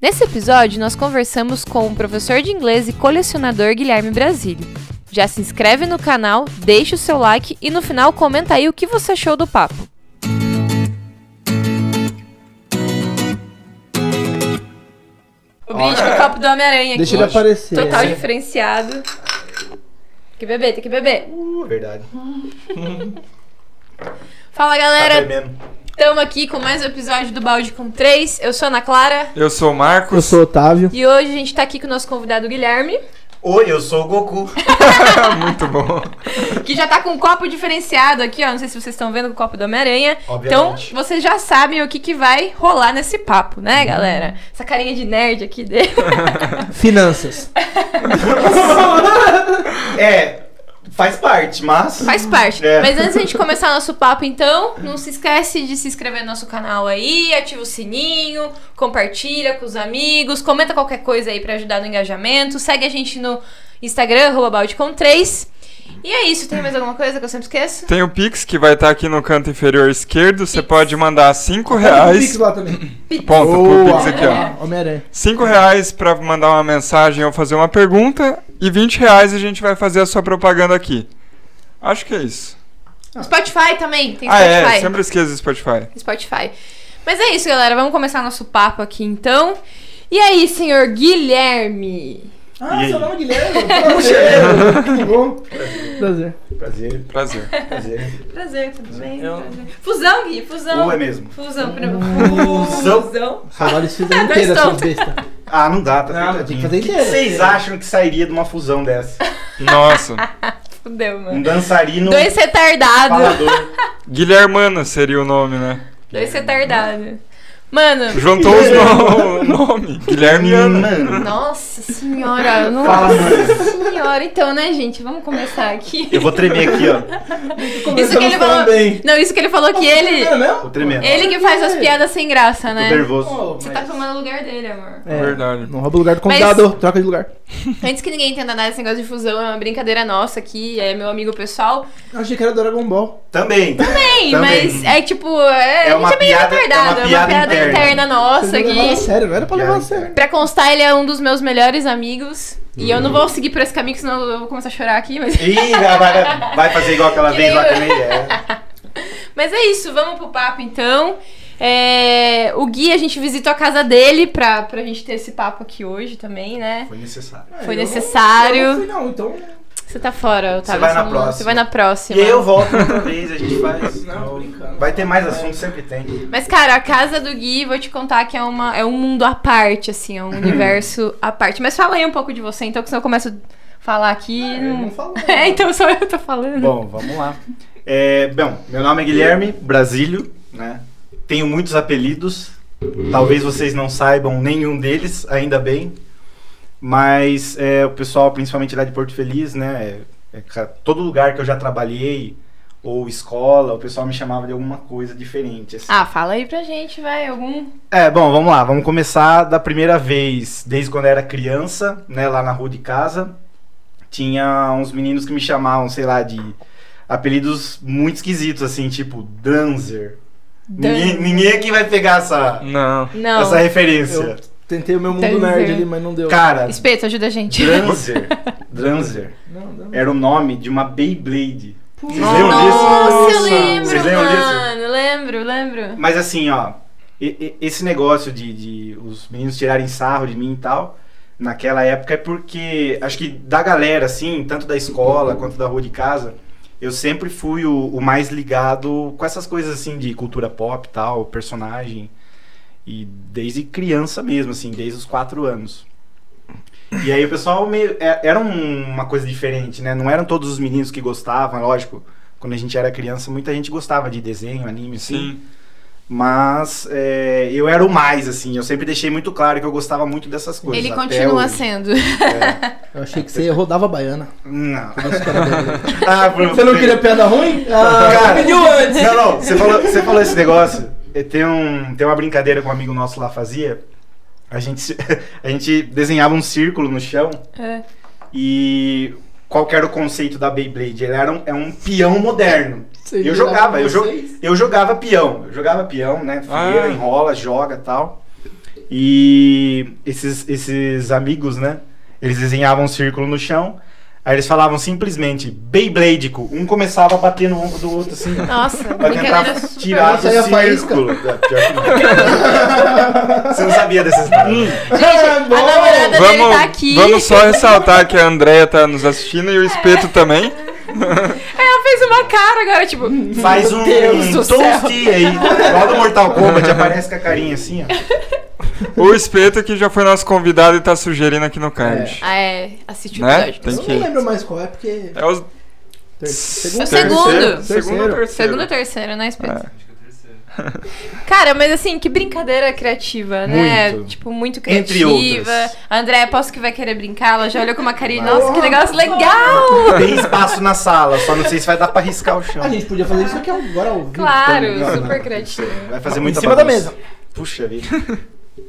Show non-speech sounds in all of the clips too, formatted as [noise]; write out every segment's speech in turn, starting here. Nesse episódio, nós conversamos com o professor de inglês e colecionador Guilherme Brasílio. Já se inscreve no canal, deixa o seu like e no final comenta aí o que você achou do papo. O brinde do copo do Homem-Aranha Deixa aqui. ele aparecer. Total diferenciado. Tem que beber, tem que beber. É Uh, verdade. Fala Tá galera, tremendo. estamos aqui com mais um episódio do Balde com 3. Eu sou a Ana Clara Eu sou o Eu Marcos. sou o Otávio. e hoje a gente tá aqui com o nosso convidado Guilherme, Oi, eu sou o Goku. Muito bom. que já tá com um copo diferenciado aqui, ó. Não sei se vocês estão vendo o copo do Homem-Aranha. Então [laughs] Obviamente. vocês já sabem o que, que vai rolar nesse papo, Uhum. né, galera? Essa carinha de [laughs] nerd aqui dele. [laughs] Finanças. É, faz parte, mas. Faz parte. É. Mas antes da gente começar nosso papo, então, não se esquece de se inscrever no nosso canal aí, ativa o sininho, compartilha com os amigos, comenta qualquer coisa aí pra ajudar no engajamento, segue a gente no Instagram, balde3. E é isso, tem mais alguma coisa que eu sempre esqueço? Tem o Pix que vai estar aqui no canto inferior esquerdo. Você pode mandar 5 Faz um reais. Pix lá também. Ponto, pro Boa. tá Ah, Pix aqui, ó. Homem-Aranha. 5 reais pra mandar uma mensagem ou fazer uma pergunta. E 20 reais a gente vai fazer a sua propaganda aqui. Acho que é isso. Spotify também, tem ah, Spotify. é. Sempre esqueço o Spotify. Spotify. Mas é isso, galera. Vamos começar nosso papo aqui então. E aí, senhor Guilherme? Ah, E seu aí? nome é [laughs] Guilherme. Prazer. Tudo bom? Prazer. tá Prazer, Prazer. prazer. Prazer, tudo bem? Eu- Prazer. Fusão, Gui, fusão. Ou é mesmo? Fusão, pera- fusão. Salários fizeram Dois é inteira essa tontos. besta. Ah, não dá, tá Não, tentadinho. tem que fazer O que inteiro. vocês acham que sairia de uma fusão dessa? Nossa. Fudeu, mano. Um dançarino. Dois retardados. falador. Guilhermana seria o nome, né? Dois retardados. Mano, Juntou os no... [laughs] o nome. Guilhermiana. Mano. nossa senhora. Fala, Nossa mano. senhora. Então, né, gente? Vamos começar aqui. Eu vou tremer aqui, ó. Isso que ele falou. também. Não, isso que ele falou que Tá ele. Tá Vou tremer. Ele que faz as piadas sem graça, Tô né? nervoso. Você tá tomando o lugar dele, amor. É. Verdade. Não rouba o lugar do convidado, troca de lugar. Antes que ninguém entenda nada, esse negócio de fusão é uma brincadeira nossa aqui, é meu amigo pessoal. Eu achei que era Dragon Ball. Também. Tem, Também. mas é tipo, é, É a uma gente é meio piada- é uma retardado, é uma piada piada interna, interna. nossa Vocês não levaram a aqui. sério, não era pra levar a Já, sério. Pra constar, ele é um dos meus melhores amigos. E eu não vou seguir por esse caminho, senão eu vou começar a chorar aqui, mas. Ih, vai, vai- vai fazer igual aquela Que vez lá eu- também. É. Mas é isso, vamos pro papo então. É, o Gui, a gente visitou a casa dele pra, pra gente ter esse papo aqui hoje também, né? Foi necessário. Foi Eu não- necessário. eu não fui não, então... Você tá fora, Otávio. vai na não- próxima. Você vai na próxima. E aí eu volto outra vez, a gente faz. Não, tô brincando. Vai ter mais assunto, sempre tem. Mas, cara, a casa do Gui, vou te contar que é, uma, é um mundo à parte, assim, [laughs] é um universo à parte. Mas fala aí um pouco de você, então, que senão eu começo a falar aqui. Ah, e eu não- [laughs] não falo. É, então só eu tô falando. Bom, vamos lá. É, bom, meu nome é Guilherme Brasílio, né? Tenho muitos apelidos. Talvez vocês não saibam nenhum deles, ainda bem. Mas é, o pessoal, principalmente lá de Porto Feliz, né? é, é, ca- todo lugar que eu já trabalhei, ou escola, o pessoal me chamava de alguma coisa diferente. assim. Ah, fala aí pra gente, vai, algum... É, bom, vamos lá, vamos começar da primeira vez, desde quando eu era criança, né, lá na rua de casa. Tinha uns meninos que me chamavam, sei lá, de apelidos muito esquisitos, assim, tipo Danzer. Ninguém, ninguém aqui vai pegar essa, Não. Não. essa referência. Tentei o meu mundo Tem nerd ver. ali, mas não deu. Cara, Espeto, ajuda a gente. Dranzer, Dranzer Não, não. era o nome de uma Beyblade. Vocês lembram [laughs] disso? Nossa, eu Nossa. lembro, Vocês lembram disso? mano. Lembro, lembro. Mas assim, ó, e- e- esse negócio de, de os meninos tirarem sarro de mim e tal, naquela época é porque acho que da galera, assim, tanto da escola quanto da rua de casa, eu sempre fui o, o mais ligado com essas coisas assim de cultura pop e tal, personagem. E desde criança mesmo, assim, desde os quatro anos. E aí o pessoal meio. é- Era um- uma coisa diferente, né? Não eram todos os meninos que gostavam, é lógico. Quando a gente era criança, muita gente gostava de desenho, anime, assim. Sim. Mas é, eu era o mais, assim. Eu sempre deixei muito claro que eu gostava muito dessas coisas. Ele até continua hoje. sendo. [laughs] É. Eu achei que você rodava a baiana. Não. [laughs] Isso que era dele. Ah, por- Você não queria piada ruim? Cara, pediu antes. Não, não. Você falou, você falou esse negócio. Eh, Tem, um, tem uma brincadeira que um amigo nosso lá fazia. A gente, se- [laughs] a gente desenhava um círculo no chão É. e qual que era o conceito da Beyblade? Ele era um, é um peão moderno. Vocês eu jogava, eu, jo vocês? eu jogava peão. Eu jogava peão, né? Fria, Ah. enrola, joga tal. E esses, esses amigos, né? Eles desenhavam um círculo no chão. Aí eles falavam simplesmente Beybladeco. Um começava a bater no ombro do outro, assim. Nossa, Pra tentar brincadeira super- tirar do Isso aí é faísca. círculo. [laughs] É, pior que não. Você não [laughs] sabia desses dados. [laughs] Gente, a namorada dele Vamos, tá aqui. vamos só ressaltar que a Andrea tá nos assistindo e o Espeto também. É, Ela fez uma cara agora, tipo. Faz meu um, Deus do céu. toasty aí. Igual no Mortal Kombat, aparece com a carinha assim, ó. O Espeto que já foi nosso convidado e tá sugerindo aqui no card. Ah, é. Assistiu o Né? episódio. Tem Eu que- não lembro mais qual é, porque. É o Ter- É o Segundo. segundo. segundo ou Terceiro. terceiro? Segundo ou terceiro, né, Espeto? É. [laughs] Cara, mas assim, que brincadeira criativa, né? Muito. Tipo, muito Entre criativa. outras. A Andréia, posso que vai querer brincar? Ela já olhou com uma carinha, Vai. nossa, que negócio legal! Tem espaço na sala, só não sei se vai dar pra riscar o chão. A gente podia fazer isso aqui agora ao [laughs] vivo. Tá Claro, Não, não. super criativo. Vai fazer muito Em cima da Puxa vida.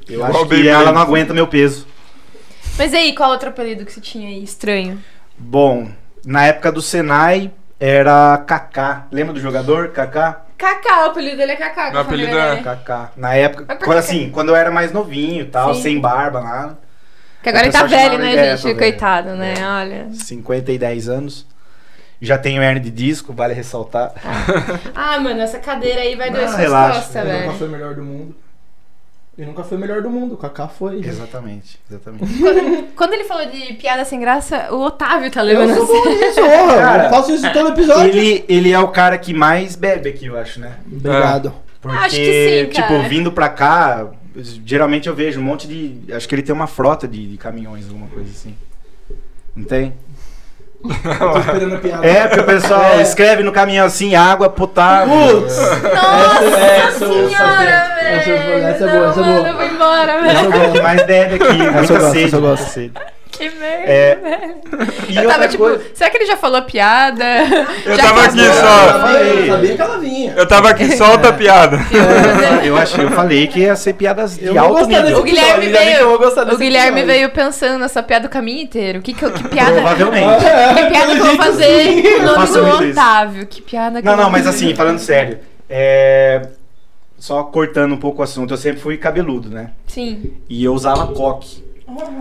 Eu Igual acho que Beyblade. ela não aguenta meu peso. Mas e aí, qual outro apelido que você tinha aí? Estranho. Bom, na época do Senai era Kaká. Lembra do jogador? Kaká? Kaká, o apelido dele é Kaká. que Meu a família apelido é dele Kaká. Na época, Mas por quando, que- assim, quando eu era mais novinho e tal, Sim. sem barba lá, Que agora O ele tá pessoal chamava velho, né, ele- é, gente? tô velho. Coitado, né? Olha. 50 e 10 anos. Já tenho hernia de disco, vale ressaltar. Ah, mano, essa cadeira aí vai doer Ah, suas relaxa. costas, Ele velho. nunca foi o melhor do mundo. Ele nunca foi o melhor do mundo. O Kaká foi. Exatamente, exatamente. Quando ele falou de piada sem graça, o Otávio tá levando Eu sou assim. bom nisso, porra. Cara, eu faço isso todo episódio. ele, ele é o cara que mais bebe aqui, eu acho, né? Obrigado. Porque, Acho que sim, cara. tipo, vindo pra cá, geralmente eu vejo um monte de. Acho que ele tem uma frota de, de caminhões, alguma coisa assim. Não tem? Eu tô esperando a piada. Ah. É, porque o pessoal [laughs] É. escreve no caminhão assim, água potável. Putz! Nossa Essa- essa- senhora, velho! essa- Essa é boa, essa Não, é boa. mano, eu vou embora, Ele velho. é o cara que mais bebe aqui, eu muita gosto, sede. essa eu muita gosto. sede. Que merda, É, velho. E Eu tava outra tipo, [laughs] coisa. será que ele já falou a piada? Eu Já tava passou. aqui Eu só. sabia, eu sabia que ela vinha. Eu tava aqui só outra piada. Eu achei, eu falei que ia ser piadas de Eu vou alto gostar nível. desse O Guilherme episódio, ainda bem veio- que eu vou gostar O desse Guilherme episódio. veio pensando nessa piada o caminho inteiro. Que, que, que piada. [laughs] Provavelmente. É, Que piada que eu vou fazer com o nome faço muito do isso. Otávio? Que piada que Não, eu não, vou mas fazer. assim, falando sério. É. Só cortando um pouco o assunto, eu sempre fui cabeludo, né? Sim. E eu usava coque.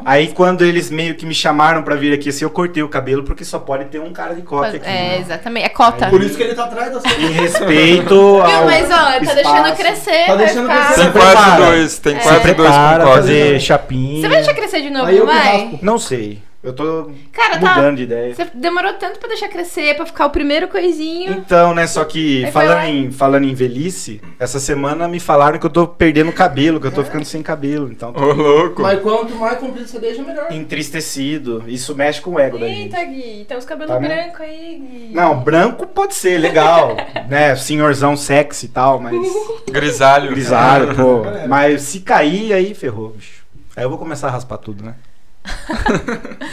Aí quando eles meio que me chamaram pra vir aqui assim, eu cortei o cabelo porque só pode ter um cara de coque aqui. É, né? exatamente. É cota. Por isso que ele tá atrás da sua. Em respeito [laughs] ao Viu, mas ó, tá espaço. deixando crescer. Tá vai deixando ficar- crescer. Tem Se quase prepara. É. dois, tem Se Se quase dois prepara, com fazer código. chapinha. né? Você vai deixar crescer de novo, Aí eu não que vai? raspo. Não sei. Eu tô Cara, tá. mudando de ideia. Você demorou tanto pra deixar crescer, pra ficar o primeiro coisinho. Então, né, só que Aí foi falando lá. em, falando em velhice, essa semana me falaram que eu tô perdendo cabelo, que eu tô ficando sem cabelo, então tô Ô, louco. Mas quanto mais comprido você deixa, melhor. entristecido. Isso mexe com o ego da gente. Uhum. Eita, Gui, tem uns cabelos Tá, né? brancos aí, Gui. Não, branco pode [laughs] ser, legal, né? Senhorzão sexy e tal, mas. Grisalho. Grisalho, pô. Mas se cair, aí ferrou, bicho. Aí eu vou começar a raspar tudo, [laughs] né?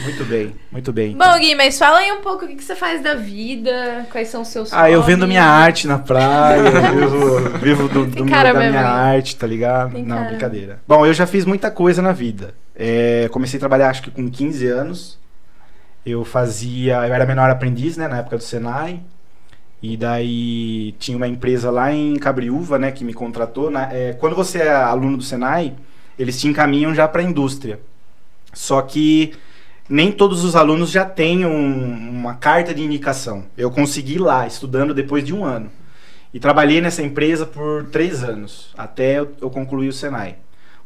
muito bem, muito bem. Bom, Gui, mas fala aí um pouco o que, que você faz da vida, quais são os seus ah, eu hobbies. vendo minha arte na praia, eu vivo, vivo do, do Tem meu- cara da mesmo, minha hein? arte, tá ligado? Tem Não, cara. brincadeira. Bom, eu já fiz muita coisa na vida. É, comecei a trabalhar acho que com 15 anos. Eu fazia. Eu era menor aprendiz, né? Na época do Senai. E daí tinha uma empresa lá em Cabriúva, né, que me contratou. Na- é, quando você é aluno do Senai, eles te encaminham já para a indústria. Só que nem todos os alunos já têm um- uma carta de indicação. Eu consegui ir lá, estudando depois de um ano. E trabalhei nessa empresa por três anos, até eu, eu concluir o Senai.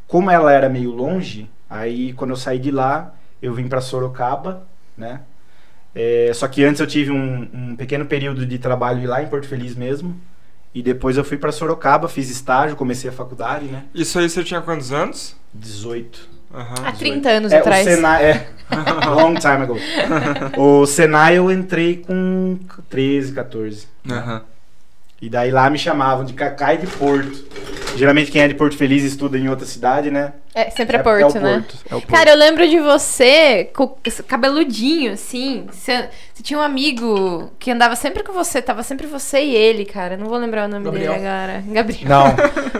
Como ela era meio longe, aí quando eu saí de lá, eu vim para Sorocaba, né? É, só que antes eu tive um, um pequeno período de trabalho lá em Porto Feliz mesmo. E depois eu fui para Sorocaba, fiz estágio, comecei a faculdade, né? Isso aí você tinha quantos anos? 18. Há Aham. 30 anos é, atrás. O Senai, [laughs] é, long time ago. o Senai eu entrei com 13, 14. Aham. E daí lá me chamavam de Cacá e de Porto. Geralmente quem é de Porto Feliz estuda em outra cidade, né? É, sempre é, é Porto, é o né? Porto, é o Porto. Cara, eu lembro de você com esse cabeludinho, assim. Você, você tinha um amigo que andava sempre com você, tava sempre você e ele, cara. Não vou lembrar o nome Gabriel. dele agora. Gabriel. Não,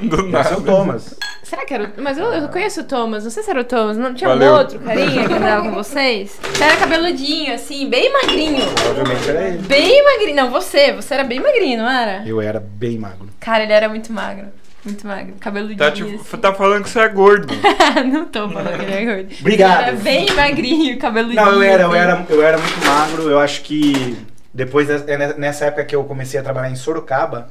Do esse é nada. o Thomas. Será que era o. Mas eu, eu conheço o Thomas, não sei se era o Thomas. Não tinha Valeu. um outro carinha que andava com vocês? Você era cabeludinho, assim, bem magrinho. Provavelmente era ele. Bem magrinho. Não, você. Você era bem magrinho, não era? Eu era bem magro. Cara, ele era muito magro. Muito magro. Cabeludinho. Tá, tipo, assim. [laughs] Ah, tá falando que você é gordo. não tô falando que ele é gordo. Obrigado. Ele Era bem magrinho, cabeludinho. Não, eu era, eu assim. era, eu era muito magro. Eu acho que depois des- é ne- nessa época que eu comecei a trabalhar em Sorocaba,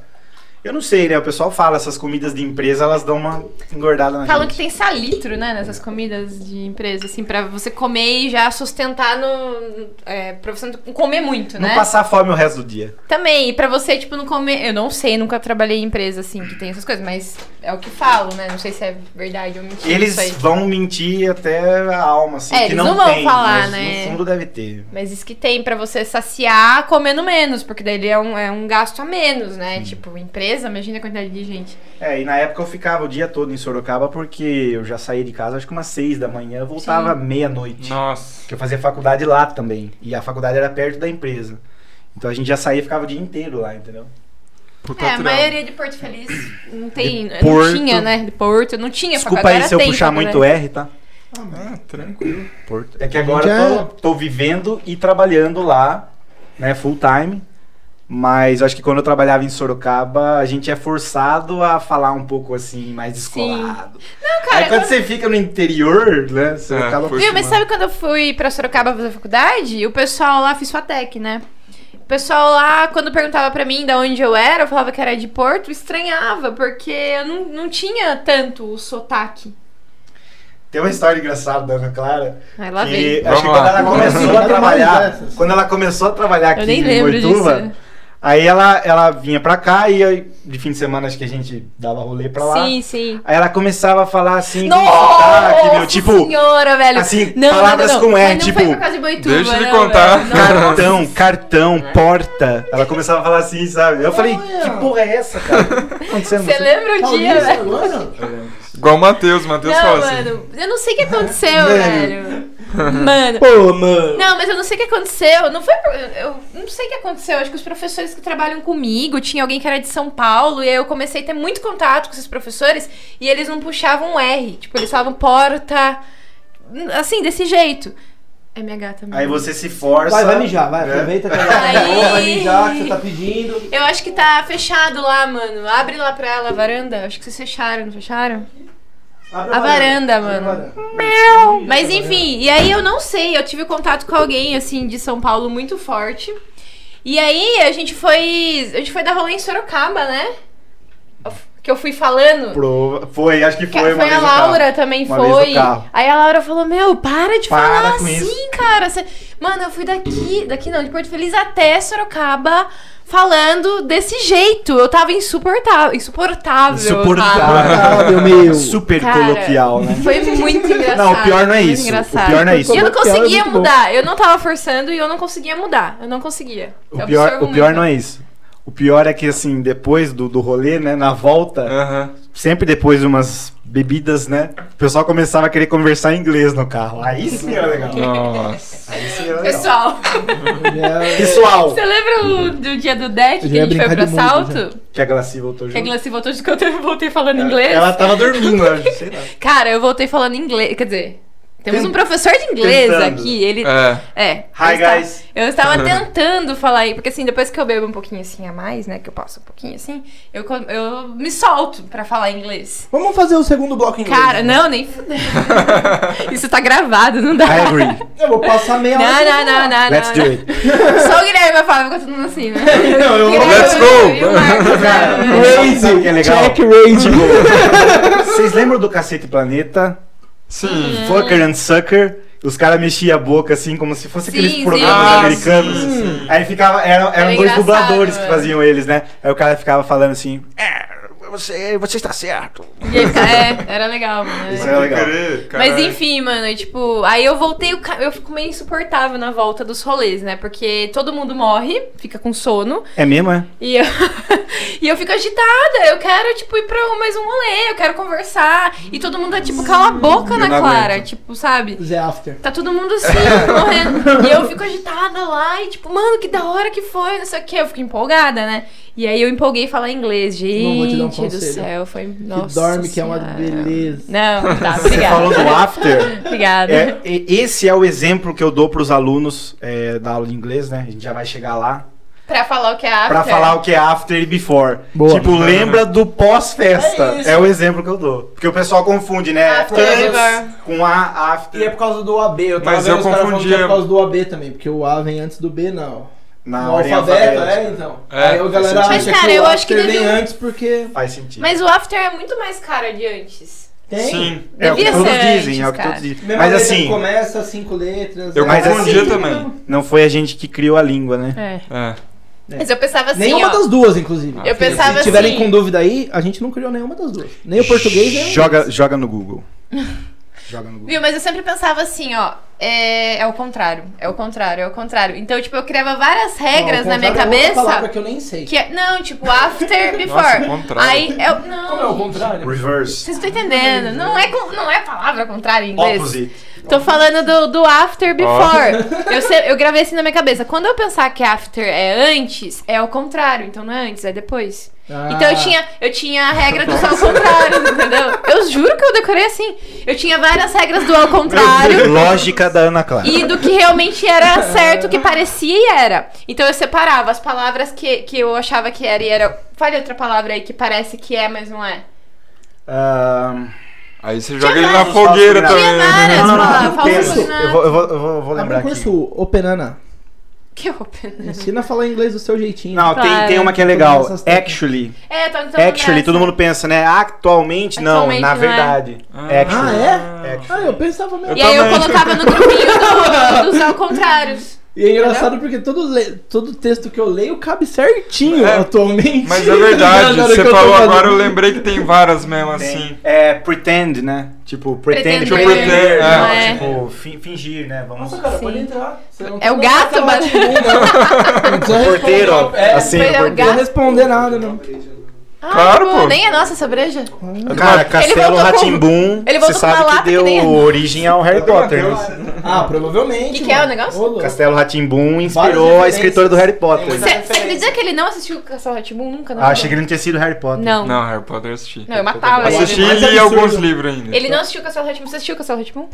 eu não sei, né? O pessoal fala essas comidas de empresa, elas dão uma engordada na Falam que gente. tem salitro, né, nessas comidas de empresa, assim, pra você comer e já sustentar no. É, pra você não comer muito, Não né? passar fome o resto do dia. Também, e pra você, tipo, não comer. Eu não sei, nunca trabalhei em empresa, assim, que tem essas coisas, mas é o que falo, né? Não sei se é verdade ou mentira. Eles isso aí. vão mentir até a alma, assim, É, que eles não, não vão tem, falar, mas né? no fundo deve ter. Mas isso que tem pra você saciar comendo menos, porque daí ele é um, é um gasto a menos, né? Tipo, empresa, imagina a quantidade de gente. É, e na época eu ficava o dia todo em Sorocaba porque eu já saía de casa acho que umas seis da manhã, eu voltava meia-noite. Nossa. Porque eu fazia faculdade lá também. E a faculdade era perto da empresa. Então a gente já saía e ficava o dia inteiro lá, entendeu? Puta é, a trava. maioria de Porto Feliz não tem. De não Porto. tinha, né? De Porto, não tinha Desculpa faculdade. aí se eu puxar muito R, tá? Ah, tranquilo. Porto. É que A agora gente eu tô, tô vivendo e trabalhando lá, né, full time. Mas eu acho que quando eu trabalhava em Sorocaba, a gente é forçado a falar um pouco assim, mais descolado. Não, cara, aí quando eu- você fica no interior, né, você É, acaba... foi- Viu, mas sabe quando eu fui pra Sorocaba fazer faculdade? O pessoal lá, fiz FATEC, né? O pessoal lá, quando perguntava pra mim de onde eu era, eu falava que era de Porto, estranhava, porque eu não, não tinha tanto o sotaque. Tem uma história engraçada da Ana Clara, Aí lá que vem. Vamos acho que quando lá. ela começou a Quero mais trabalhar, dessas. quando ela começou a trabalhar aqui Eu nem em lembro Boituva, disso. aí ela, ela vinha pra cá e aí, de fim de semana acho que a gente dava rolê pra lá. Sim, sim. Aí ela começava a falar assim, com sotaque, Nossa meu, tipo, senhora, velho. assim, palavras com Mas R, não tipo, foi por causa de Boituva, deixa ele não, contar. velho. Não. cartão, cartão, porta. Ela começava a falar assim, sabe? Eu falei, Olha. que porra é essa, cara? O que tá acontecendo? Você lembra o dia, Paulista velho? agora? Igual o Matheus. Matheus Não, fala assim. mano. Eu não sei o que aconteceu, Velho. velho. [laughs] Mano. Pô, mano. Não, mas eu não sei o que aconteceu. Não foi. por- Eu não sei o que aconteceu. Acho que os professores que trabalham comigo, tinha alguém que era de São Paulo, e aí eu comecei a ter muito contato com esses professores, e eles não puxavam R. Tipo, eles falavam porta. Assim, desse jeito. É minha gata mesmo. Aí você se força. Vai, vai mijar, vai. né? Aproveita que ela Aí. vai mijar, que você tá pedindo. Eu acho que tá fechado lá, mano. Abre lá pra ela a varanda. Acho que vocês fecharam, não fecharam? Abre A varanda, Abre a mano. varanda. Mas enfim, e aí eu não sei, eu tive contato com alguém assim de São Paulo muito forte. E aí a gente foi, a gente foi dar rolê em Sorocaba, né? Que eu fui falando. Prova. Foi, acho que Que foi foi, uma vez a o carro. Laura também Uma vez foi. no carro. Aí a Laura falou: "Meu, para de Para falar com assim, isso." cara. Você- Mano, eu fui daqui, daqui não, de Porto Feliz até Sorocaba falando desse jeito. Eu tava insuportável, insuportável. Insuportável. Caralho, meu. Super Cara. coloquial, né? cara. Foi muito engraçado. Não, o pior não é muito isso. O engraçado. pior não é isso. E eu não Pior é conseguia muito bom. mudar. Eu não tava forçando e eu não conseguia mudar. Eu não conseguia. O pior, o pior não é isso. O pior é que, assim, depois do, do rolê, né, na volta, Aham. sempre depois de umas bebidas, né, o pessoal começava a querer conversar em inglês no carro. Aí sim era legal. Nossa. Aí sim era legal. Pessoal, É, Pessoal! [laughs] você lembra o- do dia do deck Eu que já a ia gente foi brincar pro de mundo, assalto? Que a Glaci voltou Que a junto. Glacy voltou de canto eu voltei falando inglês? Ela tava dormindo, eu acho, sei lá. [laughs] Cara, eu voltei falando inglês. Quer dizer, temos Tem- um professor de inglês tentando. aqui. Ele. É. É. Hi, eu estava- guys. Eu estava tentando falar aí, porque assim, depois que eu bebo um pouquinho assim a mais, né? Que eu passo um pouquinho assim, eu, co- eu me solto pra falar inglês. Vamos fazer o segundo bloco em inglês. né? Cara, né? não, nem [laughs] fudeu. Isso tá gravado, não dá. I agree. Eu vou passar meia Não, hora. sem não, falar. não, não, Let's do não. it. Só o Guilherme vai falar, fica todo mundo assim, né? Não, eu- Guilherme Let's go! e o Marcos, [laughs] né? Sabe o que é legal? raise. Tipo, Vocês lembram do Cacete Planeta? Sim. Fucker and Sucker? Os caras mexiam a boca assim, como se fosse Sim, aqueles sim. programas Ah, americanos. sim, sim. Aí ficava, eram, eram Era dois engraçado, dubladores que mano. faziam eles, né? Aí o cara ficava falando assim: É, você, você está certo. E ele fica- É, era legal, mano. Isso né? é era legal. é Mas enfim, mano, e, tipo, aí eu voltei, o ca- eu fico meio insuportável na volta dos rolês, né? Porque todo mundo morre, fica com sono, É mesmo, é? E eu, [laughs] e eu fico agitada, eu quero, tipo, ir pra mais um rolê, eu quero conversar. E todo mundo é, tipo, cala a boca Eu na não Clara, aguento. tipo, sabe? Zé é After. Tá todo mundo [laughs] assim, É. morrendo. E eu fico agitada lá e tipo, mano, que da hora que foi, não sei o quê. Eu fico empolgada, né? E aí eu empolguei falar inglês. Gente Não, vou te dar um do conselho. céu, foi. Nossa. Que dorme, que é uma Senhora. beleza. [laughs] Não, tá, Você falou obrigada. do after. Obrigada. É, e- esse é o exemplo que eu dou para os alunos é, da aula de inglês, né? A gente já vai chegar lá. Pra falar o que é after. Pra falar o que é after e before. Boa. Tipo, lembra do pós-festa. É É, isso. o exemplo que eu dou. Porque o pessoal confunde, né? After After e before. com a after. E é por causa do AB, eu tava Mas vendo eu os caras falando que é confundia- por causa do AB também, porque o A vem antes do B não. Na no ordem alfabeto, é, alfabética. então. É, Aí a galera faz acha sentido. Mas, cara, que eu o acho que after vem devia- antes porque Faz sentido. Mas o after é muito mais cara de antes. tem. Sim. é o que devia todos ser dizem, é o antes, que cara. todos dizem. Mesma é? Mas letra assim, Começa cinco letras. Eu é, Mas confundia assim- também. não foi a gente que criou a língua, né? É. É. Mas eu pensava assim, Nenhuma ó. das duas, inclusive. Ah, Eu pensava Se tiverem assim. com dúvida aí, a gente não criou nenhuma das duas. Nem o português, é um nem o Joga, joga no Google. [laughs] joga no Google. Viu, mas eu sempre pensava assim, ó. É, é o contrário, é o contrário, é o contrário. Então, tipo, eu criava várias regras na minha É outra palavra cabeça. que eu nem sei. Que é, não, tipo, [laughs] after, before. Nossa, contrário. Aí, eu, não. Como é o contrário? Reverse. Vocês estão entendendo? Não é, com- não é palavra contrária em inglês. Opposite. Tô falando do, do after before. [laughs] Eu, sei- eu gravei assim na minha cabeça. Quando eu pensar que after é antes, é o contrário. Então não é antes, é depois. Ah. Então eu tinha, eu tinha a regra do ao contrário, entendeu? Eu juro que eu decorei assim. Eu tinha várias regras do ao contrário. Lógica da Ana Clara. E do que realmente era certo, que parecia e era. Então eu separava as palavras que, que eu achava que era e era. Fale outra palavra aí que parece que é, mas não é. [laughs] Ahn, Aí você joga ele na vários fogueira falsos também. né? Tinha não, não, várias palavras, não, não, falsas penso. na- Eu vou, eu vou, eu vou- eu vou Abre lembrar um aqui. curso Openana. Que open. Ensina a falar inglês do seu jeitinho. Não, tem, Claro. tem uma que é legal. Essas técnicas. Actually. É, tô, tô Actually, nessa. todo mundo pensa, né? Atualmente, não, Atualmente, na não é. verdade. Ah. Ah, Actually. é? Actually. Ah, eu pensava mesmo. E aí eu Também. colocava no grupinho [laughs] do- dos ao contrários. E é engraçado porque todo, le- todo texto que eu leio cabe certinho É, atualmente. Mas é [laughs] verdade, Agora que você eu tô falou fazendo. agora, eu lembrei que tem várias mesmo Ah, Tem. assim. É pretend, né? Tipo, Pretender. pretend. Tipo, É. pretender, não, É. tipo, fi- fingir, né? Vamos. Nossa, cara, Sim. pode entrar. Você não É o tá gato, naquela mas- atitude, não. Não [laughs] precisa Porteiro, responder, né? é, assim, Foi Não precisa gato. responder nada, não. Ah, Claro, pô. Nem é nossa essa breja. Cara, voltou Castelo com- Ratimbum, ele você voltou com uma sabe lata que que deu nem- origem ao Harry Potter. né? Ah, provavelmente. Que que é mano. o negócio? Ô, louco. Castelo Ratimbum inspirou né? referências. é a escritora do Harry Potter. Tem muita- Você acredita que ele não assistiu Castelo Ratimbum nunca? Ah, achei que ele não tinha sido Harry Potter. Não. Não, Harry Potter eu assisti. Não, eu matava ele. é Assisti mais e li absurdo. alguns livros ainda. Ele não assistiu Castelo Ratimbum. Você assistiu Castelo Ratimbum?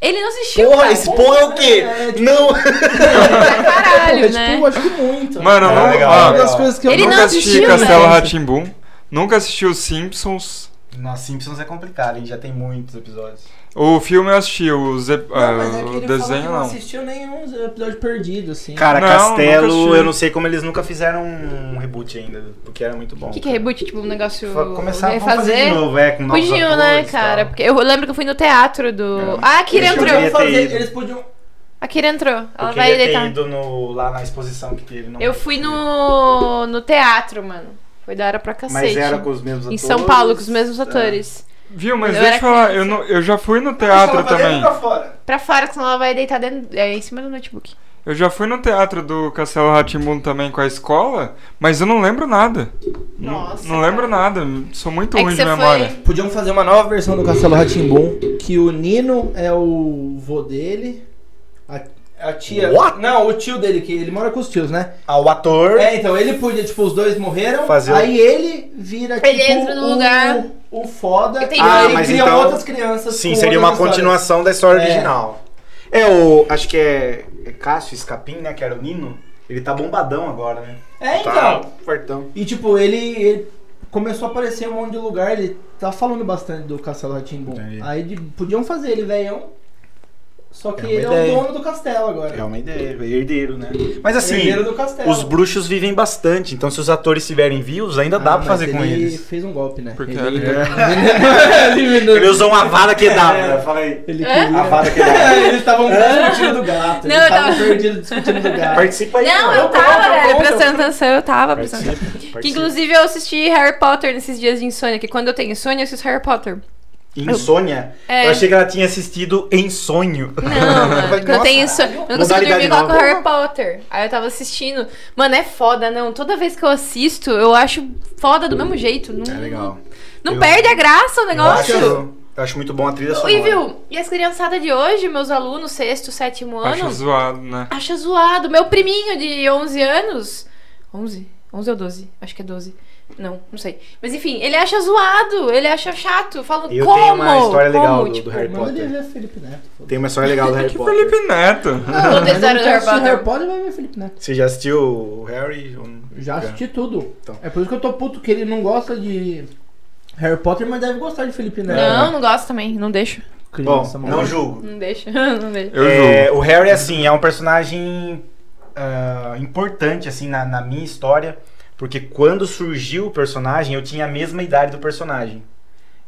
Ele não assistiu. Porra, cara. esse porra é o quê? É, tipo, Não! Pra é, caralho, tipo, né? eu acho que muito. Mano, É, não, legal, ó, Uma das legal. coisas que eu Ele nunca nunca não assisti assistiu, né? Castelo velho. Ratimbum, nunca assisti os Simpsons. Nossa, Simpsons é complicado, hein? Já tem muitos episódios. O filme eu assisti, o, ze- ah, mas é que o ele fala que desenho não não. assistiu nenhum episódio perdido, assim. Cara, Não, nunca Castelo, assisti. eu não sei como eles nunca fizeram um reboot ainda, porque era muito bom. O que, que é reboot? Tipo, um negócio. Fa- Começar vamos fazer refazer? de novo, é, com novos Podiam, atores né, e tal. cara? Porque eu lembro que eu fui no teatro do. É. Ah, a Kira Eles entrou. queriam- Eles ter podiam fazer- ido. eles podiam A Kira entrou. Eu Ela queria vai ter deitar. ido no- lá na exposição que teve. não- Eu fui no, no teatro, mano. Foi da hora pra Mas cacete. era com os mesmos Em atores. São Paulo, com os mesmos é. atores. Viu, mas Eu deixa eu era falar, criança. eu, não- eu já fui no teatro também. Pra fora, que senão ela vai deitar dentro, é, em cima do notebook. Eu já fui no teatro do Castelo Ratimbum também com a escola, mas eu não lembro nada. Não- Nossa, Não, lembro cara. nada, sou muito É que ruim você de memória. foi- Podiam fazer uma nova versão do Castelo Ratimbum, que o Nino é o vô dele, a, a tia. What? Não, o tio dele, que ele mora com os tios, né? Ah, o ator. É, então ele podia, tipo, os dois morreram, Fazer um- o- aí ele vira Ele tipo, entra no o, lugar. o foda, E tem aí Ah, ele mas cria então- outras crianças. Sim, com seria uma outras histórias. continuação da história É. original. É o. Acho que é, é Cássio Escapim, né? Que era o Nino. Ele tá bombadão agora, né? É, então. Tá fortão. E tipo, ele, ele começou a aparecer em um monte de lugar, ele tá falando bastante do Castelo Ratimbum. Entendi. Aí de- podiam fazer ele velhão, só que É uma ele é ideia. o dono do castelo agora. É uma ideia, é herdeiro, né? Mas assim, É Herdeiro do castelo. os bruxos vivem bastante, então se os atores tiverem views, ainda dá Ah, pra mas fazer com ele eles. É. fez um golpe, né? Porque ele, ele- [laughs] eliminou- Ele usou uma vara que dá, né? Fala aí. Ele A queria... É, vara que dá. [laughs] Eles estavam É. discutindo do gato. É? Não, Eles eu estavam tava- perdidos discutindo do gato. Participa aí. Não, mano. eu tava, conto, eu velho, conto. prestando atenção, eu tava prestando atenção. Participa, Que participa. inclusive eu assisti Harry Potter nesses dias de insônia, que quando eu tenho insônia, eu assisto Harry Potter. Insônia? É. Eu achei que ela tinha assistido em [laughs] sonho. Não, mano, quando eu tenho insônia. Eu não consigo Modalidade dormir igual com nova. Harry Potter. Aí eu tava assistindo. Mano, é foda, não. Toda vez que eu assisto, eu acho foda do mesmo jeito. Não, É legal. não Eu- perde a graça o Eu acho, Um negócio. eu acho muito bom a trilha sonora. E viu, e as criançadas de hoje, meus alunos, sexto, sétimo um ano, Acho zoado, né? acha zoado. Meu priminho de 11 anos, 11? 11 ou 12? Acho que é 12. Não, não sei. Mas enfim, ele acha zoado, ele acha chato. Eu falo, Eu como? tenho uma história legal como? do, Tipo, do Harry Pô, manda ele Potter. ver Felipe Neto. foda-se. Tem uma história legal do Harry Que Potter. Felipe Neto. Ah, Não, Mas história do ele quer assistir Harry Harry Potter. Potter vai ver Felipe Neto. Você já assistiu o Harry? ou não? Já assisti tudo. Então. É por isso que eu tô puto, que ele não gosta de Harry Potter, mas deve gostar de Felipe Neto. Não, não gosto também. Não deixo. Bom, Criança, não maluco. julgo. Não deixo. [laughs] não deixo. [laughs] Eu É, julgo. o Harry, assim, é um personagem ah, importante, assim, na, na minha história. Porque quando surgiu o personagem, eu tinha a mesma idade do personagem.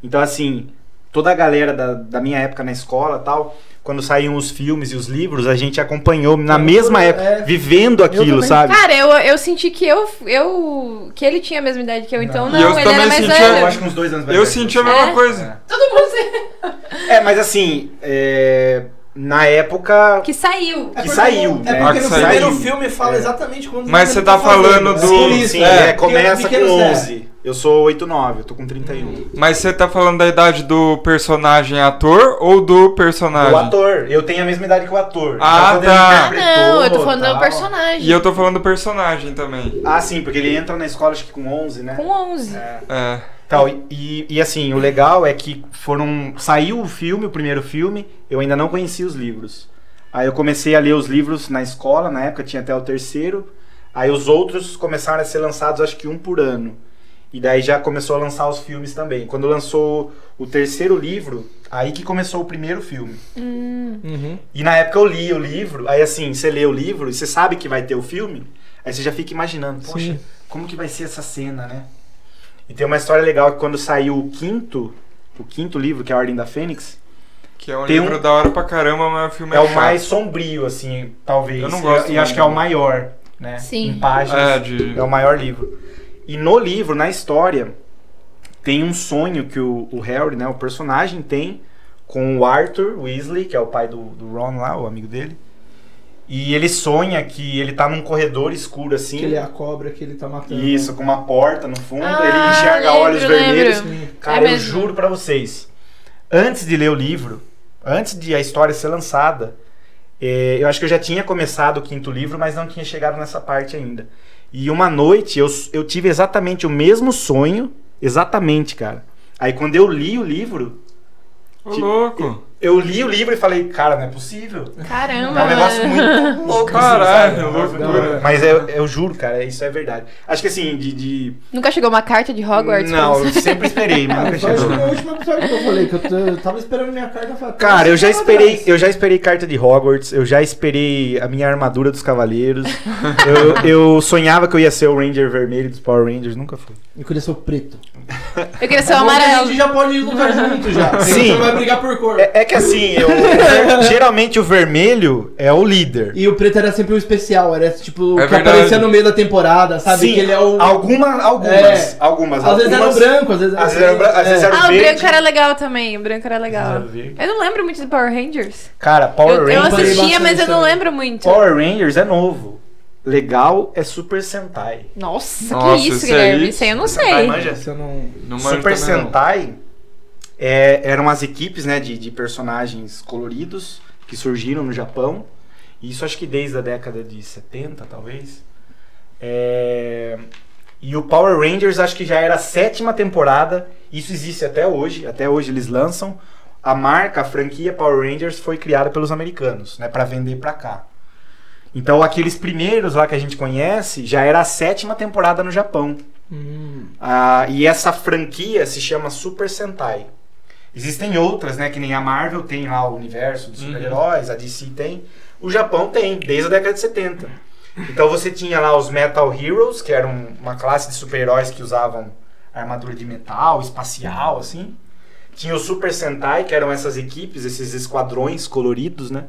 Então, assim, toda a galera da, da minha época na escola tal, quando saíam os filmes e os livros, a gente acompanhou na Eu- mesma época, é. vivendo aquilo, também. sabe? Cara, eu, eu senti que eu, eu. que ele tinha a mesma idade que eu, então Não. não, E eu ele também era mais senti- velho. Eu acho que uns dois anos mais Eu velho. senti a É? mesma coisa. Todo mundo se- É, mas assim, é, na época. que saiu. É que porque saiu, no- né? É porque Que no saiu. primeiro filme fala É. exatamente quando Mas você tá falando do- Sim, sim, é, começa com né? Pequeno né? Zé. 11. Eu sou 8,9, eu tô com 31. Mas você tá falando da idade do personagem ator ou do personagem? O ator, eu tenho a mesma idade que o ator. Ah, Então, quando ele tá. interpretou, Não, eu tô falando do tal. personagem. E eu tô falando do personagem também. Ah, sim, porque ele entra na escola acho que com 11, né? Com 11. É. É. Tal, e, e assim, o legal é que foram. Saiu o filme, o primeiro filme, eu ainda não conhecia os livros. Aí eu comecei a ler os livros na escola, na época tinha até o terceiro. Aí os outros começaram a ser lançados, acho que um por ano. E daí já começou a lançar os filmes também. Quando lançou o terceiro livro, aí que começou o primeiro filme. Uhum. E na época eu li o livro, aí assim, você lê o livro e você sabe que vai ter o filme, aí você já fica imaginando, poxa, Sim. como que vai ser essa cena, né? E tem uma história legal que quando saiu o quinto, o quinto livro, que é a Ordem da Fênix, Que é um Tem um- livro da hora pra caramba, mas o filme é, é o chato. mais sombrio, assim, talvez. Eu não gosto E, e acho muito. que é o maior, né? Sim. Em páginas. É, de... É o maior livro. E no livro, na história, tem um sonho que o, o Harry, né, o personagem, tem com o Arthur Weasley, que é o pai do, do Ron lá, o amigo dele. E ele sonha que ele tá num corredor escuro assim. Que ele é a cobra que ele tá matando. Isso, com uma porta no fundo, Ah, ele enxerga lembro, olhos vermelhos. lembro. Sim. É Cara, eu mesmo. juro pra vocês, antes de ler o livro, antes de a história ser lançada, eh, eu acho que eu já tinha começado o quinto livro, mas não tinha chegado nessa parte ainda. E uma noite eu, s- eu tive exatamente o mesmo sonho, exatamente, cara. Aí quando eu li o livro, Ô, louco. eu li o livro e falei, cara, não é possível. Caramba, É um [laughs] negócio mano. muito louco. assim, Caralho, sabe? é. loucura. Mas eu, eu juro, cara, isso é verdade. Acho que assim, de. de... Nunca chegou uma carta de Hogwarts? pra não, você? eu sempre É, [laughs] esperei, mas nunca Só acho chegou. que no Ah, último episódio que eu falei, que eu, t- eu tava esperando minha carta. eu falei, Cara, eu já "Caralho, esperei, cara". eu já esperei carta de Hogwarts, eu já esperei a minha armadura dos cavaleiros. [laughs] eu, eu sonhava que eu ia ser o Ranger vermelho dos Power Rangers, nunca fui. Eu queria ser o preto. Eu queria ser o Agora A amarelo. gente já pode [laughs] lutar junto já. Sim. Você vai brigar por cor. É, é que assim, [laughs] eu- geralmente o vermelho é o líder. E o preto era sempre o especial, era tipo É o que verdade. aparecia no meio da temporada, sabe? Sim, que ele é o. alguma- algumas, É. algumas, Às vezes era o algumas- branco, às vezes era às vezes era o bran- às vezes é. era Ah, o verde. branco era legal também. O branco era legal. Era verde. Eu não lembro muito do Power Rangers. Cara, Power eu, eu Rangers, assisti- assistia, mas eu não também. lembro muito. Power Rangers é novo. Legal é Super Sentai. Nossa, Nossa, que isso, esse Guilherme? aí- Isso aí eu não Sentai sei. manja? Esse eu não. Não manjo Super também, não. Sentai é, eram as equipes né, de, de personagens coloridos que surgiram no Japão. E Isso acho que desde a década de 70, talvez. É, E o Power Rangers acho que já era a sétima temporada. Isso existe até hoje. Até hoje eles lançam. A marca, a franquia Power Rangers foi criada pelos americanos, né, para vender pra cá. Então aqueles primeiros lá que a gente conhece já era a sétima temporada no Japão. Hum. Ah, e essa franquia se chama Super Sentai. Existem outras, né? Que nem a Marvel tem lá o universo dos Uhum. super-heróis, a DC tem. O Japão tem, desde a década de 70. Então você tinha lá os Metal Heroes, que eram uma classe de super-heróis que usavam armadura de metal, espacial, assim. Tinha o Super Sentai, que eram essas equipes, esses esquadrões coloridos, né?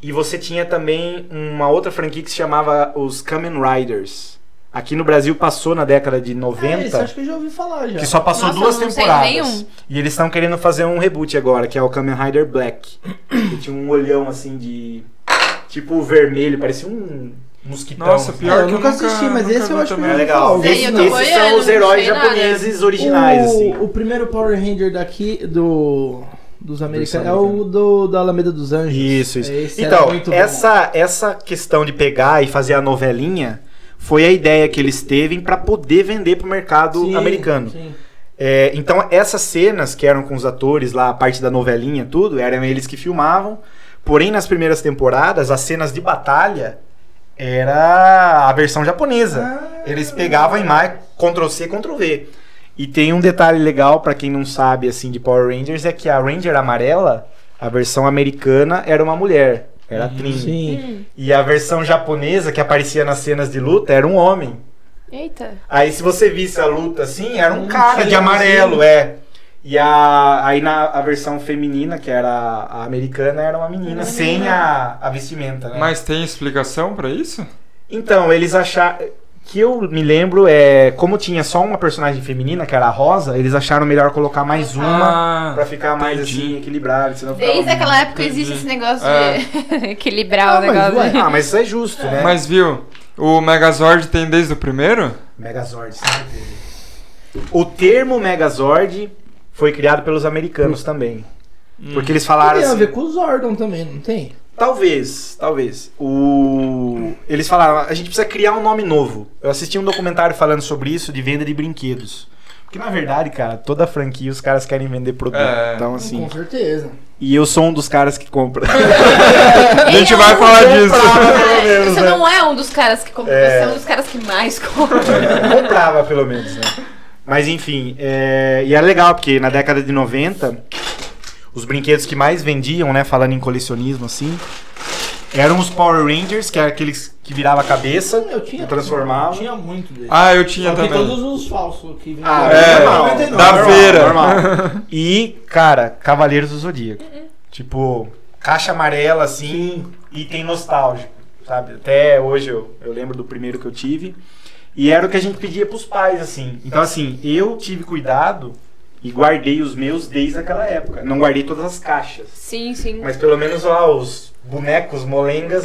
E você tinha também uma outra franquia que se chamava os Kamen Riders. Aqui no Brasil passou na década de É, 90, esse acho que eu já ouvi falar já. que só passou Nossa, duas eu não sei temporadas. nenhum. E eles estão querendo fazer um reboot agora, que é o Kamen Rider Black. que tinha um olhão assim de. Tipo vermelho, parecia um mosquitão. Nossa, assim. É, pior eu que eu nunca nunca- assisti, mas nunca esse eu vi acho que eu também. já ouvi É legal. falar. Sei, eu Esses, tô esses boiando, são os não heróis sei nada. japoneses originais, o, assim. o primeiro Power Ranger daqui do dos americanos é o americanos. do da Alameda dos Anjos. Isso, isso. Esse era então, muito bom. essa, essa questão de pegar e fazer a novelinha foi a ideia que eles teve para poder vender pro mercado Sim, americano. sim. É, então, essas cenas que eram com os atores lá, a parte da novelinha, tudo, eram eles que filmavam. Porém, nas primeiras temporadas, as cenas de batalha era a versão japonesa. Ah, eles pegavam a imagem Ctrl-C, Ctrl-V. E tem um detalhe legal pra quem não sabe assim de Power Rangers é que a Ranger amarela, a versão americana era uma mulher, era a Trini. Sim. Hum, E a versão japonesa que aparecia nas cenas de luta era um homem. eita. Aí se você visse a luta assim, era um Um cara de cheirozinho. amarelo, é. E a, aí na a versão feminina, que era a americana, era uma menina Menina. sem a, a vestimenta, né? Mas tem explicação pra isso? Então, eles acharam. Que eu me lembro é. Como tinha só uma personagem feminina, que era a Rosa, eles acharam melhor colocar mais uma Ah, pra ficar mais entendi. assim, equilibrado. Senão ficava Desde muito- aquela época É um entendi. É. existe esse negócio de [laughs] equilibrar Ah, o mas negócio. [laughs] ué. Ah, mas isso é justo, né? Mas viu, o Megazord tem desde o primeiro? Megazord, certeza. O termo Megazord foi criado pelos americanos também. Hum. Porque eles falaram tem a assim. ver com o Zordon também, não tem? Talvez, talvez. O... Eles falaram, a gente precisa criar um nome novo. Eu assisti um documentário falando sobre isso, de venda de brinquedos. Porque, na verdade, cara, toda franquia os caras querem vender produto. É. Então, Com assim. certeza. E eu sou um dos caras que [laughs] compra. A gente é Ei, vai um eu- falar disso. Ah, Pelo menos, Você né? não é um dos caras que compra, É. você é um dos caras que mais [laughs] compra. Comprava, pelo menos, né? Mas enfim, é... e era legal, porque na década de 90, os brinquedos que mais vendiam, né, falando em colecionismo, assim, eram os Power Rangers, que era aqueles que virava a cabeça, Eu tinha. transformava. Eu tinha muito dele. Ah, eu tinha Só que também. todos os falsos que vinham. Ah, É, normal, da normal, feira. normal. E, cara, Cavaleiros do Zodíaco. Tipo, caixa amarela, assim, item nostálgico, sabe? Até hoje eu, eu lembro do primeiro que eu tive. E era o que a gente pedia pros pais, assim. Então, assim, eu tive cuidado e guardei os meus desde aquela época. Não guardei todas as caixas. Sim, sim. Mas pelo menos lá os bonecos, molengas.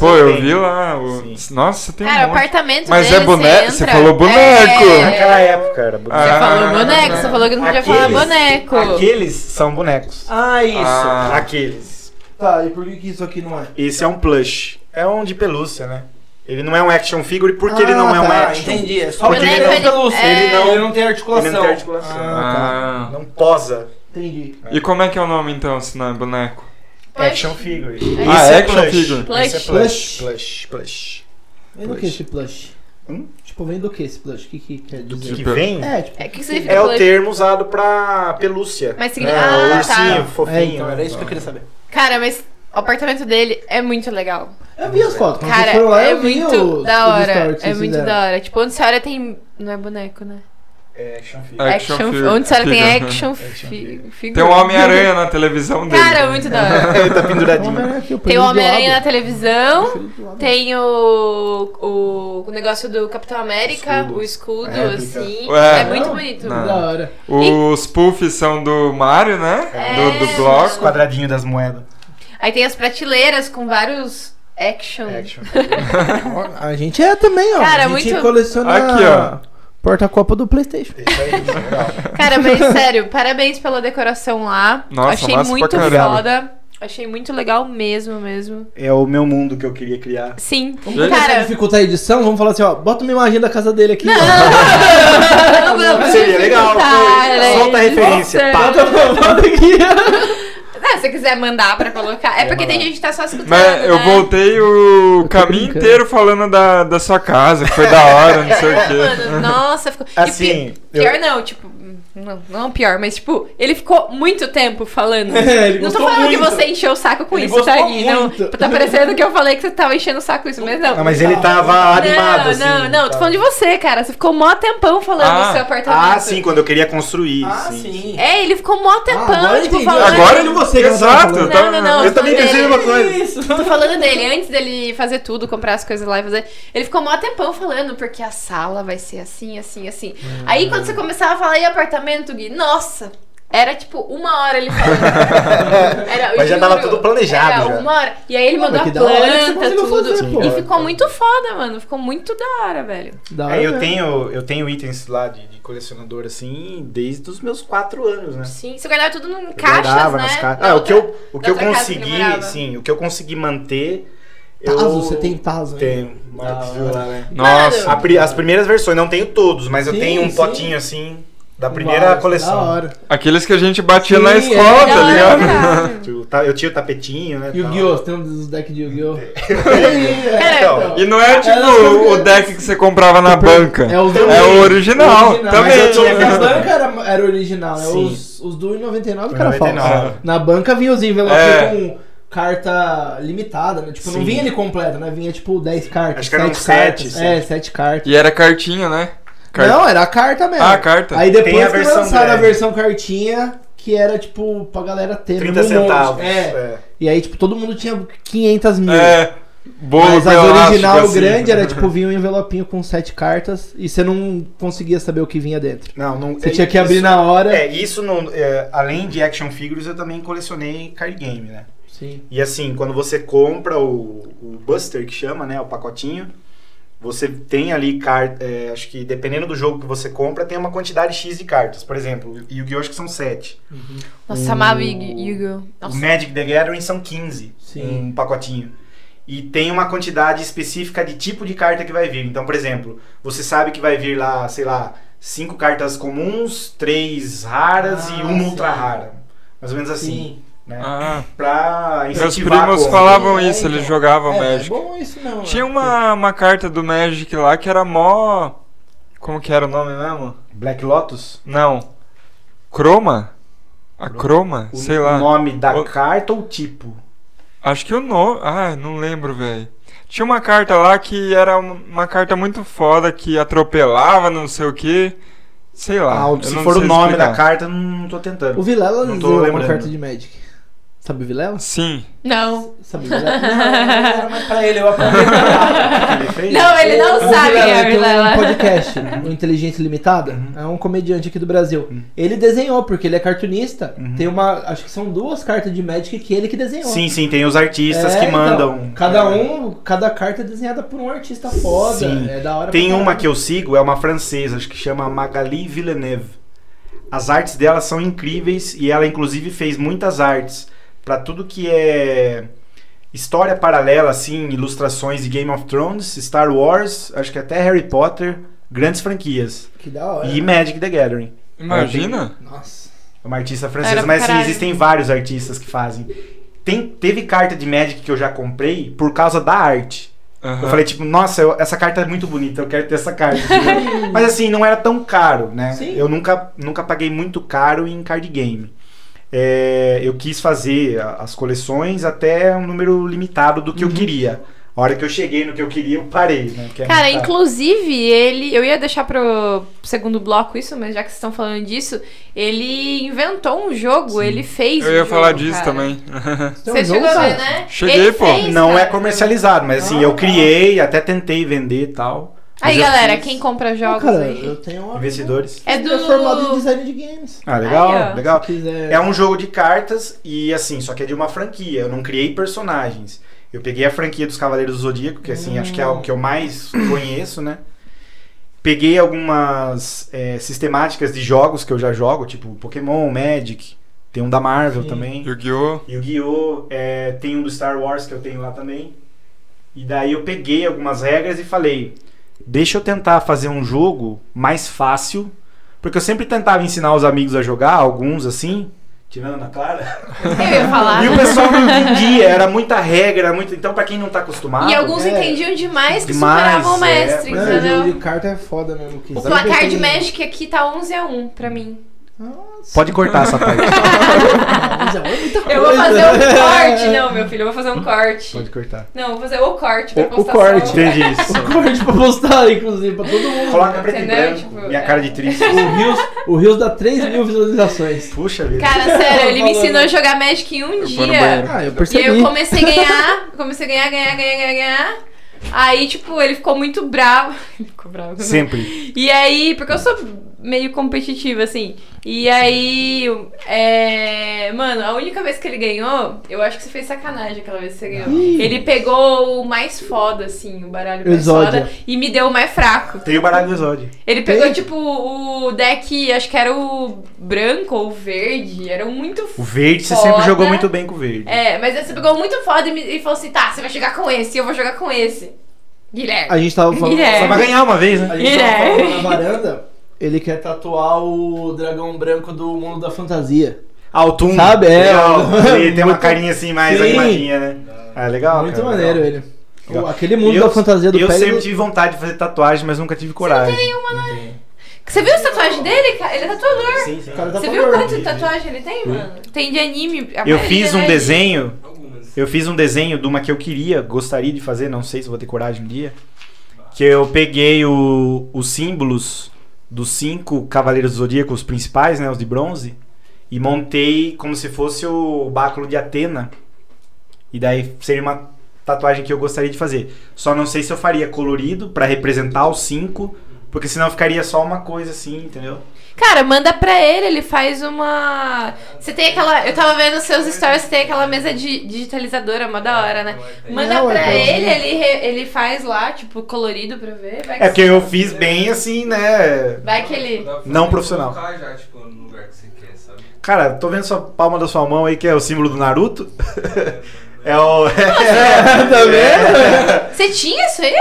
[laughs] Pô, eu tenho. vi lá. o- Sim. Nossa, tem Cara, um o monte. apartamento Mas dele, é boneco? Você Você entra- falou boneco? É. Naquela época era boneco. Você Ah, falou boneco, você falou que não podia falar Aqueles- boneco. Aqueles são bonecos. Ah, isso. Ah. Aqueles. Tá, e por que, que isso aqui não é? Esse é um plush. É um de pelúcia, né? Ele não é um action figure porque ele Ah, não é um tá, action. Entendi, é só Porque porque ele ele não, não- pelúcia, é. ele, não, ele não tem articulação. Ele não tem articulação. Ah, Ah. Não posa. tá. Entendi. E como é que é o nome então, se não é boneco? Plush. É, Action figure. Ah, Esse é action plush. figure. Plush. Esse é plush. Plush, plush. Vem do que esse plush? Hum? Tipo, vem do que esse plush? O que, que quer Do dizer? que Tipo- vem É, tipo. É, o que significa é o plush? termo usado pra pelúcia. Mas né? significa- Ah, o ursinho, tá. fofinho. É, então, era né? isso que eu queria saber. Cara, mas o apartamento dele é muito legal. Eu vi as fotos, quando Cara, vocês foram lá, é eu vi muito os- da os hora. stories É que vocês muito fizeram. da hora. Tipo, onde você olha tem. Não é boneco, né? É action figure. Action figure. Onde você olha tem Figure. action [laughs] Action fi- figure. Tem um [laughs] Homem-Aranha na televisão dele. Cara, é muito Ah. [laughs] da hora. [laughs] Ele tá Tem o [laughs] penduradinho. Homem-Aranha aqui, eu Tem perdi o do Homem-Aranha na lado. televisão. Perdi do lado. Tem o, o, o negócio do Capitão América, Escudo. o escudo, Réplica. assim. Ué. é muito Não? bonito. Não. Da hora. Os puffs são do Mario, né? É. Do, do Os bloco. quadradinhos das moedas. Aí tem as prateleiras com vários action. É Action figure. Ó, A gente é também, ó. Cara, a gente muito- coleciona Aqui, ó. porta-copa do Playstation. Isso aí, isso é legal. Cara, [laughs] mas sério, parabéns pela decoração lá. Nossa, Achei massa pra muito caramba. foda. Achei muito legal mesmo, mesmo. É o meu mundo que eu queria criar. Sim. Vamos começar a Cara, dificultar a edição, vamos falar assim, ó, bota uma imagem da casa dele aqui. ó. tá [laughs] não, não, não, Seria legal. cara, foi. Solta a isso referência. é- Pá. [laughs] Bota bota aqui. Ah, se você quiser mandar pra colocar. É porque tem gente que tá só escutando. Mas eu né? voltei o tô caminho brincando. inteiro falando da, da sua casa, que foi da hora, não sei o quê. É, Mano, nossa, ficou. e Assim, pi- eu- pior não, tipo. Não, não pior, mas tipo, ele ficou muito tempo falando. [laughs] É, ele não tô gostou falando que muito. você encheu o saco com Ele isso, tá? gostou Gui? Não, muito. tá parecendo que eu falei que você tava enchendo o saco com isso, mas não. Não, mas ele tá tava animado, não, assim. não, não, tô tava- falando de você, cara. Você ficou mó tempão falando Ah, do seu apartamento. Ah, sim, quando eu queria construir. Ah, sim. sim. É, ele ficou mó tempão, Ah, agora eu tipo, entendi. falando. Agora Olha você que eu tava Exato. falando. tava- Não, não, não. Eu também Ele- pensei numa coisa. Isso. Tô falando dele, antes dele fazer tudo, comprar as coisas lá e fazer. Ele ficou mó tempão falando, porque a sala vai ser assim, assim, assim. Ah. Aí quando você começava a falar, e apartamento, Gui? Nossa! Era tipo uma hora ele [laughs] falando. Era, eu Mas já juro, tava tudo planejado Era já. uma hora. E aí ele Pô, mandou mas a que da hora que você planta, conseguiu tudo. fazer, pô. e ficou muito foda, mano. Ficou muito da hora, velho. Da hora É, eu mesmo. tenho, eu tenho itens lá de, de colecionador, assim, desde os meus quatro anos, né? Sim. Você guardava tudo em Eu caixas, guardava né? nas caixas. Na Ah, o outra- que eu, o que eu outra casa que ele consegui, morava. sim, o que eu consegui manter, Tazo, Ah, você tem Tazo? né? ainda? Tenho. Marcos Da viu hora. lá, né? Nossa. [laughs] Mano. A pri- as primeiras versões, não tenho todos, mas Sim, eu tenho um sim. potinho assim, da primeira Uau, é coleção. Da hora. Aqueles que a gente batia Sim, na é. Da escola, tá hora, ligado? cara. Tipo, tá- Eu tinha o tapetinho, né? tal. Yu-Gi-Oh! Tem um dos decks de [laughs] Yu-Gi-Oh! Então, E não é tipo Era o- super- o deck que você comprava na Tipo, banca. o do- É o original, também. Mas eu [laughs] tinha, na banca era, era original, é Sim. os, os do 99 que era falso. 99. Na banca vinha os envelopes É. com carta limitada, né? Tipo, não Sim. vinha ele completo, né? Vinha tipo 10 cartas, Acho que eram sete sete, cartas. sete. É, 7 cartas. E era cartinha, né? Car- Não, era a carta mesmo. Ah, carta. Aí depois Tem a que versão lançaram a grande. versão cartinha, que era tipo pra galera ter. 30 mesmo um monte. centavos. É. é. E aí, tipo, todo mundo tinha 500 mil. É. Bolo Mas as com elástico, original assim. grande [laughs] era tipo, vinha um envelopinho com sete cartas e você não conseguia saber o que vinha dentro. Não, não, Você é tinha que isso- abrir na hora. É, isso não. é, além de action figures, eu também colecionei card game, né? Sim. E assim, quando você compra o, o Buster, que chama, né? O pacotinho, você tem ali cartas. acho que dependendo do jogo que você compra, tem uma quantidade X de cartas. Por exemplo, Yu-Gi-Oh! acho que são 7. Nossa, O- amava Yu-Gi-Oh! O Nossa. Magic the Gathering são 15. Sim. Um pacotinho. E tem uma quantidade específica de tipo de carta que vai vir. Então, por exemplo, você sabe que vai vir lá, sei lá, cinco cartas comuns, três raras e Ah, uma sim. ultra rara. Mais ou menos assim, Sim. né? Ah, Pra meus incentivar a primos compra. falavam É, isso, eles então. jogavam É, é Magic. bom isso não. né? Tinha uma, uma carta do Magic lá que era mó. Como que era o nome mesmo? Black Lotus? Não. Croma? A croma? O Sei lá. nome da O- carta ou tipo? Acho que o nome. Ah, não lembro, velho. Tinha uma carta lá que era um- uma carta muito foda que atropelava, não sei o que. Sei lá. Ah, eu se não for o sei nome explicar. da carta, não tô tentando. O Vilela Não tô desenhou uma lembrando. carta de Magic. Sabe o Vilela? Sim. Não. Sabe o Vilela? Não, Ah, não era mais pra [laughs] ele, eu aprendi. Ele fez? Não, ele não O sabe, Vilela Harry tem um Lela. [laughs] podcast, o Inteligência Limitada, Uhum. é um comediante aqui do Brasil. Ele desenhou, porque ele é cartunista. Tem uma, acho que são duas cartas de Magic que ele que desenhou. Uhum. Sim, sim, tem os artistas É, que então, mandam. cada um, cada carta é desenhada por um artista foda. Sim. É da hora. Tem pra uma caralho. que eu sigo, é uma francesa, acho que chama Magali Villeneuve. As artes dela são incríveis e ela inclusive fez muitas artes para tudo que é história paralela, assim, ilustrações de Game of Thrones, Star Wars, acho que até Harry Potter, grandes franquias que da hora. e Magic the Gathering. Imagina? Nossa. É uma artista Era francesa, pra mas assim, caralho. existem vários artistas que fazem. Tem, teve carta de Magic que eu já comprei por causa da arte. Eu Aham. falei, tipo, nossa, eu- essa carta é muito bonita, eu quero ter essa carta. Tipo, Mas assim, não era tão caro, né? Sim. Eu nunca, nunca paguei muito caro em card game. É, eu quis fazer a- as coleções até um número limitado do que eu queria. A hora que eu cheguei no que eu queria, eu parei, né? Porque é Cara, muito caro. inclusive, ele. Eu ia deixar pro segundo bloco isso, mas já que vocês estão falando disso, ele inventou um jogo, ele fez. Eu um ia falar jogo, disso cara. também. Tem um Você jogo, chegou a cara? ver, né? Cheguei, Ele pô. fez, Não é cara. comercializado, mas assim, Ah, eu tá. criei, até tentei vender e tal. mas é Aí, eu galera, fiz quem compra Ah, jogos cara, aí? eu tenho uma. Investidores. É É do- formado em design de games. Ah, legal, Aí, ó. legal. Se quiser. É um jogo de cartas e assim, só que é de uma franquia. Eu não criei personagens. Eu peguei a franquia dos Cavaleiros do Zodíaco, que assim, acho que é o que eu mais conheço, né? Peguei algumas é, sistemáticas de jogos que eu já jogo, tipo Pokémon, Magic, tem um da Marvel Sim. também. Yu-Gi-Oh! Yu-Gi-Oh! É, tem um do Star Wars que eu tenho lá também. E daí eu peguei algumas regras e falei: deixa eu tentar fazer um jogo mais fácil. Porque eu sempre tentava ensinar os amigos a jogar, alguns assim, tirando a Clara. Eu ia falar. E o pessoal [laughs] não entendia, era muita regra, muito. Então, pra quem não tá acostumado. E alguns é. entendiam demais que Demais, superavam o é, mestre, pois Mano, é. entendeu? jogo de carta é foda mesmo. que- né? O Sabe que placar de tem- Magic aqui tá 11 a 1 pra mim. Pode cortar [laughs] essa parte. Mas é muita Eu vou coisa. fazer um corte. Não, meu filho, eu vou fazer um corte. Pode cortar. Não, eu vou fazer o corte pra O- o postar só. corte. um. Entendi isso. O [laughs] corte pra é postar, inclusive, pra todo mundo. Coloca preto e Entendeu? branco. Tipo, minha é. cara de triste. O Rios, o Rios dá 3 mil visualizações. Puxa vida. Cara, sério, ele me Falando. ensinou a jogar Magic em um no dia. banheiro. Ah, eu E percebi. aí eu comecei a [laughs] ganhar, comecei a ganhar, ganhar, ganhar, ganhar, ganhar. Aí, tipo, [laughs] ele ficou muito bravo. Ele ficou bravo. Sempre. E aí, porque eu sou meio competitivo, assim. E aí, é, mano, a única vez que ele ganhou, eu acho que você fez sacanagem aquela vez que você ganhou. Ih. Ele pegou o mais foda, assim, o baralho mais Exódia. foda, e me deu o mais fraco. Tem o baralho do Exódio. Ele pegou, Tem? tipo, o deck, acho que era o branco ou o verde, eram muito O verde, você Foda. sempre jogou muito bem com o verde. É, mas aí você pegou muito foda e, me, e falou assim: tá, você vai jogar com esse, eu vou jogar com esse. A Guilherme. gente tava falando. Guilherme. Só vai ganhar uma vez, né? A gente Guilherme. tava falando na varanda. Ele quer tatuar o dragão branco do mundo da fantasia. Altum. Sabe, é. Ele tem uma carinha assim mais Sim. animadinha, né? Ah, legal. Muito cara, maneiro legal. ele. Legal. O- Aquele mundo Eu- da fantasia do Eu Pegasus- sempre tive vontade de fazer tatuagem, mas nunca tive coragem. Tem uma, né? Você viu as tatuagens dele? cara? Ele é tatuador. Sim, sim. O cara tá Você viu falando. quanto tatuagem ele tem, mano? Tem de anime. a Eu maioria fiz é um anime. desenho, Algumas. eu fiz um desenho de uma que eu queria, gostaria de fazer, não sei se vou ter coragem um dia. Que eu peguei o- os símbolos dos cinco Cavaleiros do Zodíaco, os principais, né? Os de bronze. E montei como se fosse o báculo de Atena. E daí seria uma tatuagem que eu gostaria de fazer. Só não sei se eu faria colorido pra representar os cinco. Porque senão ficaria só uma coisa assim, entendeu? Cara, manda pra ele, ele faz uma. Você tem aquela. Eu tava vendo seus stories, você tem aquela mesa de digitalizadora, mó da hora, né? Manda Não, é pra bom. ele, ele, re- ele faz lá, tipo, colorido pra ver. Vai que, É porque eu fiz bem assim, né? vai que ele. Dá pra Não você profissional. colocar já, tipo, no lugar que você quer, sabe? Cara, tô vendo sua palma da sua mão aí, que é o símbolo do Naruto. [laughs] É o. [laughs] É, Tá vendo? Você tinha isso aí?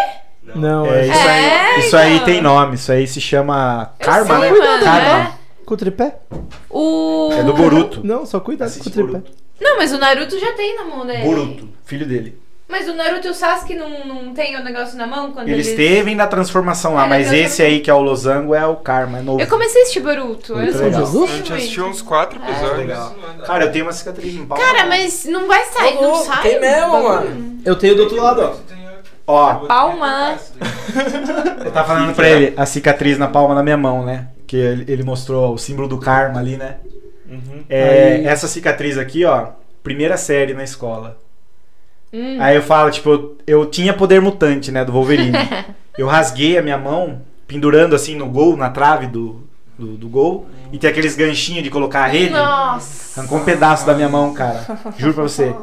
Não, É, é. isso aí, É, isso aí então. tem nome, isso aí se chama Eu Karma, sei, né? mano, Karma. é. Com o tripé? O. É do Boruto. Não, só cuidado com Assiste o tripé. Boruto. Não, mas o Naruto já tem na mão dele. Boruto, filho dele. Mas o Naruto e o Sasuke não, não tem o negócio na mão quando Ele eles... esteve na transformação É, lá, mas eu- esse aí que é o Losango é o Karma, é novo. Eu comecei a assistir Boruto. Muito eu legal. Jesus? A gente muito. assistiu uns quatro É. episódios. Ah, Legal. Cara, eu tenho uma cicatriz no pau. Cara, mas não vai sair, não sai. Tem mesmo, bagulho. Eu tenho do outro lado, ó. Ó, Palma. eu tava falando pra ele, a cicatriz na palma da minha mão, né? Que ele ele mostrou o símbolo do Karma ali, né? Uhum. É, Aí. essa cicatriz aqui, ó, primeira série na escola. Hum. Aí eu falo, tipo, eu, eu tinha poder mutante, né, do Wolverine. eu rasguei a minha mão, pendurando assim no gol, na trave do, do, do gol, e tem aqueles ganchinhos de colocar a rede. Nossa. Arrancou um pedaço da minha mão, cara. Juro pra você.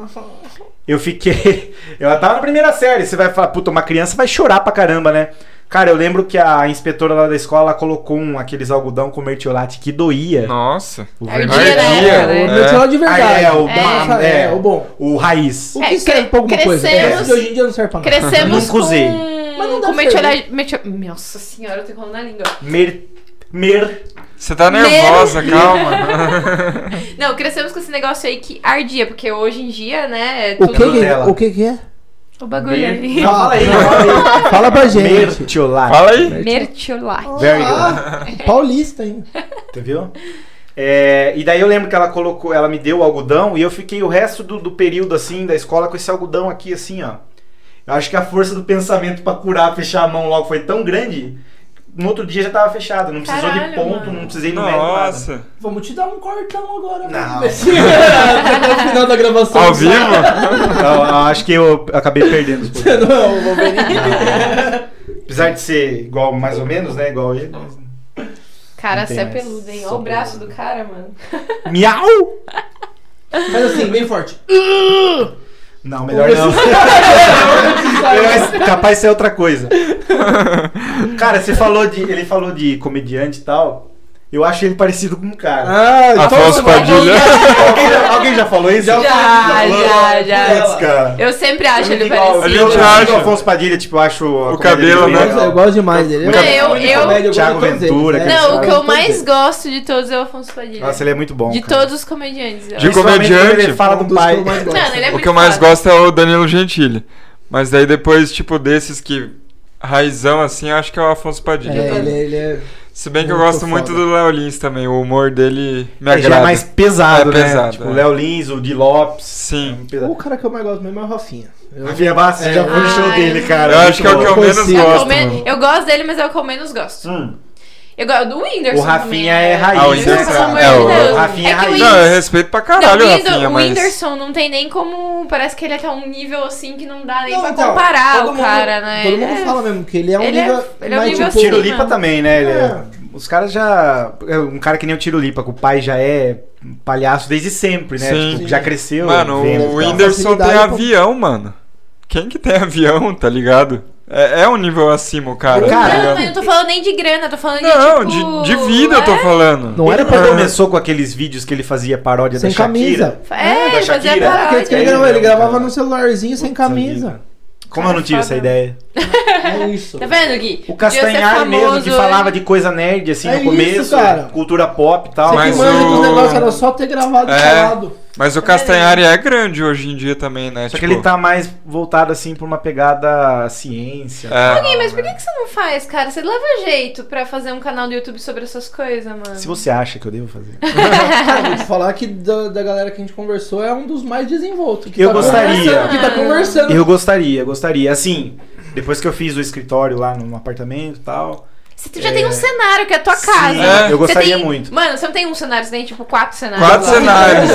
Eu fiquei. [laughs] Eu tava na primeira série. Você vai falar, puta, uma criança vai chorar pra caramba, né? Cara, eu lembro que a inspetora lá da escola ela colocou um, aqueles algodão com mertiolate que doía. Nossa. O Ardia, vermelho. né? É, o É. natural de verdade. Ah, é, o Nossa, bom, é, é. o bom. O raiz. O É, que serve pra alguma coisa? É. crescemos- Esse de hoje em dia não serve pra nada. Crescemos Nunca usei. com... Mas não dá com pra você meteorite... meteor... Nossa senhora, eu tô enrolando na língua. Mer. Mer. Você tá nervosa, [laughs] calma. Não, crescemos com esse negócio aí que ardia, porque hoje em dia, né, é [laughs] O tudo... que que, Nutella. o que que é? O bagulho Mer- ali. Não, fala aí, fala Fala pra aí. gente. Mertiolate. Fala aí. Mertiolate. Very good. Ah, paulista ainda. Tu viu? É, e daí eu lembro que ela colocou, ela me deu o algodão e eu fiquei o resto do, do período assim da escola com esse algodão aqui assim, ó. Eu acho que a força do pensamento pra curar, fechar a mão logo foi tão grande. No outro dia já tava fechado, não precisou Caralho, de ponto, mano. não precisei no médico. nada. Nossa. Vamos te dar um cortão agora. Não. vamos ver se- [laughs] Até o final da gravação. um Ao vivo? Eu, eu acho que eu acabei perdendo os Você [laughs] pontos. não é o Wolverine. Apesar de ser igual, mais ou menos, né? Igual ele. mas- Cara, Não tem você é mais. peludo, hein? Olha Só o braço do cara, mano. Miau! Mas assim, bem forte. Não, melhor [laughs] não. [laughs] Capaz- Capaz de ser outra coisa. Cara, você falou de. Ele falou de comediante e tal. Eu acho ele parecido com um cara. Ah, então Afonso você- Padilha. Alguém, já, alguém já falou isso? Já, falou? já, já. Putz, cara. Eu sempre acho ele Igual- parecido. A gente eu- eu- acha. O Afonso Padilha, tipo, eu acho. a O comédia dele cabelo, bem né? Nossa, legal. eu gosto demais dele. Não, eu- De eu- comédia, gosto Thiago de todos Ventura, eles, né? Não, o que eu Todos mais eles. gosto de todos é o Afonso Padilha. Nossa, ele é muito bom. de cara. todos os comediantes. eu De acho. Principalmente quando comediante, Ele fala Um do dos que pai. eu mais gosto. Mano, ele é O muito que eu mais foda. né? gosto é o Danilo Gentili. Mas daí depois, tipo, desses que. Raizão assim, eu acho que é o Afonso Padilha. É, ele, também. ele é. Se bem que eu muito gosto muito foda. do Léo Lins também, o humor dele me [laughs] Ele já agrada. é mais pesado, É né? pesado, tipo, é. o Léo Lins, o Di Lopes. Sim. É. O cara que eu mais gosto mesmo é o Rafinha. Eu- Rafinha Bastos, você já foi no show Ai. dele, cara. Eu acho que é o que eu Muito menos Conhecido. É o que eu gosto. men- mano. Eu gosto dele, mas é o que eu menos gosto. bom. Hum. Eu gosto do Whindersson. O Rafinha também, é né? raiz, Ah, o Não, Whindersson, pelo amor de é, o Deus. Rafinha é que o raiz. Não, eu Whindersson- respeito pra Não, caralho o o Whindersson- Rafinha, o mas. Whindersson não tem nem como. Parece que ele tá um nível assim que não dá nem Não, pra então, comparar todo o mundo- cara, né? Todo Ele mundo é- fala mesmo que ele é um ele é- nível. ele é um mas, nível tipo, assim. Tiro Lipa mano. também, né? Ele é É. os caras já. Um cara que nem o Tiro Lipa, que o pai já é palhaço desde sempre, né? Sim. Tipo, já cresceu. Mano, vendo e o tal. Whindersson tem Facilidade, pô. avião, mano. Quem que tem [laughs] avião, tá ligado? É, é um nível acima o cara. tá Cara, não, ligado? mas não tô falando nem de grana, tô falando Não, de tipo... de, de vida eu tô é? falando. Não era Ele não pra começou com aqueles vídeos que ele fazia paródia Ah. sem da camisa. Shakira? É, da ele fazia Shakira. Cara, que ele, paródia. gravava, ele gravava no celularzinho sem camisa. Como eu não tive essa Cara, ideia? É isso. Tá vendo, Gui? O Podia ser Castanhar mesmo, que famoso, falava de coisa nerd, assim, É no isso, começo, cara. cultura pop e tal. Você Mas que manja o- dos negócios era só ter gravado e É. falado. Mas o Castanhari é grande hoje em dia também, né? Só que tipo- ele tá mais voltado, assim, pra uma pegada ciência. É. Gui, Ah, mas por que, que você não faz, cara? Você leva jeito pra fazer um canal do YouTube sobre essas coisas, mano. [laughs] Se você acha que eu devo fazer. Cara, vou te falar que da, da galera que a gente conversou é um dos mais desenvoltos. Que Eu tá gostaria. conversando, Que tá conversando. Eu gostaria, gostaria. Assim, depois que eu fiz o escritório lá no apartamento [laughs] e tal. Você já É. tem um cenário que é a tua casa. Sim, É. Eu Você gostaria tem- muito. Mano, você não tem um cenário, você tem tipo quatro cenários. Quatro lá. cenários.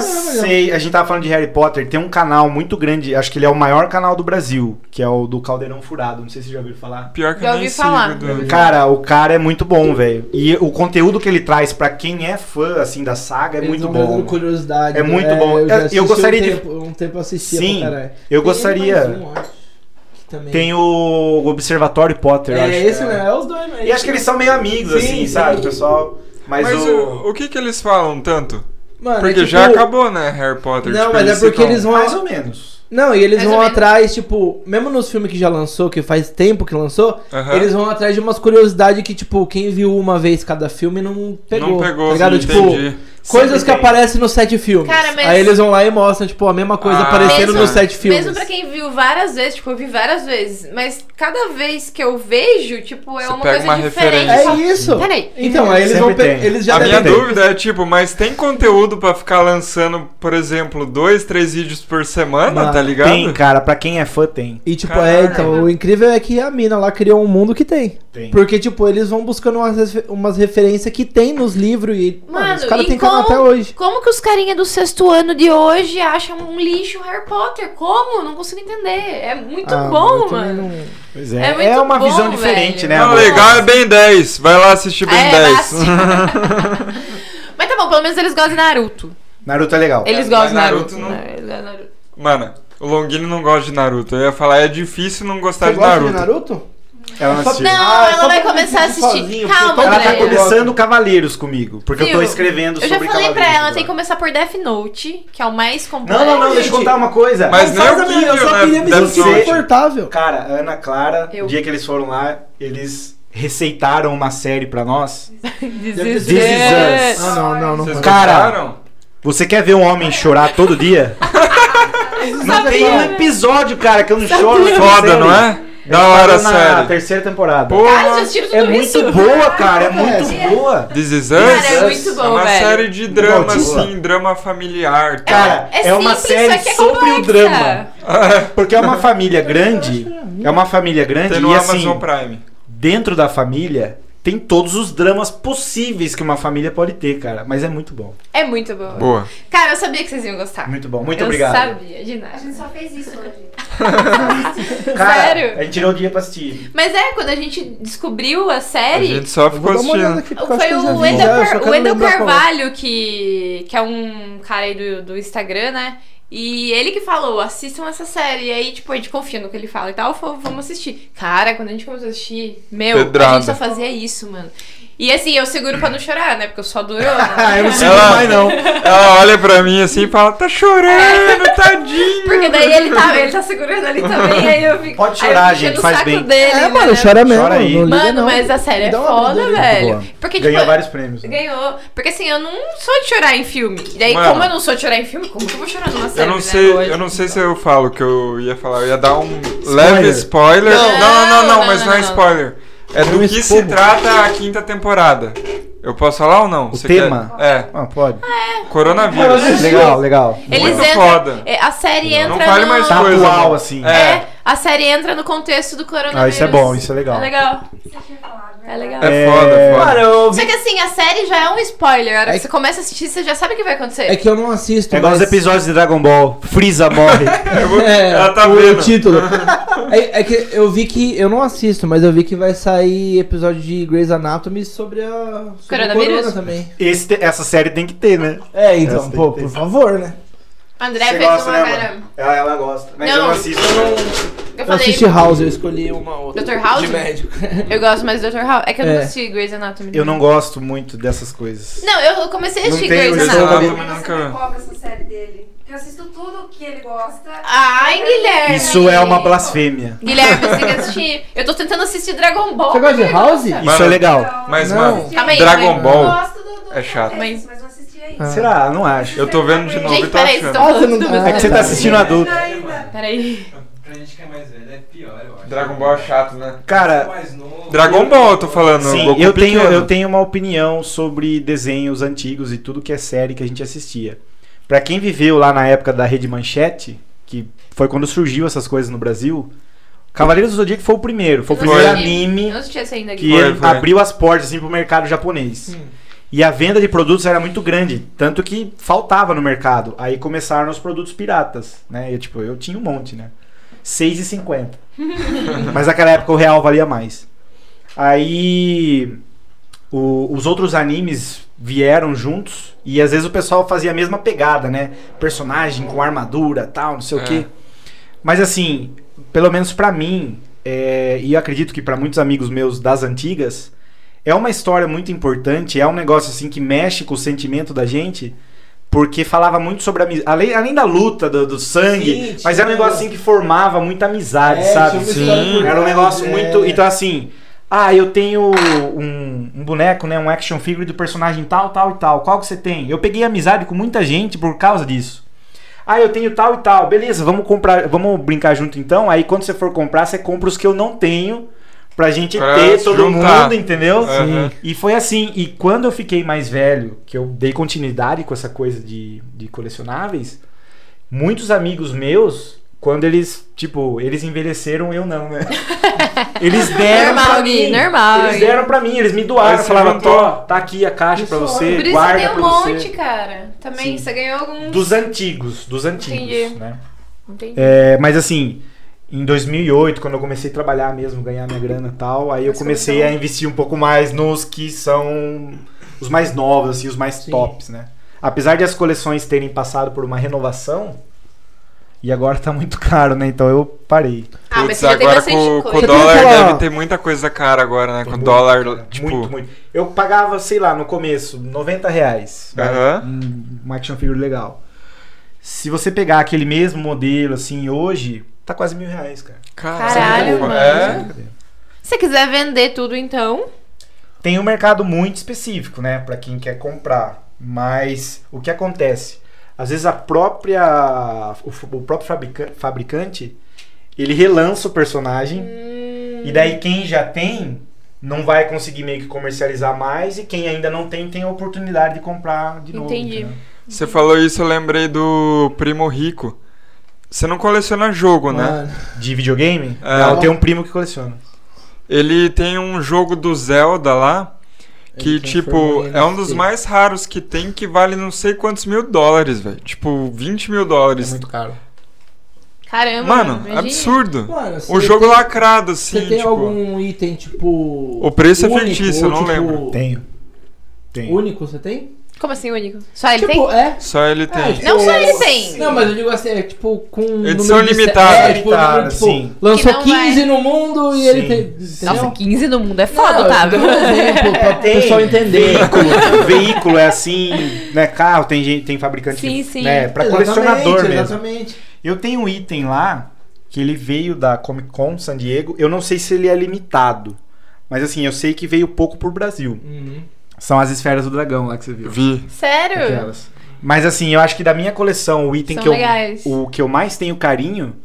Sei, a gente tava falando de Harry Potter, tem um canal muito grande, acho que ele é o maior canal do Brasil, que é o do Caldeirão Furado. Não sei se você já ouviu falar. Pior que Já eu ouvi nem falar. sigo Uhum. do... Cara, o cara é muito bom, velho. E o conteúdo que ele traz pra quem é fã assim da saga é Eles muito vão gravando bom. curiosidade. É muito bom. já Eu- eu assisti gostaria um de- Tempo, um tempo eu assistia Sim, pra caralho. Tem Eu mais gostaria. um, acho, que também- Tem o Observatório Potter, eu É acho. esse, né? É os dois mesmo. E acho que eles são meio amigos, Sim, assim, sim. sabe, pessoal? Mas, Mas, o. o... o que que eles falam tanto? Mano, Porque é tipo- já acabou, né, Harry Potter? Não, tipo, mas é porque ficam- eles vão. Mais ou menos. Não, e eles Mais ou vão menos. atrás, tipo, mesmo nos filmes que já lançou, que faz tempo que lançou, Aham. eles vão atrás de umas curiosidades que, tipo, quem viu uma vez cada filme não pegou. Não pegou, tá ligado? não Tipo, entendi. coisas que Sempre tem. aparecem nos sete filmes. Cara, mas- Aí eles vão lá e mostram, tipo, a mesma coisa Ah, aparecendo Mesmo- nos sete filmes. Mesmo pra quem viu várias vezes, tipo, eu vi várias vezes. Mas cada vez que eu vejo, tipo, é Você uma pega coisa uma diferente. referência. É isso. Peraí. Então, aí eles Sempre vão. pe- tem. Eles já a minha devem tem. dúvida é, tipo, mas tem conteúdo pra ficar lançando, por exemplo, dois, três vídeos por semana, Mano, tá ligado? Tem, cara, pra quem é fã, tem. E tipo, é, Caralho. então, o incrível é que a mina lá criou um mundo que tem. Tem. Porque, tipo, eles vão buscando umas, refe- umas referências que tem nos livros e. Mano, Mano, os caras e têm canal como- até hoje. Como que os carinha do sexto ano de hoje acham um lixo Harry Potter? Como? Não consigo entender. É muito Ah, eu bom, também mano. não- Pois é. É muito É, uma bom, visão diferente, velho. né? Não, amor? legal é bem 10. Vai lá assistir Ah, bem É, 10. [laughs] mas- Mas tá bom, pelo menos eles gostam de Naruto. Naruto é legal. Eles mas gostam de Naruto. Naruto não- né? Eles gostam de Naruto. [laughs] Mano, o Longini não gosta de Naruto. Eu ia falar, é difícil não gostar Você de gosta Naruto. de Naruto? Ela não Só- assistiu. Não, Ah, ela só vai pra começar a assistir assistir. sozinho, Calma, porque É Ela todo tá mundo Andréia. gosta. começando Cavaleiros comigo, porque eu tô Viu? escrevendo Eu já sobre falei Cavaleiros. pra ela, agora. tem que começar por Death Note, que é o mais complexo. Não, não, não, deixa eu contar uma coisa. Mas Não nem faz o a minha- Eu Kirio, só né, queria me deve sentir ser. confortável. Cara, Ana Clara, Eu. o dia que eles foram lá, eles receitaram uma série pra nós. [laughs] This This is is it. us. Ah, não, não, não. Vocês faz. Cara, gostaram? Você quer ver um homem chorar todo [laughs] dia? não tem é? um episódio, cara, que eu não choro. nessa Foda, série. não é? Eles Da hora, param na sério. terceira temporada. Cara, Porra, vocês assistiram tudo é muito isso? boa, cara, é muito Acontece. boa. This Is Us? Cara, é muito bom, É uma velho. série de drama, Muito boa. assim, drama familiar. tá? Cara, é, uma simples, série só que é sobre o complexa. drama. [laughs] Porque é uma família grande, é uma família grande Tem e no assim, Amazon Prime. dentro da família tem todos os dramas possíveis que uma família pode ter, cara, mas é muito bom. É muito boa. Boa. Cara, eu sabia que vocês iam gostar. Muito bom. Muito Ah, eu obrigado. sabia, de nada. A gente só fez isso [laughs] hoje. Cara, é Sério? A gente tirou o dia pra assistir. Mas é, quando a gente descobriu a A série, gente só Eu vou ficou dar uma olhada assistindo. aqui, porque eu acho Foi que eu já o vi. Wendel, Já, eu só Car- quero Wendel lembrar qual é. Carvalho, que, que é um cara aí do, do Instagram, né? E ele que falou, assistam essa série. E aí, tipo, a gente confia no que ele fala e tal, falou, vamos assistir. Cara, quando a gente começou a assistir, meu, a Pedrada. gente só fazia isso, mano. E assim, eu seguro pra não chorar, né? Porque eu só durou. [laughs] Ah, eu não sei Ela- mais não. Ela olha pra mim assim e fala, [laughs] tá chorando, tadinho. Porque daí ele tá, ele tá segurando ali também, aí eu fico. Pode aí eu chorar, fico gente, enchendo o faz saco bem. Dele, É, né? mano, chora mesmo. Chora aí. não liga Mano, não. mas a série é Dá uma foda, brincadeira. velho. Boa. Porque, tipo, Ganhou vários prêmios. né? Ganhou. Porque assim, eu não sou de chorar em filme. E daí, Mano. como eu não sou de chorar em filme, como que eu vou chorar numa série? Eu não né, sei, hoje? eu não sei se eu falo o que eu ia falar. Eu ia dar um leve spoiler. Não. Não, não, não, não, Não, mas não, não é não. spoiler. É do um que se esporro. trata a quinta temporada. Eu posso falar ou não? O tema? quer? É, Ah, pode. coronavírus. Legal, legal. Eles Muito entram. foda. é, A série Não entra fale no... mais Tá coisa. atual, mano. assim. É, É. a série entra no contexto do coronavírus. Ah, isso é bom, isso é legal. É legal. É legal. É foda, é foda. Cara, eu Só vi- que assim, a série já é um spoiler. A hora É que que- você começa a assistir, você já sabe o que vai acontecer. É que eu não assisto. É igual os mas- episódios de Dragon Ball. Freeza morre. Eu vou- [laughs] É, Ela tá o vendo. título. é, é que eu vi que. Eu não assisto, mas eu vi que vai sair episódio de Grey's Anatomy sobre a. Sobre o Coronavírus? corona também. Esse te- essa série tem que ter, né? É, então, então, pô, pô, por por favor, né? André Você fez gosta, uma né, cara. mano? Ela, ela gosta. Mas eu Não. não assisto. Eu Eu falei. assisti House, eu escolhi uma outra. Dr. House? De médico. Eu gosto mais do Dr. House. É que eu não É. assisti Grey's Anatomy. Eu não gosto muito dessas coisas. Não, eu comecei a Não assistir tem Grey's o Anatomy. Exato, Como mas você Ah, nunca- pipoca essa série dele? Porque eu assisto tudo que ele gosta. Ai, Guilherme. Isso é uma blasfêmia. Guilherme, você tem que assistir. Eu tô tentando assistir Dragon Ball. Você gosta de Ele House? gosta. Isso é legal. Então, Mas, Não. mano, Gente, Calma aí, Dragon calma Eu Ball. gosto do, do É chato. Mas, mas não assisti ainda. Ah. Será? Não acho. Eu tô vendo de novo Gente, e tô peraí, vocês achando. estão Ah, você falando não- do Ah, É que você tá assistindo [laughs] adulto. Ainda. Peraí. Pra gente que é mais velho, é pior, eu acho. Dragon Ball é chato, né? Cara, Mais novo. Dragon Ball, eu tô falando. sim, Goku eu tenho, pequeno. eu tenho uma opinião sobre desenhos antigos e tudo que é série que a gente assistia. Pra quem viveu lá na época da Rede Manchete, que foi quando surgiu essas coisas no Brasil, Cavaleiros do Zodíaco foi o primeiro. Foi o Eu não primeiro assisti. anime Eu não assisti essa ainda, que Guilherme. Foi, ele foi. abriu as portas assim, pro mercado japonês. E a venda de produtos era muito grande, tanto que faltava no mercado. Aí começaram os produtos piratas, né? Eu, tipo, eu tinha um monte, né? R$6,50. Mas naquela época o real valia mais. Aí o- os outros animes vieram juntos e às vezes o pessoal fazia a mesma pegada, né? Personagem com armadura, tal, não sei É. o quê. Mas assim, pelo menos pra mim, é, e eu acredito que pra muitos amigos meus das antigas, é uma história muito importante, é um negócio assim que mexe com o sentimento da gente, porque falava muito sobre amizade, além, além da luta, do, do sangue, Sim, mas era um tinha- negócio assim que formava muita amizade, É, sabe? tinha uma história Sim. por Era um trás, negócio é. muito. Então assim, ah, eu tenho um, um boneco, né, um action figure do personagem tal, tal e tal. Qual que você tem? Eu peguei amizade com muita gente por causa disso. Ah, eu tenho tal e tal. Beleza, vamos comprar, vamos brincar junto então. Aí quando você for comprar, você compra os que eu não tenho pra gente Pra ter É, se todo juntar. mundo, entendeu? Aham. E foi assim, e quando eu fiquei mais velho, que eu dei continuidade com essa coisa de, de colecionáveis, muitos amigos meus, quando eles, tipo, eles envelheceram, [laughs] eu não, né? Eles deram Normal, pra Gui, mim. normal. Eles deram pra mim, eles me doaram, Aí você falavam, juntou. ó, tá aqui a caixa pra você, Por isso você guarda tem um pra monte, você. cara. Também, Sim. você ganhou algum. Dos antigos, dos antigos, Entendi. né? Entendi. É, mas assim, em 2008, quando eu comecei a trabalhar mesmo, ganhar minha grana e tal, aí eu Mas comecei começou. a investir um pouco mais nos que são os mais novos, assim, os mais Sim. tops, né? Apesar de as coleções terem passado por uma renovação, e agora tá muito caro, né? Então eu parei. Ah, mas Putz, você já tem agora bastante com, com coisa. o Você tem dólar aquela- deve ter muita coisa cara agora, né? Com Tem o muito, dólar, cara, tipo. Muito, muito. Eu pagava, sei lá, no começo, 90 reais. né? Aham. Um, um action figure legal. Se você pegar aquele mesmo modelo, assim, hoje, tá quase mil reais, cara. Caralho, mano. É? Tipo, Se você quiser vender tudo, então. tem um mercado muito específico, né, para quem quer comprar. Mas o que acontece? Às vezes a própria o, f- o próprio fabrica- fabricante ele relança o personagem e daí quem já tem não vai conseguir meio que comercializar mais e quem ainda não tem tem a oportunidade de comprar de novo. Entendi. entendeu? Você falou isso, eu lembrei do Primo Rico. Você não coleciona jogo, né? Mano, De videogame? É. Não, eu tenho um primo que coleciona. Ele tem um jogo do Zelda lá. Que, Ele assim. tipo, transformou em é um dos NFT. mais raros que tem, que vale não sei quantos mil dólares, velho. Tipo, 20 mil É dólares. caro. Caramba. Mano, imagina. absurdo. Mano, se O jogo tem- lacrado, assim, Você tem tipo. algum item, tipo. O preço é único, fictício, ou, tipo, eu não lembro. Tenho. Tenho. Único você tem? Como assim, único? Só ele tipo, tem? é. Só ele tem. tipo, Não só ele tem. Não, mas eu digo assim, é tipo com. Edição número de sé- limitada. É, tipo, Limitada, tipo, sim. Que lançou não vai- 15 no mundo e ele Sim. tem. Sim. Nossa, Entendeu? 15 no mundo é foda, tá? Otávio. Um é exemplo pra o pessoal entender. Veículo, veículo é assim, né? Carro, tem gente, tem fabricante Sim, que- sim. né, para Exatamente, colecionador mesmo. Exatamente. Eu tenho um item lá que ele veio da Comic Con San Diego. Eu não sei se ele é limitado, mas assim, eu sei que veio pouco pro Brasil. Uhum. São as esferas do dragão lá que você viu. Vi. [laughs] Sério? Aquelas. Mas assim, eu acho que da minha coleção, o item São que eu, legais. o que eu mais tenho carinho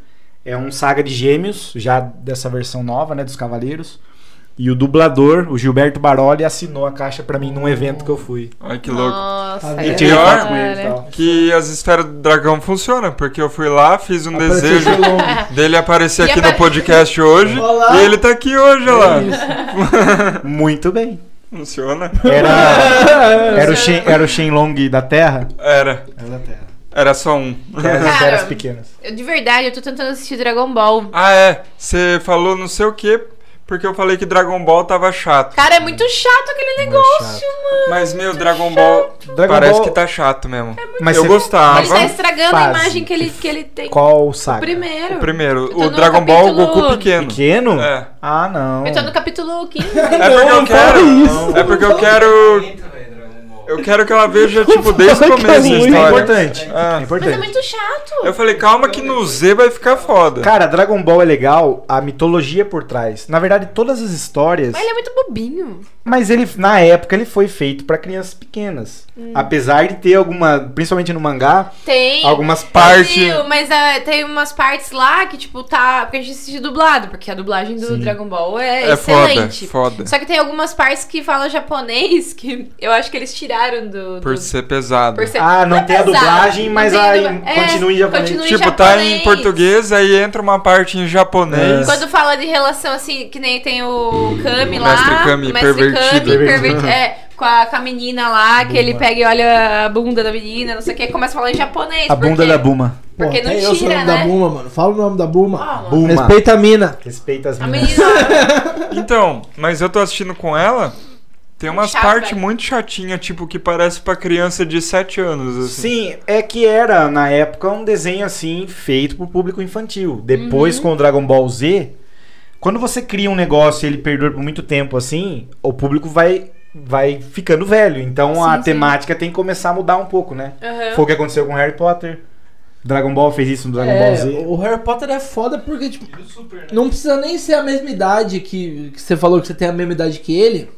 é um Saga de Gêmeos, já dessa versão nova, né, dos Cavaleiros. E o dublador, o Gilberto Baroli, assinou a caixa pra mim num evento que eu fui. Olha que louco. Nossa, é Tá cara. Eu vendo? tirei Pior, foto com ele tá? e tal. Que as esferas do dragão funcionam, porque eu fui lá, fiz um Apareceu desejo seu nome. dele aparecer E aqui apare- no podcast hoje. Olá. E ele tá aqui hoje, olha É lá. isso. Muito bem. Funciona? [laughs] Era, era, o Shen, era o Shenlong da Terra? Era. Era da Terra. Era só um. Era das Cara. esferas pequenas. Eu, de verdade, eu tô tentando assistir Dragon Ball. Ah, é. Você falou não sei o que, porque eu falei que Dragon Ball tava chato. Cara, é muito chato aquele Muito negócio, chato. mano. Mas, meu, Muito Dragon Ball Dragon parece Ball- que tá chato mesmo. Mas eu cê- gostava. Ele tá estragando a fase. imagem que ele, que ele tem. Qual O saga? primeiro. O primeiro, Eu tô o no Dragon Ball, é o capítulo- Goku pequeno. Pequeno? É. Ah, não. Eu tô no capítulo 15. [laughs] É porque eu quero. isso. É porque eu quero. Entra, velho, Dragon Ball. Eu quero que ela veja, [laughs] tipo, desde o Vai, começo a cara, Isso é história. Ah. importante. É Mas é importante. muito chato. Eu falei, calma que no Z vai ficar foda. Cara, Dragon Ball é legal, a mitologia por trás. Na verdade, todas as histórias. Mas ele é muito bobinho. Mas ele, na época, ele foi feito pra crianças pequenas. Hum. Apesar de ter alguma, principalmente no mangá, Tem. algumas partes. Brasil, mas ah, tem umas partes lá que, tipo, tá. Porque a gente assiste dublado, porque a dublagem do Sim. Dragon Ball é, É foda, excelente. foda. Só que tem algumas partes que falam japonês que eu acho que eles tiraram do. Por do- ser pesado. por ser- Ah, não tem a pesado, dublagem, não mas tem a- dubla- é, continua em japonês. continua Tipo, japonês. tá em português, aí entra uma parte em japonês. É. Quando fala de relação assim, que nem tem o Kami O lá, mestre Kami o mestre pervertido. Kami, pervertido, é, com a, com a menina lá, que ele pega e olha a bunda da menina, não sei o que, e começa a falar em japonês. A por bunda quê? da Buma. Porque Pô, não até eu sei o tira, nome né? da Buma, mano. Fala o nome da Buma. Fala. Buma. Respeita a mina. Respeita as A meninas. menina. [laughs] Então, mas eu tô assistindo com ela. Tem umas Chato, partes velho. muito chatinhas, tipo, que parece pra criança de 7 anos, assim. Sim, é que era, na época, um desenho assim, feito pro público infantil. Uhum. Depois, com o Dragon Ball Z, quando você cria um negócio e ele perdura por muito tempo assim, o público vai, vai ficando velho. Então a Sim, sim. temática tem que começar a mudar um pouco, né? Aham. Foi o que aconteceu com Harry Potter. Dragon Ball fez isso no Dragon É, Ball Z. o Harry Potter é foda porque, tipo, Filho do Super, né? não precisa nem ser a mesma idade que, que você falou que você tem a mesma idade que ele.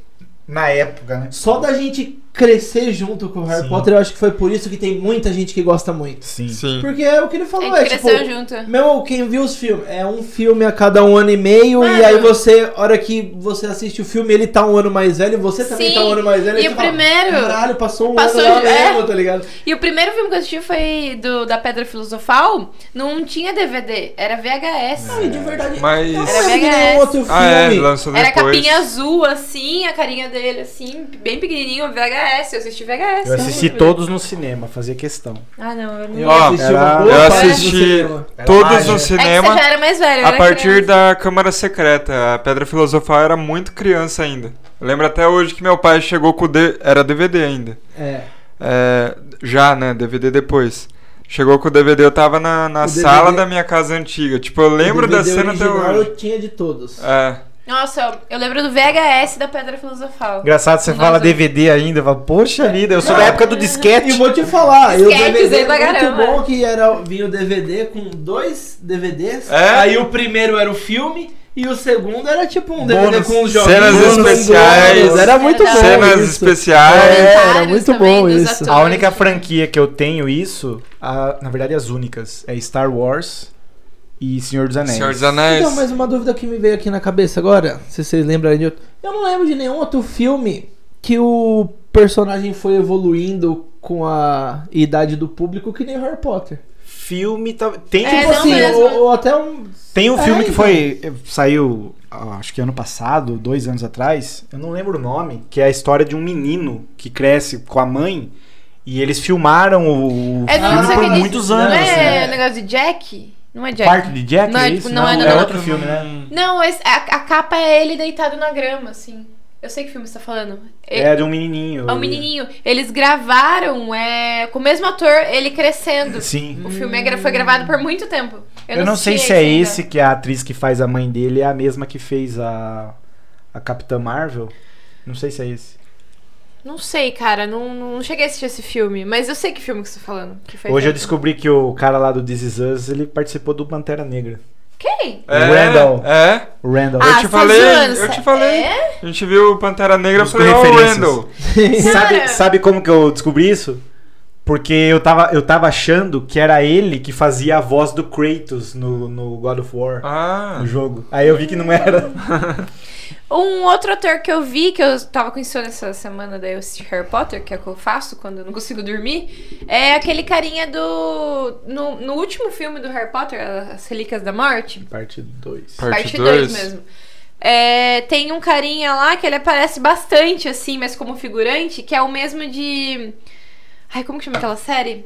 Na época, né? Só da gente crescer junto com o Harry Sim. Potter, eu acho que foi por isso que tem muita gente que gosta muito. Sim. Sim. Porque é o que ele A falou, gente é cresceu tipo. junto. Meu, quem viu os filmes? É um filme a cada um ano e meio, Mano. e aí você, hora que você assiste o filme, ele tá um ano mais velho, você também Sim, tá um ano mais velho. aí e você o fala, primeiro- Caralho, passou um passou- ano lá é. mesmo, tá ligado? E o primeiro filme que eu assisti foi do, da Pedra Filosofal. Não tinha DVD, era VHS. Hum. Ai, de verdade. Mas- Eu não Era lembro de VHS. nenhum outro filme. Ah, é, lançou Era depois. capinha azul, assim, a carinha dele, assim, bem pequenininho, VHS. Eu assisti VHS. Eu assisti todos no cinema, fazia questão. Ah, não, eu não. Eu Ó, assisti uma era- boa eu parte do assisti- cinema. Era Todos mágica. no É que cinema, você já era mais velho, eu né, a era partir criança. da Câmara Secreta. A Pedra Filosofal era muito criança ainda. Eu lembro até hoje que meu pai chegou com o... D... Era DVD ainda. É. É, já, né? DVD depois. Chegou com o DVD, eu tava na, na O sala DVD da minha casa antiga. Tipo, eu lembro DVD da cena até original hoje. Eu tinha de todos. É. Nossa, eu lembro do VHS da Pedra Filosofal. Engraçado, você Nossa. fala DVD ainda, fala, poxa vida, eu sou da época do disquete. E vou te falar, eu o Esquece, DVD Zé da era é muito Garama. bom que era, vinha o DVD com dois DVDs. É. Aí o primeiro era o filme e o segundo era tipo um DVD Bônus. com os jogos. Cenas especiais. Era muito Tá. bom. Cenas isso. especiais. É, Comentários era muito também bom dos isso. atores. A única franquia que eu tenho isso, a- na verdade as únicas, é Star Wars e Senhor dos Anéis. Senhor dos Anéis. Então, mas uma dúvida que me veio aqui na cabeça agora, se vocês lembrarem de outro. Eu não lembro de nenhum outro filme que o personagem foi evoluindo com a idade do público que nem Harry Potter. Filme, tá- tem, É, tipo não assim, mesmo. ou, ou até um. tem um É, filme que então. foi, saiu ah, acho que ano passado, dois anos atrás, eu não lembro o nome, que é a história de um menino que cresce com a mãe e eles filmaram o, o É do não filme sei por que diz- muitos Não anos. é assim. o negócio de Jack? Não é Jack. Quarto de Jack, Não é é, isso? não é, não, é não. outro filme, né? Não, mas a, a capa é ele deitado na grama, assim. Eu sei que filme você tá falando. É, É de um menininho. é um menininho. Eles gravaram é, com o mesmo ator, ele crescendo. Sim. O filme é gra- foi gravado por muito tempo. Eu, Eu, não sei assisti se é ainda. esse que a atriz que faz a mãe dele é a mesma que fez a, a Capitã Marvel. Não sei se é esse. Não sei, cara. Não, não cheguei a assistir esse filme. Mas eu sei que filme que você tá falando. que foi Hoje eu feito. descobri que o cara lá do This Is Us, ele participou do Pantera Negra. Quem? É, Randall. É. O Randall. Ah, te só falei, zoando, sa- eu te falei. É? A gente viu o Pantera Negra e Buscou falei, ó, o referências. Randall. sabe, sabe como que eu descobri isso? Porque eu tava, eu tava achando que era ele que fazia a voz do Kratos no, no God of War, Ah, no jogo. Aí eu vi que não era. Um outro ator que eu vi, que eu tava com insônia essa semana, daí eu assisti Harry Potter, que é o que eu faço quando eu não consigo dormir, é aquele carinha do. No, no último filme do Harry Potter, As Relíquias da Morte, Parte 2. parte parte 2 2. mesmo. É, tem um carinha lá que ele aparece bastante, assim, mas como figurante, que é o mesmo de. Ai, como que chama aquela série?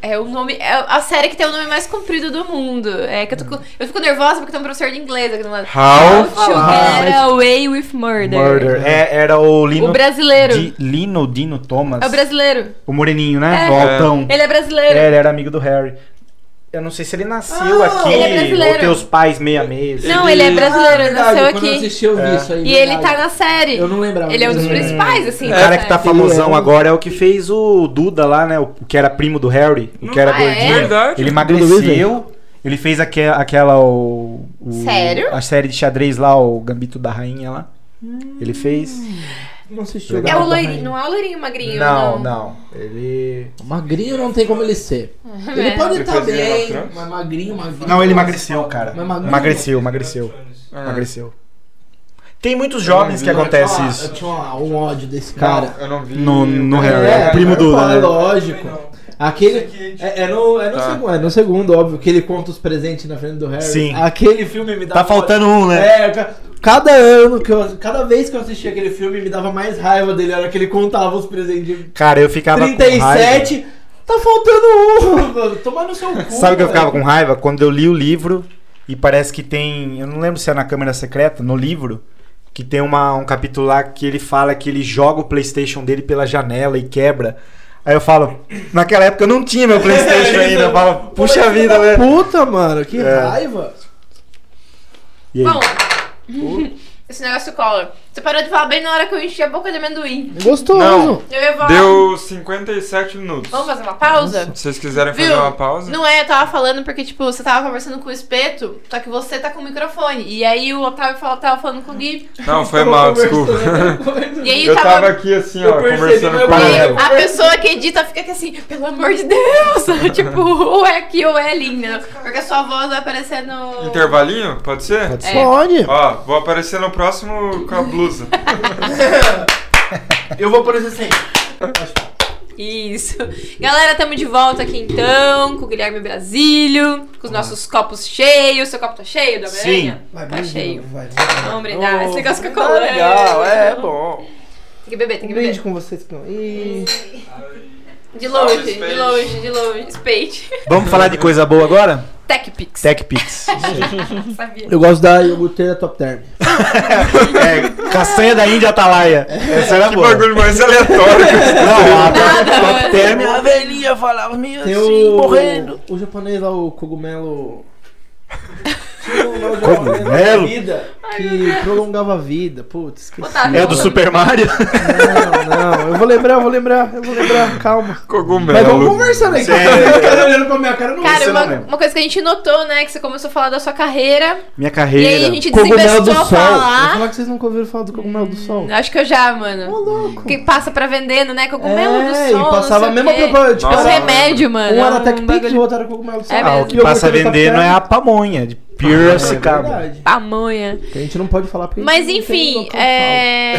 É o nome. É a série que tem o nome mais comprido do mundo. É que eu, tô com- eu fico nervosa porque tem um professor de inglês aqui do lado. How to Get Away with Murder. Murder. É, era o Lino. O brasileiro. Di- Lino Dino Thomas. É o brasileiro. O moreninho, né? É. O altão. Ele é brasileiro. É, ele era amigo do Harry. Eu não sei se ele nasceu Ah, aqui ele é brasileiro. ou teus pais meia meia. Não, ele é brasileiro, Ah, ele verdade, nasceu Quando eu aqui. assisti, eu vi É. isso aí. E ele tá verdade. na série. Eu não lembrava. Ele é um dos Hum. principais, assim. O da cara que tá série. famosão Ele é. agora é o que fez o Duda lá, né? O que era primo do Harry, o que era Ah, é? gordinho. Verdade. Ele Duda Weaver. emagreceu. Ele fez aque- aquela o, o- Sério? A série de xadrez lá, o Gambito da Rainha lá. Hum. Ele fez? Não assisti. É É o tá Gambito da loirinho, Rainha. não é o loirinho magrinho. não, não. Ele Magrinho não tem como ele ser. Ele É. pode estar Depois ele era bem, trans? mas magrinho, magrinho. Não, ele emagreceu, cara. Mas magrinho- Emagreceu, emagreceu, Ah. emagreceu. Tem muitos jovens que Eu tinha acontece uma- Eu isso. tinha uma- um ódio desse cara. Não, eu não vi. No- no Eu- Harry. É. o primo do- É né? lógico. Aquele. É, é no, é, no Tá. segundo, é no segundo, óbvio, que ele conta os presentes na frente do Harry. Sim. Aquele filme me dá. Tá faltando um, né? É, ca- cada ano que eu. Cada vez que eu assistia aquele filme, me dava mais raiva dele. A hora que ele contava os presentes. Cara, eu ficava com raiva. 37. Tá faltando um! Tomar no seu cu. Sabe o que eu ficava velho. com raiva? Quando eu li o livro e parece que tem. Eu não lembro se é na Câmara Secreta, no livro, que tem uma, um capítulo lá que ele fala que ele joga o PlayStation dele pela janela e quebra. Aí eu falo, naquela época eu não tinha meu [laughs] PlayStation É. ainda. Eu falo, puxa Mas filho vida, da né?" velho. Puta, mano, que É. raiva. E aí? Bom, esse negócio cola. Você parou de falar bem na hora que eu enchi a boca de amendoim. Gostoso. Não. Eu ia falar. Deu 57 minutos. Vamos fazer uma pausa? Se vocês quiserem Viu? fazer uma pausa. Não é, eu tava falando porque, tipo, você tava conversando com o espeto, só que você tá com o microfone. E aí o Otávio fala, tava falando com o Gui. Não, foi mal, desculpa. E né? [laughs] aí Eu tava aqui assim, ó, Eu percebi, conversando mas eu com E parei. ela. a pessoa que edita fica aqui assim, pelo amor de Deus! [laughs] tipo, ou é aqui ou é ali, [laughs] né? Porque a sua voz vai aparecer no. Intervalinho? Pode ser? Pode É. Pode. Ó, vou aparecer no próximo com a blusa. Eu vou aparecer assim. Isso. Galera, tamo de volta aqui então, com o Guilherme Brasílio, com os nossos copos cheios. Seu copo tá cheio, da Sim. Vai, Tá vai, cheio. Vai, Homem, dá. Esse negócio fica Tá colando. legal, é, é bom. Tem que beber, tem Um que brinde beber. com vocês. que não- Ih. De longe, Salve, de longe, de longe. Spade. Vamos falar de coisa boa agora? TechPix. TechPix. Sabia. Eu gosto da iogurteira Top Term. é, castanha da Índia Atalaia. Essa era Que boa. bagulho mais aleatório. Não, é a Nada, top [laughs] mano. term velhinha falava meio Assim, Tem o... morrendo. O japonês lá, o [laughs] cogumelo... Tinha um lá, o japonês lá, Cogumelo? vida, que prolongava a vida. Putz, esqueci. Otávio. é do Super Mario. Não, não. Eu vou lembrar, eu vou lembrar, eu vou lembrar. Calma. Mas vamos Cogumelo. conversando aí. É Sim. O cara olhando pra minha cara não Cara, Isso eu não uma, lembro. uma coisa que a gente notou, né? Que você começou a falar da sua carreira. Minha E carreira. aí a gente Cogumelo do desinvestiu sol. a Vou falar. falar que vocês nunca ouviram falar do cogumelo do sol. Acho que eu já, mano. Ô, louco. Que passa pra vendendo, né? Cogumelo do sol. É, e não passava sei a o mesma quê. propaganda. Tipo, É um Nossa. era- remédio, mano. um é era Tech Pix bagulho e o outro era cogumelo do sol. É Ah, o mesmo. que passa vendendo é a pamonha de Pure Sicaba. é verdade. de Pamonha. Que a gente não pode falar porque a gente Mas não tem enfim, local é.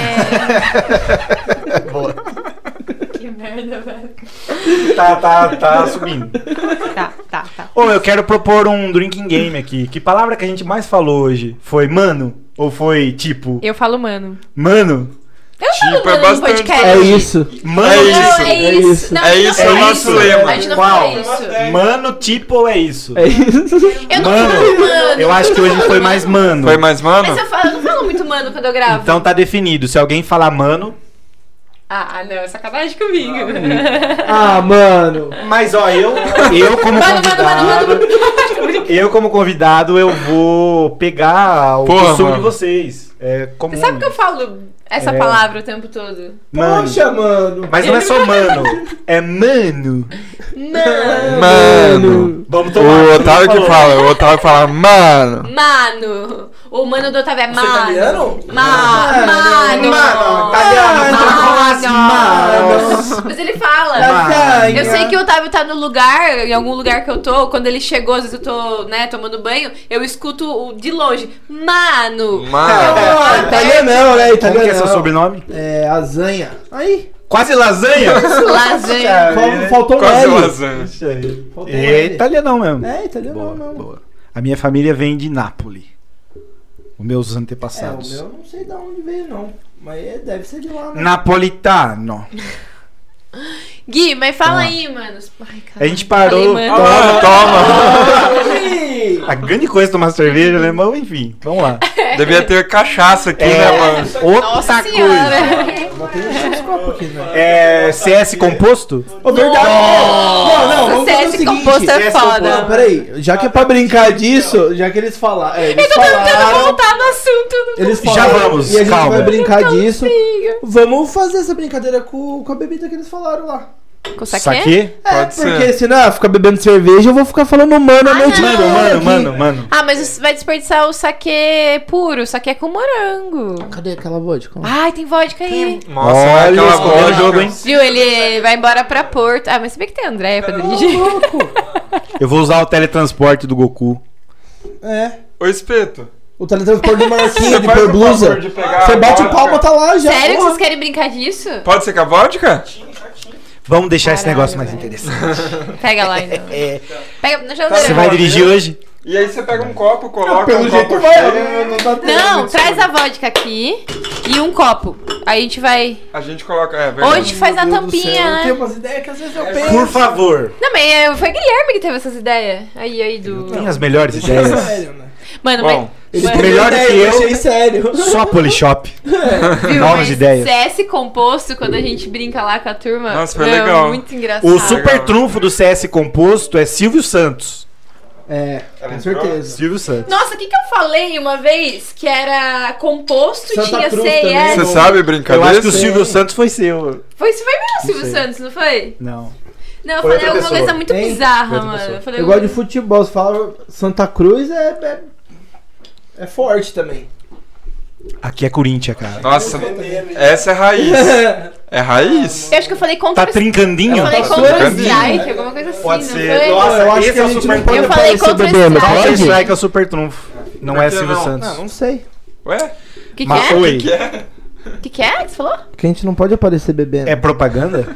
que merda, velho. tá, tá, tá subindo. Tá, tá, tá. Ô, eu quero propor um drinking game aqui. Que palavra que a gente mais falou hoje? Foi mano? Ou foi tipo? Eu falo, mano. Mano? Eu Tipo, é falo, mano, no bastante- podcast. falar. É isso. Mano? É Não, isso, é é isso. isso. Não, É a gente isso, não é o fala nosso isso. lema. A gente não Qual? fala isso. Mano, tipo ou é isso? É isso. Eu não Mano, falo, mano. Eu acho que hoje foi mais mano. Foi mais mano? Mas eu, falo, eu não falo muito mano quando eu gravo. Então tá definido. Se alguém falar mano. Ah, não, é sacanagem comigo. Ah, mano. Mas ó, eu, eu como Mano, mano, mano, convidado. Eu como convidado, eu vou pegar o Porra, costume mano. de vocês. É comum. Você [laughs] sabe que eu falo essa É. palavra o tempo todo. um Mano. Poxa, mano. Mas não é só mano. É mano. Mano. Mano. Vamos O Otávio que Falou. fala, o Otávio fala, mano. Mano. O mano do Otávio é mano. italiano? Ma- Mano. É, Mano, italiano, entra com as manos. Mas ele fala. Tá Mano. Eu sei que o Otávio tá no lugar, em algum lugar que eu tô, quando ele chegou, às vezes eu tô, né, tomando banho, eu escuto o- de longe, mano. Mano. Ah, italiano não, né? Como Italiano que é seu não. sobrenome? É, lasanha. Aí. Quase lasanha? Lasanha. Cara, fal- Faltou o Quase L. lasanha. Faltou um É L. italianão mesmo. É, italiano Boa, não. boa. A minha família vem de Nápoles. Os meus É, o antepassados. meu eu não sei de onde veio, não. Mas é, deve ser de lá, né? Napolitano. Gui, mas fala Ah. aí, mano. Ai, cara. A gente parou. Falei, mano. Toma, Ah, toma. Ai! A grande coisa é tomar cerveja, né? Mas enfim, vamos lá. É. Devia ter cachaça aqui, É. né, mano? Outra Nossa coisa. é? senhora. Botei uns copos aqui, né? É CS composto? Ô, verdade! né? Não, não, vamos fazer o CS seguinte. composto é CS composto. Não, foda. peraí, já que é pra brincar disso, já que eles falaram. É, Eu eles tô tentando falaram. voltar no assunto. eu Não Eles Já falaram. vamos, e a gente calma. vai Então, brincar disso. consigo. Vamos fazer essa brincadeira com, com a bebida que eles falaram lá. Com saque? Saquê? É, Pode ser. porque senão ah, ficar bebendo cerveja eu vou ficar falando mano a Ah, noite não. Mano, inteira mano, aqui. mano, mano. Ah, mas você vai desperdiçar o saque puro, o saque com morango. Cadê aquela vodka? Ai, tem vodka aí. Nossa, Olha, aquela escondeu voz. o jogo, hein? Viu, ele vai embora pra Porto. Ah, mas se bem que tem a Andréia pra dirigir. louco. Eu vou usar o teletransporte do Goku. É. Ô, Espeto. O teletransporte do Marquinhos Você um de faz pôr o blusa. favor de pegar Você a bate o vodka? palma, tá lá [laughs] já. Sério que Porra. vocês querem brincar disso? Pode ser com a vodka? Vamos deixar esse Caralho, negócio mais velho. interessante. Pega lá então. É, Pega na geladeira. você vai dirigir hoje? E aí você pega um copo, coloca É, Pelo um jeito copo vai. cheio, Não, tá dá tempo. Não, traz a vodka aqui e um copo. Aí a gente vai. né? a gente coloca... Ou É, a verdade. gente faz na Meu Deus do céu, É Eu tampinha, tenho né? umas ideias que às vezes eu Por penso. favor. Não, mas é, foi Guilherme que teve essas ideias. Aí, aí, do. Tem as melhores É ideias. sério, né? Mano, Bom, Ele Mano. tem Melhor ideia, que eu. achei [laughs] sério. É, Só Polishop. mas. Viu, novas mas ideias. CS composto, quando a gente brinca lá com a turma. Nossa, foi meu, legal. Muito engraçado. O super trunfo do CS composto é Silvio Santos. É, Ela com entrou? certeza. Silvio Santos. Nossa, o que, que eu falei uma vez que era composto e Santa tinha Cruz C e também. S? você sabe Eu brincadeira? acho que o Silvio Santos foi seu. Foi, isso foi mesmo, Silvio sei. Santos, não foi? Não. Não, eu Foi falei outra alguma pessoa. coisa muito Hein? bizarra, Foi outra mano. pessoa. Eu falei Eu gosto de futebol, você fala Santa Cruz é, é, é forte também. [laughs] Aqui é Corinthians, cara. Nossa, né? essa é raiz. [laughs] É raiz. Eu acho que eu falei contra Tá trincandinho? Eu falei Tá contra o brincando. Strike, alguma coisa assim, Pode não ser. foi? Nossa, eu acho esse que é a o gente super não pode Eu falei aparecer contra o bebendo, Strike. Counter pode? Strike é o super trunfo. Não Por é que Silvio não? Santos. Ah, não sei. Ué? O que, que Mas, é? oi, O que, que é que você falou? Porque a gente não pode aparecer bebendo. é propaganda?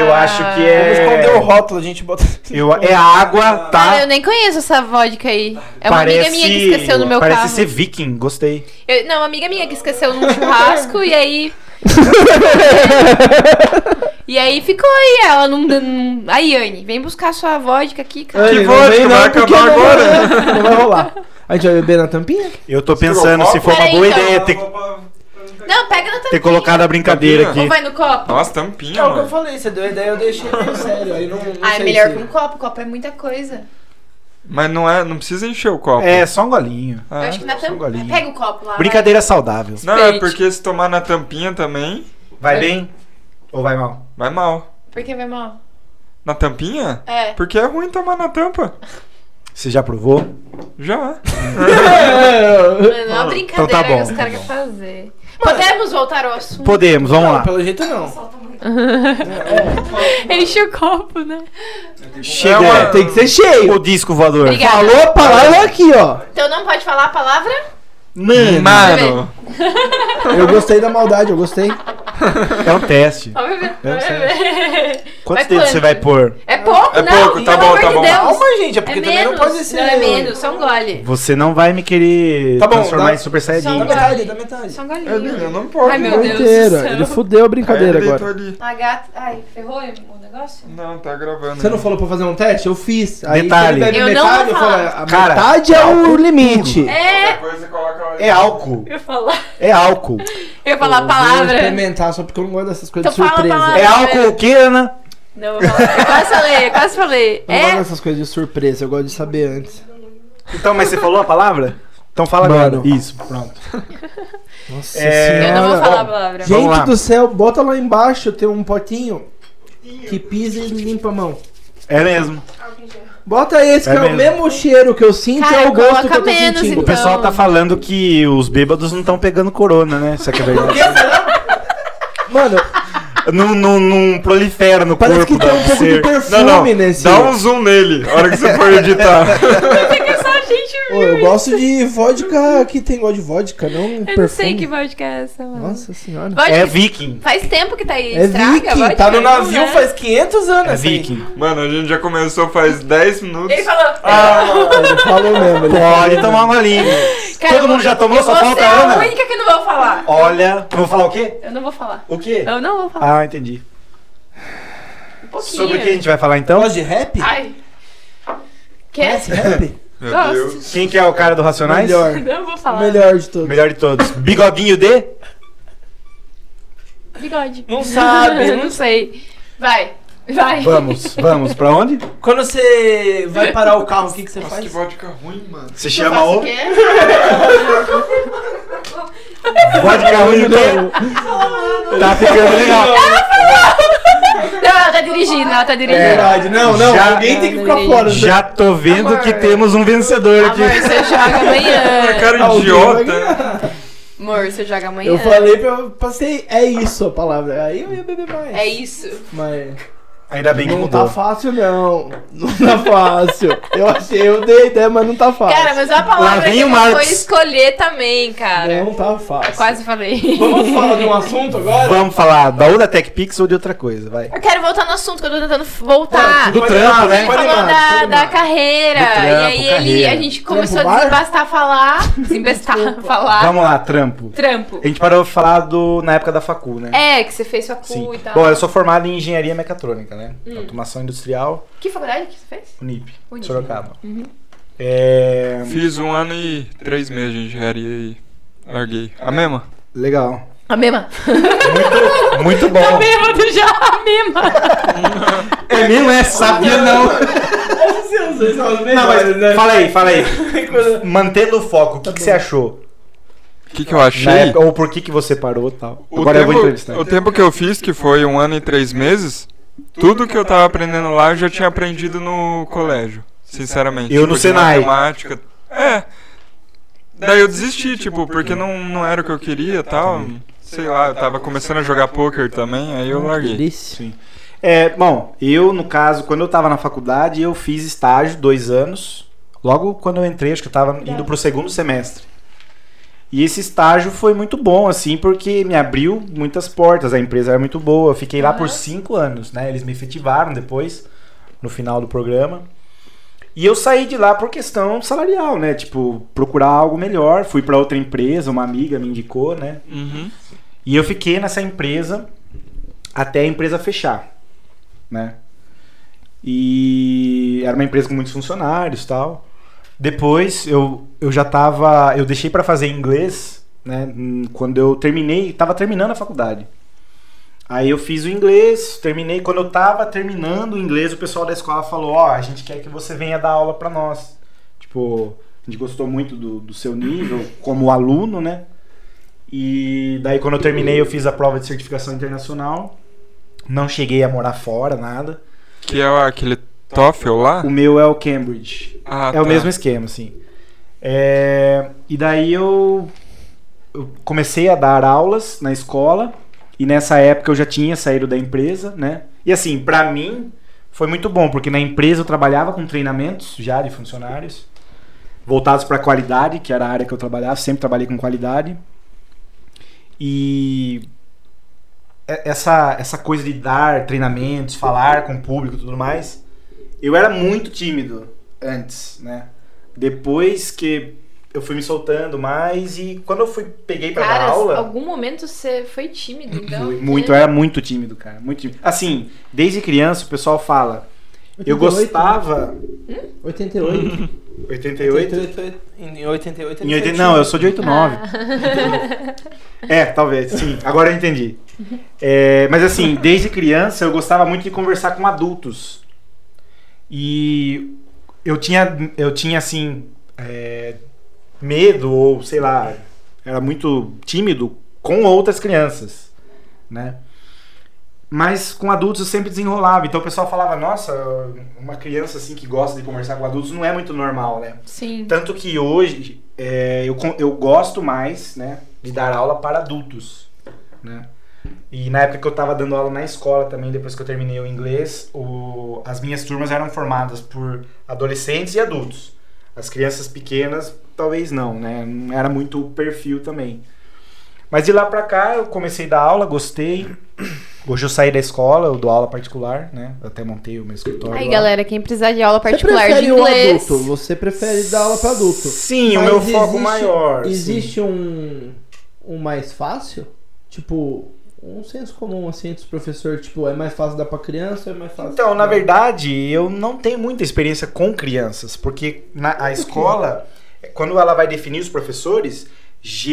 Eu acho que Ah. é- Vamos esconder o rótulo, a gente bota. Eu, é água, Cara, Ah, eu tá? nem conheço essa vodka aí. É uma amiga minha que esqueceu no meu parece carro. ser viking, gostei. Eu- não, uma amiga minha que esqueceu num churrasco e aí. e aí ficou aí, ela não. não aí, Anne, vem buscar sua vodka aqui, cara. Ai, não vodka, vem vai porque acabar não- agora. [laughs] Não vai rolar. A gente vai beber na tampinha? Eu tô pensando se foi uma Peraí, boa É, então. É, ideia ter, Não, pega na ter tampinha. colocado a brincadeira Ou aqui. vai no copo? Nossa, tampinha, É o que eu mano. falei, você deu a ideia, eu deixei meio sério. Aí não, não Ah, é sei melhor se- com um copo, copo é muita coisa. Mas não é, não precisa encher o copo. É, só um golinho. Ah, Eu acho que na só um tampinha. golinho. Pega o copo lá. vai. Brincadeira saudável. Não, é Respeite. porque se tomar na tampinha também, Vai bem ou vai mal? vai mal. Por que vai mal? Na tampinha? É. Porque é ruim tomar na tampa. Você já provou? Já. Mano, é uma brincadeira Então tá bom, que os tá caras bom. querem fazer. Podemos voltar ao assunto? Podemos, vamos Não, lá. pelo jeito não. [laughs] um Enche o copo, né? Chega. É uma- Tem que ser cheio. O disco voador. Obrigada. Falou a palavra é aqui, ó. Então não pode falar a palavra? Mano, Mano. Eu gostei da maldade, eu gostei. é um teste. Ó, bebê, Eu ó, sei. bebê. Quantos Mas dedos quando? você vai pôr? É pouco, É não? pouco, tá Pelo bom, amor tá de bom. Deus. Calma, gente, é É porque também menos, não pode ser. não é menos, só um gole. Você não vai me querer Tá bom, transformar dá- em Super Só Da Saiyajin. vai. metade, da metade. Só um É, golinho. menino, não pode. Ai, meu não. Deus. do céu. Inteira. Ele fudeu a Aí ele brincadeira deitou É, agora. ali. A gata... Ai, ferrou o negócio? Não, tá gravando. Você não falou pra fazer um teste? Eu fiz. Aí Detalhe. você bebe Eu não metade, vou eu falar. falo, a Cara, metade é o limite. É, Depois você coloca lá. É álcool. eu ia falar, É álcool. eu ia falar a Vou palavra. experimentar, só porque eu não gosto dessas coisas Então de fala a surpresa. palavra. É álcool o quê, Ana? Não, eu, falar. eu quase falei, eu quase falei. Eu não gosto É, dessas coisas de surpresa, eu gosto de saber antes. Então, mas você falou a palavra? Então fala Mano. agora. Isso, pronto. Nossa É, Eu não vou olha, falar a bom, palavra. Vamos lá. Gente do céu, bota lá embaixo, tem um potinho que pisa e limpa a mão. É mesmo. Álcool em gel. Bota esse, É que é o mesmo. mesmo cheiro que eu sinto, Cara, é o gosto que coloca eu tô menos, então. sentindo. O pessoal tá falando que os bêbados não estão pegando corona, né? Isso aqui é [laughs] verdade. Mano, não, não, não prolifera no Parece corpo que tem do um pouco de ser. perfume Não, não. né? nesse. Dá um zoom nele, a hora que você for editar. [laughs] Fica é só a gente Ô, eu gosto de vodka que tem gosto de vodka, não Eu perfume. não sei que vodka é essa, mano. Nossa senhora. Vodka É viking. faz tempo que tá aí. É Estraga, viking, vodka, tá no não, navio né? faz 500 anos. É essa aí. viking. Mano, a gente já começou faz 10 minutos. Ele falou. Ele falou mesmo. Ele Pode tomar um uma linha. cara, todo mundo já tomou, eu só vou falta ser a Ana. a única que não vou falar. Olha. Vou falar o quê? Eu não vou falar. O quê? Eu não vou falar. Ah, entendi. Um pouquinho. Sobre o que a gente vai falar então? Gosta de rap? Ai. Quer? Conhece [laughs] tá- rap? Meu Gosto. Deus. Quem que é o cara do Racionais? Melhor. Não vou O falar. melhor de todos. Melhor de todos. Bigodinho de? Bigode. Não sabe, né? não sei. Vai. Vai. Vamos, vamos. Pra onde? Quando você vai parar o carro, o que, que você Nossa, que vodka ruim, mano. Se Eu chama faço o o quê? Vodka Ruim de. Tá ficando legal. Não, ela tá dirigindo, ela tá dirigindo. É Verdade, não, não. Já- alguém tem que ficar fora. Já tô vendo Amor. que temos um vencedor aqui. Amor, você joga [laughs] Uma amanhã. cara Alguém idiota. né? Amor, você joga amanhã. Eu falei pra eu passei, é isso a palavra. Aí eu ia beber mais. É isso. Mas Ainda bem que não tá mudou. fácil, não. Não tá fácil. Eu achei, eu dei ideia, mas não tá fácil. Cara, mas é a palavra vem que o eu Marcos. vou escolher também, cara. Não tá fácil. Eu É quase falei. [laughs] Vamos falar de um assunto agora? Vamos falar da Uda Tech Pix ou de outra coisa, vai. Eu quero voltar no assunto que eu tô tentando voltar. Do trampo, né? Ele falou da, da carreira. Do trampo, e aí ele, carreira. a gente começou Trampo a bar? desembastar a falar. Desembastar a falar. Vamos lá, trampo. Trampo. A gente parou de falar do, na época da facu, né? É, que você fez sua Sim. cu e tal. Bom, eu sou formado em engenharia mecatrônica, né? Automação industrial, Que faculdade que você fez? Unip, Hum. Unip. Uhum. Sorocaba. É... Fiz um ano e três meses de engenharia e larguei. A mesma? Legal. A mesma. Muito, muito bom. A mesma do já, a mesma. É mesmo, é? Sabia não. Não, mas né? Tá fala aí, fala [laughs] aí. Mantendo o foco, o que, que você achou? O que, que eu Na achei? época, ou por que, que você parou e tal? O Agora eu tempo, vou entrevistar. O tempo que eu fiz, que foi um ano e três meses, tudo que eu tava aprendendo lá eu já tinha aprendido no colégio, sinceramente. Eu no de Senai. Matemática. É. Daí eu desisti, tipo, porque não, não era o que eu queria e tal. Sei lá, eu tava começando a jogar poker também, aí eu larguei. Delícia. É, bom, eu, no caso, quando eu tava na faculdade, eu fiz estágio dois anos. Logo quando eu entrei, acho que eu tava indo pro segundo semestre. E esse estágio foi muito bom, assim, porque me abriu muitas portas, a empresa era muito boa. Eu fiquei lá por cinco anos, né? Eles me efetivaram depois, no final do programa. E eu saí de lá por questão salarial, né? Tipo, procurar algo melhor. Fui pra outra empresa, uma amiga me indicou, né? Uhum. E eu fiquei nessa empresa até a empresa fechar, né? E era uma empresa com muitos funcionários, tal. Depois eu, eu já tava, eu deixei para fazer inglês, né? Hum, Quando eu terminei, tava terminando a faculdade. Aí eu fiz o inglês, terminei. Quando eu tava terminando o inglês, o pessoal da escola falou: Ó, a gente quer que você venha dar aula pra nós. Tipo, a gente gostou muito do, do seu nível como aluno, né? E daí quando eu terminei, eu fiz a prova de certificação internacional. Não cheguei a morar fora, nada. Que é aquele TOEFL lá? O meu é o Cambridge Ah, é o tá. mesmo esquema, assim. É, e daí eu, eu comecei a dar aulas na escola e nessa época eu já tinha saído da empresa, né? E assim, pra mim foi muito bom, porque na empresa eu trabalhava com treinamentos já de funcionários voltados pra qualidade, que era a área que eu trabalhava, sempre trabalhei com qualidade. E e- essa essa coisa de dar treinamentos, falar com o público e tudo mais, eu era muito tímido antes, né? Depois que eu fui me soltando mais e quando eu fui peguei pra Cara, dar aula, algum momento você foi tímido, então. fui muito, é. eu era muito tímido, cara, muito tímido. Assim, desde criança o pessoal fala, eu gostava 88. 88 Em 88 em 80, não, eu sou de 89. É, talvez, sim. Agora eu entendi. É, mas assim, desde criança eu gostava muito de conversar com adultos. E eu tinha, eu tinha assim, é, medo ou sei lá, era muito tímido com outras crianças, né? Mas com adultos eu sempre desenrolava. Então o pessoal falava: "Nossa, uma criança assim que gosta de conversar com adultos não é muito normal, né?" Sim. Tanto que hoje é, eu, con- eu gosto mais né, de dar aula para adultos. Né? E na época que eu estava dando aula na escola também, depois que eu terminei o inglês, o, as minhas turmas eram formadas por adolescentes e adultos. As crianças pequenas, talvez não, né? Não era muito o perfil também. Mas de lá pra cá eu comecei a dar aula, gostei. Hoje eu saí da escola, eu dou aula particular, né? Eu até montei o meu escritório. Aí, lá. galera, quem precisar de aula você particular de prefere um inglês. O adulto, você prefere dar aula pra adulto. Sim, o Mas meu foco existe- maior. sim. Existe um, um mais fácil? Tipo, um senso comum assim entre os professores, tipo, é mais fácil dar pra criança, é mais fácil. Então, na verdade, eu não tenho muita experiência com crianças, porque na a escola, quando ela vai definir os professores,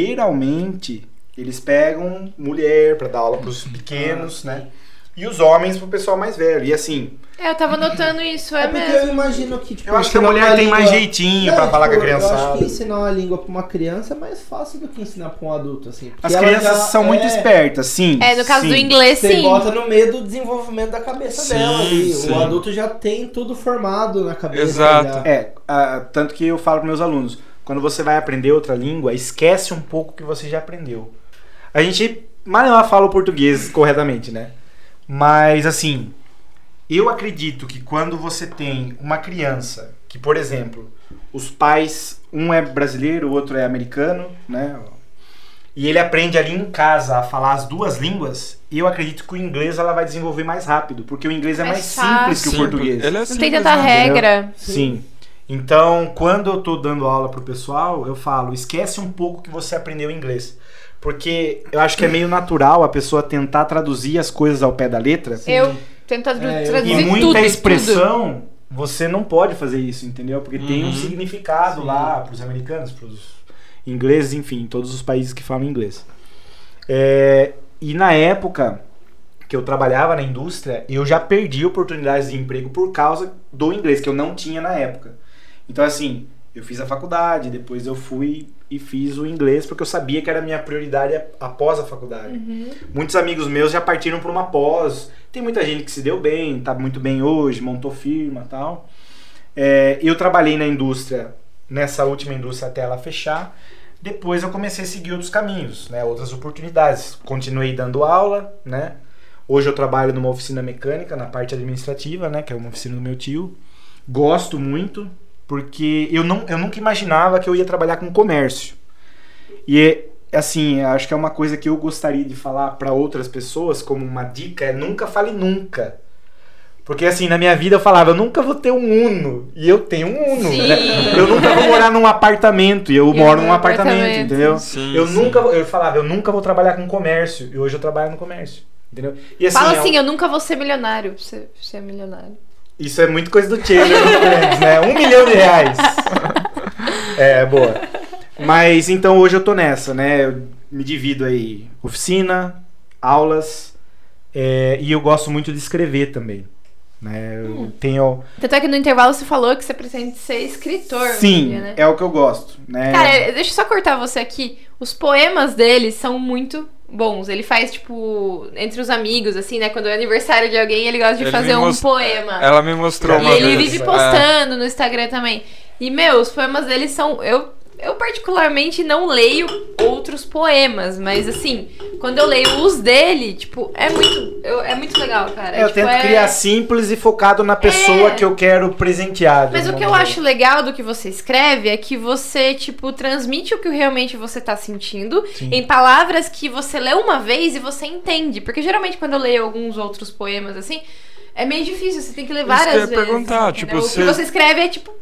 geralmente eles pegam mulher para dar aula para os Ah. pequenos, né? E os homens pro pessoal mais velho. E assim, É, eu tava notando isso, é, é porque mesmo. eu imagino que tipo, eu acho que a ensinar mulher uma tem mais língua- jeitinho Não, para falar com a tipo, Eu acho criançada. que ensinar uma língua pra uma criança é mais fácil do que ensinar pra um adulto, assim. porque As ela crianças já são muito é- espertas, sim. É, no caso sim. do inglês, Você sim. bota no meio do desenvolvimento da cabeça Sim, dela ali. sim. O adulto já tem tudo formado na cabeça. Exato. já. [laughs] É, ah, tanto que eu falo para meus alunos, quando você vai aprender outra língua, esquece um pouco o que você já aprendeu. A gente mal fala o português corretamente, né? Mas assim, eu acredito que quando você tem uma criança que, por exemplo, os pais, um é brasileiro, o outro é americano, né? E ele aprende ali em casa a falar as duas línguas, eu acredito que o inglês ela vai desenvolver mais rápido, porque o inglês é Mais mais simples que o Simples. português. Ele é Não tem simples, tanta né? regra. Sim. Então, quando eu tô dando aula pro pessoal, eu falo, esquece um pouco que você aprendeu inglês. Porque eu acho que é meio natural a pessoa tentar traduzir as coisas ao pé da letra. Eu tento tradu- É, eu- traduzir E muita tudo. Uhum. tudo. expressão, você não pode fazer isso, entendeu? Porque tem um Uhum. significado Sim. lá pros americanos, pros ingleses, enfim, todos os países que falam inglês. É, e na época que eu trabalhava na indústria, eu já perdi oportunidades de emprego por causa do inglês, que eu não tinha na época. Então, assim, eu fiz a faculdade, depois eu fui e fiz o inglês, porque eu sabia que era a minha prioridade a- após a Uhum. faculdade. Muitos amigos meus já partiram por uma pós. Tem muita gente que se deu bem, tá muito bem hoje, montou firma e tal. É, eu trabalhei na indústria, nessa última indústria até ela fechar. Depois eu comecei a seguir outros caminhos, né, outras oportunidades. Continuei dando aula, né? Hoje eu trabalho numa oficina mecânica, na parte administrativa, né, que é uma oficina do meu tio. Gosto muito, porque eu, não, eu nunca imaginava que eu ia trabalhar com comércio. E é, assim, acho que é uma coisa que eu gostaria de falar para outras pessoas como uma dica, é nunca fale nunca. Porque assim, na minha vida eu falava, eu nunca vou ter um Uno, e eu tenho um Uno, Sim. né? Eu nunca vou morar num apartamento, e eu E moro eu num moro apartamento, apartamento. entendeu? Sim, Eu sim. nunca, vou- eu falava, eu nunca vou trabalhar com comércio, e hoje eu trabalho no comércio, entendeu? E assim, Fala é um- assim, eu nunca vou ser milionário. Você, você é milionário. isso é muito coisa do Taylor, do Friends, né? Um milhão de [laughs] reais. É, boa. Mas então hoje eu tô nessa, né? Eu me divido aí oficina, aulas, é, e eu gosto muito de escrever também. Né? Eu tenho. Tanto é que no intervalo você falou que você pretende ser escritor. um Sim, dia, né? é o que eu gosto. Né? Cara, deixa eu só cortar você aqui. Os poemas dele são muito bons. Ele faz, tipo, entre os amigos, assim, né? Quando é aniversário de alguém, ele gosta de Ele fazer me um most- poema. Ela me mostrou E uma ele vez. vive É. postando no Instagram também. E, meu, os poemas dele são. Eu, eu particularmente não leio outros poemas, mas assim, quando eu leio os dele, tipo, é muito. eu- é muito legal, cara. eu Tipo, tento é- criar simples e focado na É. pessoa que eu quero presentear. de Mas o alguma que eu maneira. acho legal do que você escreve é que você, tipo, transmite o que realmente você tá sentindo Sim. em palavras que você lê uma vez e você entende. Porque geralmente quando eu leio alguns outros poemas assim, é meio difícil, você tem que ler Isso que eu várias ia vezes. perguntar, entendeu? tipo, o que você- você escreve é tipo.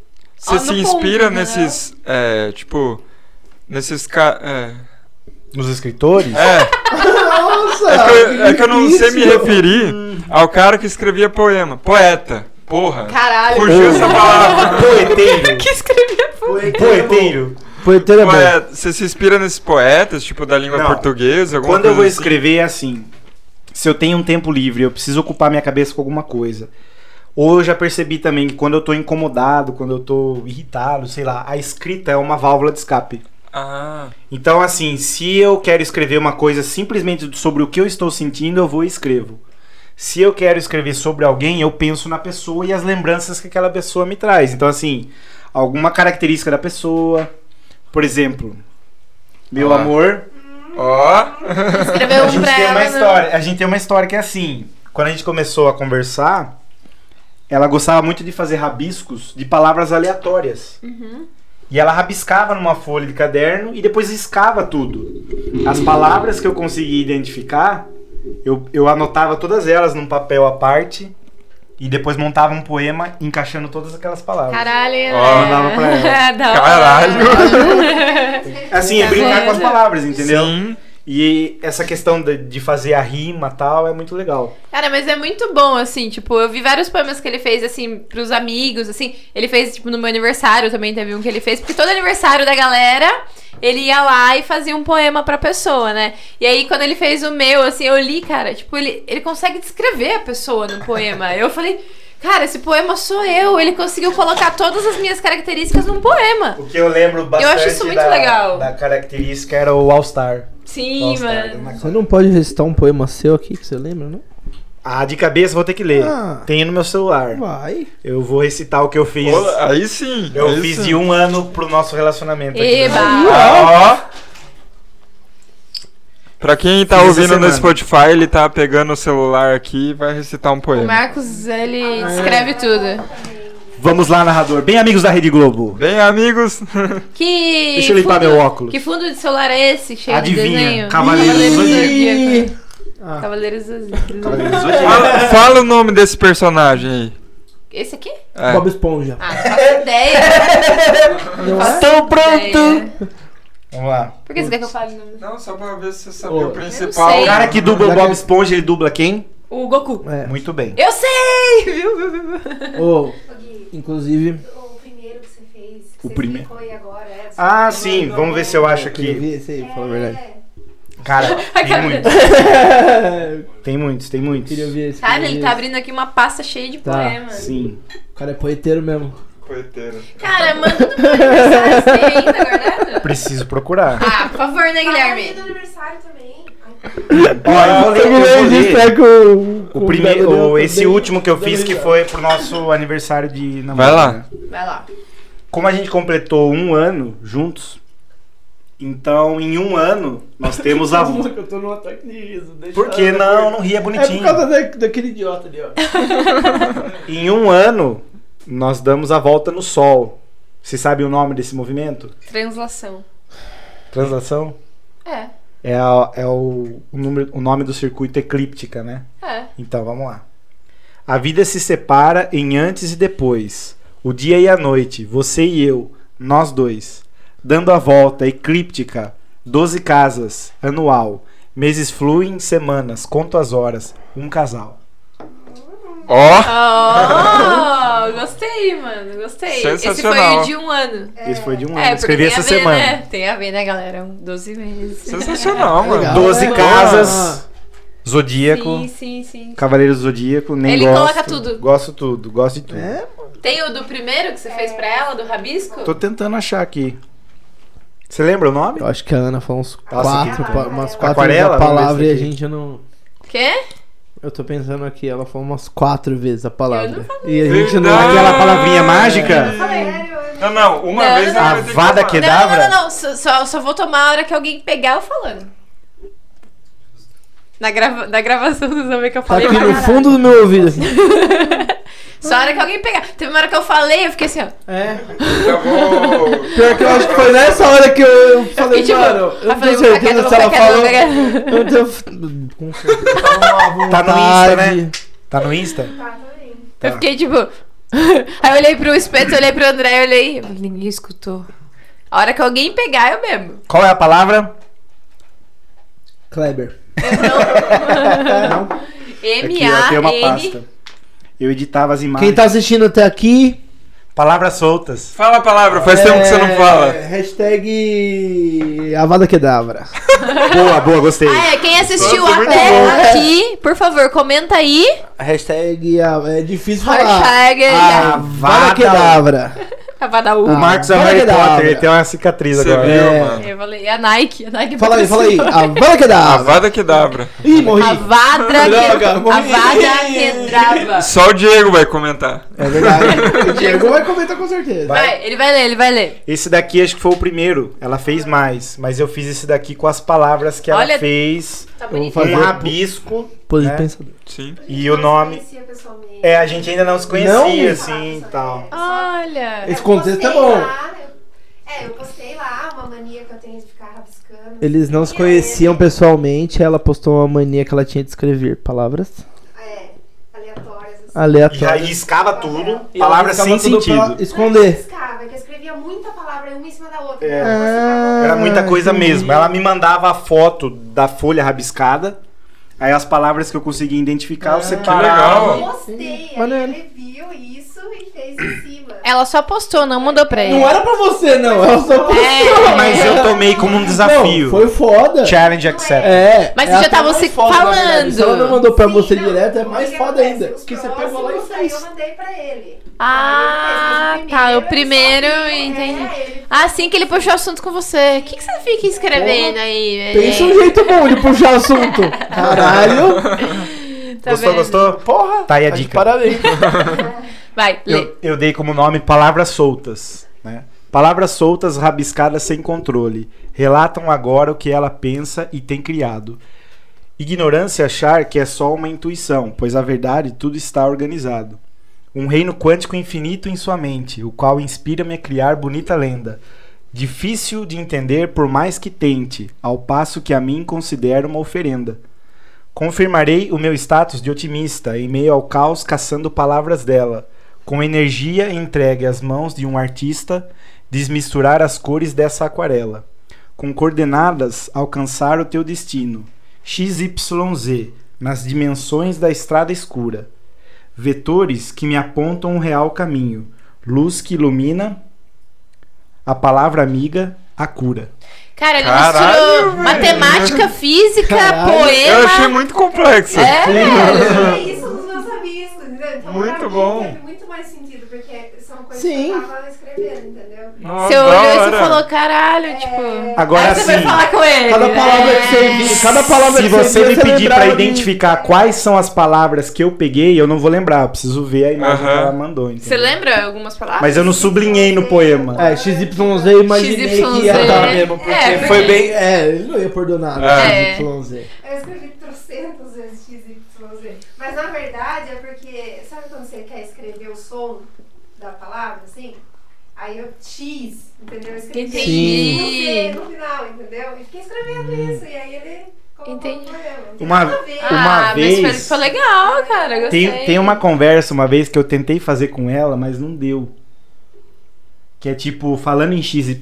Você Ah, ó, se no inspira né? ponto, nesses. É, tipo. Nesses. Ca... É. Nos escritores? [laughs] É, Nossa! é que eu, é que eu não sei me difícil. referir Uhum. ao cara que escrevia poema. Poeta. Porra. Caralho. [laughs] Fugiu essa palavra. [laughs] Poeteiro. que escrevia Poeteiro. Poeteira é bom. Poeta. Você se inspira nesses poetas, tipo, da língua Não. portuguesa, alguma Quando eu vou coisa assim? escrever é assim. Se eu tenho um tempo livre, eu preciso ocupar minha cabeça com alguma coisa. Ou eu já percebi também que quando eu tô incomodado, quando eu tô irritado, sei lá, a escrita é uma válvula de escape. Ah, Então, assim, se eu quero escrever uma coisa simplesmente sobre o que eu estou sentindo, eu vou e escrevo. Se eu quero escrever sobre alguém, eu penso na pessoa e as lembranças que aquela pessoa me traz. Então, assim, alguma característica da pessoa. Por exemplo, meu Ah. amor, ó. Escreveu a um gente pra tem ela. uma não. história. A gente tem uma história que é assim. Quando a gente começou a conversar, ela gostava muito de fazer rabiscos de palavras aleatórias. E ela rabiscava numa folha de caderno e depois riscava tudo. As palavras que eu conseguia identificar, eu, eu anotava todas elas num papel à parte e depois montava um poema encaixando todas aquelas palavras. Caralho, né? Ó, dava pra ela. [laughs] Dá pra- Caralho. Assim, é brincar com as palavras, entendeu? Sim. E essa questão de, de fazer a rima e tal é muito legal. Cara, mas é muito bom, assim, tipo, eu vi vários poemas que ele fez, assim, pros amigos, assim. Ele fez, tipo, no meu aniversário também teve um que ele fez, porque todo aniversário da galera, ele ia lá e fazia um poema pra pessoa, né? E aí, quando ele fez o meu, assim, eu li, cara, tipo, ele, ele consegue descrever a pessoa no poema. Eu falei, cara, esse poema sou eu. Ele conseguiu colocar todas as minhas características num poema. O que eu lembro acho bastante isso muito da, legal. da característica era o All-Star. Sim, é mano. Você não pode recitar um poema seu aqui que você lembra, não? Ah, de cabeça vou ter que ler. Ah. Tem no meu celular. Vai. Eu vou recitar o que eu fiz. Ô, Aí sim. eu aí fiz sim. Ah, de um ano pro nosso relacionamento. aqui. Eba! Ó. Pra quem tá Fiz essa ouvindo no semana. Spotify, ele tá pegando o celular aqui e vai recitar um O poema. Marcos, ele escreve tudo. Vamos lá, narrador. Bem amigos da Rede Globo. Bem, amigos. [laughs] Que. Deixa eu limpar fundo- meu óculos. Que fundo de celular é esse que cheio de Adivinha, desenho? Cavaleiros do do Zodíaco. Ah. Cavaleiros do Zodíaco. [laughs] fala, fala o nome desse personagem Esse aqui? aí. É. Bob Esponja. Ah, não faço ideia. né? Não é? faço Tão ideia. Vamos lá. Por que você quer que eu fale o nome? Não, só pra ver se você sabia o Eu não principal. O sei. cara que dubla o Já que- Bob Esponja, ele dubla quem? O Goku. É. Muito bem. Eu sei! [laughs] Viu, viu, viu? Ô, Ô, Gui, inclusive, o primeiro que você fez, que O você primeiro? explicou aí agora, é, sobre Ah, o sim. nome. Vamos ver se eu acho eu aqui. vi esse aí, É, fala a [laughs] verdade. Cara, [laughs] tem cara muitos. Tem muitos, tem muitos. Queria ouvir esse. Cara, queria ele ouvir tá abrindo aqui uma pasta cheia de Tá. poemas. Sim. esse. O cara é poeteiro mesmo. Cara, manda tudo pro aniversário. Você tem ainda guardado? Preciso procurar. Ah, por favor, né, Fala o dia Guilherme? do aniversário também. Hum. Ó, eu vou ler, eu vou ler. com, O primeiro, o- esse último que eu fiz que foi pro nosso aniversário de namoro. Vai lá. né? Vai lá. Como a gente completou um ano juntos, então em um ano nós temos [laughs] a. Calma que eu tô num ataque de riso. Deixa Por que ela- não? Não Tá É ria por bonitinho. causa da- daquele idiota ali, ó. Em um ano nós damos a volta no sol. Você sabe o nome desse movimento? Translação. Translação? É, É, a- é o, o número- o nome do circuito eclíptica, né? é. Então vamos lá. A vida se separa em antes e depois. O dia e a noite, você e eu, nós dois. Dando a volta eclíptica, 12 casas, anual. Meses fluem, semanas, conto as horas, um casal. Ó, Oh, gostei, mano. Gostei. Esse foi Sensacional. o de um ano. Esse foi de um ano. É, porque Escrevi tem essa a ver, semana. né? Tem a ver, né, galera? Um 12 meses. sensacional, mano. Legal. Doze Ah, casas, Zodíaco, Sim, sim, sim. Cavaleiro do Zodíaco, nem Ele gosto. coloca tudo. Gosto tudo, gosto de tudo. É? Tem o do primeiro que você fez pra ela, do rabisco? Tô tentando achar aqui. Você lembra o nome? Eu acho que a Ana falou uns quatro, que- pa- umas quatro Aquarela? vezes a palavra Vamos e a ver se aqui. gente não. Quê? Eu tô pensando aqui, ela falou umas quatro vezes a palavra. Eu não e a gente não. é Verdade. né? Aquela palavrinha mágica? Sério, eu Não, não, uma Não, vez não, ela não. vai ter que Avada falar. Kedavra. Não, não, não, não. Só- Só, só vou tomar a hora que alguém pegar eu falando. Na, grava na gravação vocês vão ver que eu Tá falei. aqui pra no caralho. fundo do meu ouvido. assim. Só a hora que alguém pegar. Teve uma hora que eu falei, eu fiquei assim, ó. É. Eu vou- Pior que eu acho que foi nessa hora que eu, eu falei, E, tipo, mano, eu eu não falei, tenho vou ficar quieto, certeza vou se ela ficar quieto, falou. vou ficar Eu [laughs] tenho. Com certeza. Tá no Insta, né? Tá no Insta? tá também. Eu fiquei tipo. [laughs] Aí eu olhei pro espeto, eu olhei pro André, eu olhei. eu falei, Ninguém escutou. A hora que alguém pegar, eu mesmo. Qual é a palavra? Kleber. Aqui, ó, tem uma M-A-N. É É pasta. Eu editava as imagens. tá- Quem tá assistindo até aqui, é, Palavras soltas. Fala a palavra, faz tempo que você não fala. Hashtag Avada Kedavra. [laughs] boa, boa, gostei. Ah, é, quem assistiu Nossa, muito bom. até aqui, por favor, comenta aí. Hashtag a- é difícil falar. Hashtag Ah. Avada Kedavra. Avadaú. Ah. O Marcos é o Fala Harry que da Potter, hora. ele tem uma cicatriz Você agora. viu, É. mano? Eu falei, e a Nike, a Nike Fala aí, fala aí. patrocinou. Avada Kedavra. Avada Kedavra. Ih, morri. Avadra que... Droga, morri. Avada Kedrava. Só o Diego vai comentar. É verdade. O Diego vai comentar com certeza. Vai, ele vai ler, ele vai ler. Esse daqui acho que foi o primeiro. Ela fez mais, mas eu fiz esse daqui com as palavras que ela Olha- fez. Tá vou bonito. fazer- Um rabisco. Pose de É. pensador. Sim. E o nome- É, a gente ainda não se conhecia, Não? assim, e tal. Olha. Esse contexto é bom. É, eu postei lá uma mania que eu tenho de ficar rabiscando. Eles não se E aí, conheciam pessoalmente, ela postou uma mania que ela tinha de escrever palavras É, aleatórias. Assim. E aleatórias. riscava tudo, E ela palavras ficava tudo sem pra sentido. Não, é eu Esconder. riscava, que eu escrevia muita palavra uma em cima da outra. É. Então, Era muita coisa entendi. mesmo. Ela me mandava a foto da folha rabiscada, aí as palavras que eu conseguia identificar, eu Ah, legal. separava. eu postei, aí Maneiro. É ele viu isso e fez em cima. Ela só postou, não mandou pra ele. Não era pra você, não. Ela só postou. É, Mas eu tomei como um desafio. Não, foi foda. Challenge accepted. É. Mas ela vocês já tá estavam mais se foda, na verdade. falando. Se ela não mandou pra Sim, você não, direto, é o mais que foda acontece? ainda. Os Porque você pegou lá e próximos, aí fez. Eu mandei pra ele. Ah, Aí ele fez, mas tá. O primeiro, primeiro ele só viu, entendi. é, ele- Assim que ele puxou assunto com você. O que, que você fica escrevendo aí, Pensa um velho? jeito bom de puxar assunto. Caralho. Tá gostou, vendo? gostou? Porra! Tá aí a Tá de dica. Parabéns. Vai, lê. Eu, eu dei como nome Palavras Soltas. Né? Palavras soltas rabiscadas sem controle. Relatam agora o que ela pensa e tem criado. Ignorância é achar que é só uma intuição, pois a verdade tudo está organizado. Um reino quântico infinito em sua mente, o qual inspira-me a criar bonita lenda. Difícil de entender por mais que tente, ao passo que a mim considero uma oferenda. Confirmarei o meu status de otimista em meio ao caos caçando palavras dela, com energia entregue às mãos de um artista, desmisturar as cores dessa aquarela. Com coordenadas alcançar o teu destino, XYZ, nas dimensões da estrada escura. Vetores que me apontam um real caminho, luz que ilumina, a palavra amiga, a cura. Cara, ele Caralho, misturou velho. matemática, física, Caralho. poema. Eu achei muito [laughs] complexo. É, É, eu isso nos meus amigos, entendeu? Então, Muito pra mim, bom. Teve muito mais sentido, porque são coisas Sim. que eu tava escrevendo, entendeu? Nossa, Você olhou da e você hora. falou, caralho, tipo. Agora Aí você vai sim. falar com ele. Cada né? palavra que você vi, cada palavra Se que você você viu, me você pedir lembrava pra de- identificar quais são as palavras que eu peguei, eu não vou lembrar. Eu preciso ver a imagem que Aham. ela mandou. entendeu? Você lembra Ah, algumas palavras? Mas eu não sublinhei no poema. É, XYZ, eu imaginei que ia XYZ. estar mesmo, porque É, porque- foi bem. É, ele não ia por do nada, É. XYZ. Eu escrevi trocentas vezes XYZ. Mas na verdade é porque, sabe quando você quer escrever o som da palavra, assim? Aí eu X, entendeu? Eu escrevi Entendi. XYZ no final, entendeu? E fiquei escrevendo isso, e aí ele colocou Entendi. no poema. Não tem Hum. Uma- nada a ver. uma ah, vez- mas foi, foi legal, cara. Gostei. Tem, tem uma conversa uma vez que eu tentei fazer com ela, mas não deu. Que é tipo, falando em XYZ,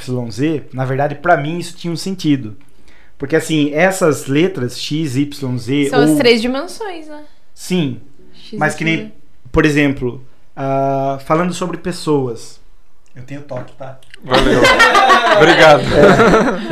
na verdade, pra mim isso tinha um sentido. Porque assim, essas letras XYZ. São ou... as três dimensões, né? Sim, Mas que nem, XYZ. por exemplo, ah, falando sobre pessoas. Eu tenho toque, tá? [laughs] Valeu. Obrigado.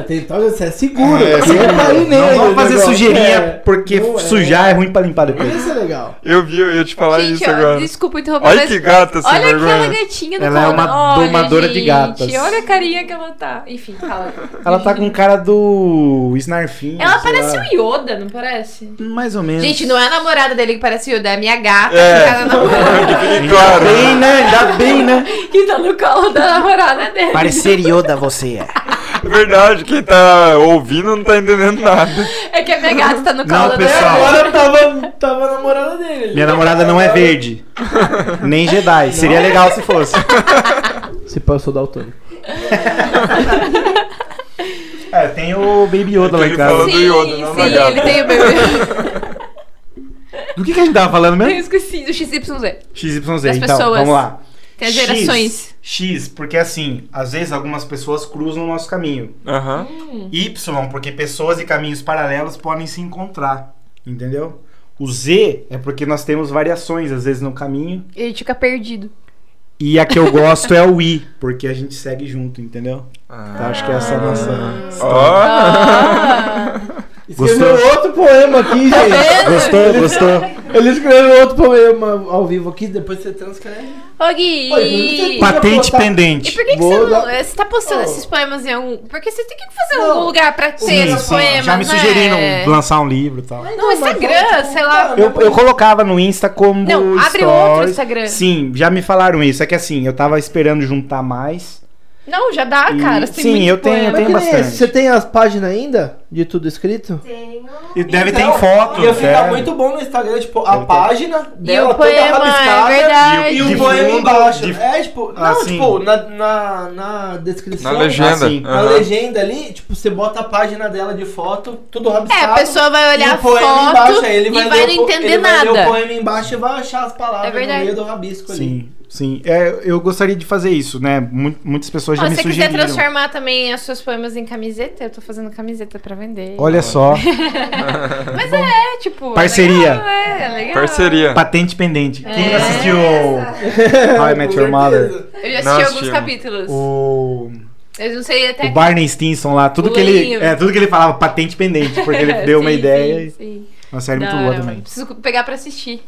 Tem tal, você é seguro. É, porque seguro. tá aí não nele vamos o fazer negócio, sujeirinha, é. porque Não é. sujar é ruim pra limpar depois. Isso é legal. Eu vi, eu ia te falar Gente, isso ó, agora. desculpa interromper, Olha mas que gata sem Olha aquela vergonha. gatinha no Ela é colo. uma Olha, domadora de gente, gatas. Olha a carinha que ela tá. Enfim, fala. Ela tá com né? cara do Snarfinho. Ela sei parece lá. o Yoda, não parece? Mais ou menos. Gente, não é a namorada dele que parece o Yoda, é a minha [laughs] gata É. que, tá na namorada, [laughs] Fique Ainda Claro. bem, né? Ainda bem, né? que tá no colo da namorada dele. Parecer Yoda você é. Verdade, quem tá ouvindo não tá entendendo nada. É que a minha gata tá no Não, colo da É, pessoal. agora eu tava, tava a namorada dele. Minha namorada não é verde. Nem Jedi. Seria legal se fosse. Se passou da autônomo. É, tem o Baby Yoda É que ele lá em casa. falou- Sim, do Yoda, é não da sim, gata. ele tem o bebê. Do que, que a gente tava falando Eu mesmo? esqueci do XYZ. XYZ, Das então. pessoas. Vamos lá. Tem as gerações. X, X, porque assim, às vezes algumas pessoas cruzam o nosso caminho. Aham. Y, porque pessoas e caminhos paralelos podem se encontrar, entendeu? O Z é porque nós temos variações, às vezes, no caminho. Ele fica perdido. E a que eu gosto é o I, porque a gente segue junto, entendeu? Ah. Tá, acho que essa é a nossa. Ah. [laughs] Ó. Escreveu outro poema aqui, gente. Gostou? Gostou? Ele escreveu outro poema ao vivo aqui, depois você transcreve. Ô, Gui. Olha, [laughs] você e- tem- Patente E pendente. por que, que Vou você não. dar- Você tá postando Oh. esses poemas em algum. Porque você tem que fazer Não. algum lugar pra ter Sim, esses sim. poemas. Já me né? sugeriram lançar um livro e tal. Não, Instagram, sei lá. Eu, eu colocava no Insta como. Não, abre stories. outro Instagram. Sim, já me falaram isso. É que assim, eu tava esperando juntar mais. Não, já dá, E- cara. Você tem sim, muito eu tenho- poema. eu tenho- Mas que nem bastante. esse, Você tem as páginas ainda de tudo escrito? Ah, Tenho. E deve Então, ter foto. Ia ficar né? muito bom no Instagram, tipo, Deve a ter. página E dela o toda poema, é rabiscada verdade. e um De poema fundo, embaixo. de- É, tipo, não, Assim. tipo, na, na, na descrição. Na legenda. assim, Na aham. legenda ali, tipo, você bota a página dela de foto, tudo rabiscado. É, a pessoa vai e olhar a o poema foto embaixo, aí e ele vai, vai ler não o po- entender ele vai ler o nada. poema embaixo e vai achar as palavras É verdade. no meio do rabisco ali. Sim, sim. É, eu gostaria de fazer isso, né? Mu- Muitas pessoas já Ó, me se você quiser sugeriram. transformar também os seus poemas em camiseta, eu tô fazendo camiseta pra vender. Olha só, Mas é, tipo. é Parceria. legal, é, é legal. Parceria. [laughs] patente pendente. Quem É. assistiu How I Met Your Mother? Eu já assisti Não alguns assistimos. capítulos. O, Eu não sei até o Barney Stinson lá, tudo O que ele. Leninho. É, tudo que ele falava, patente pendente, [laughs] porque ele deu uma Sim, ideia. sim, sim. e- Uma série Da muito boa hora, também. mano. Preciso pegar pra assistir.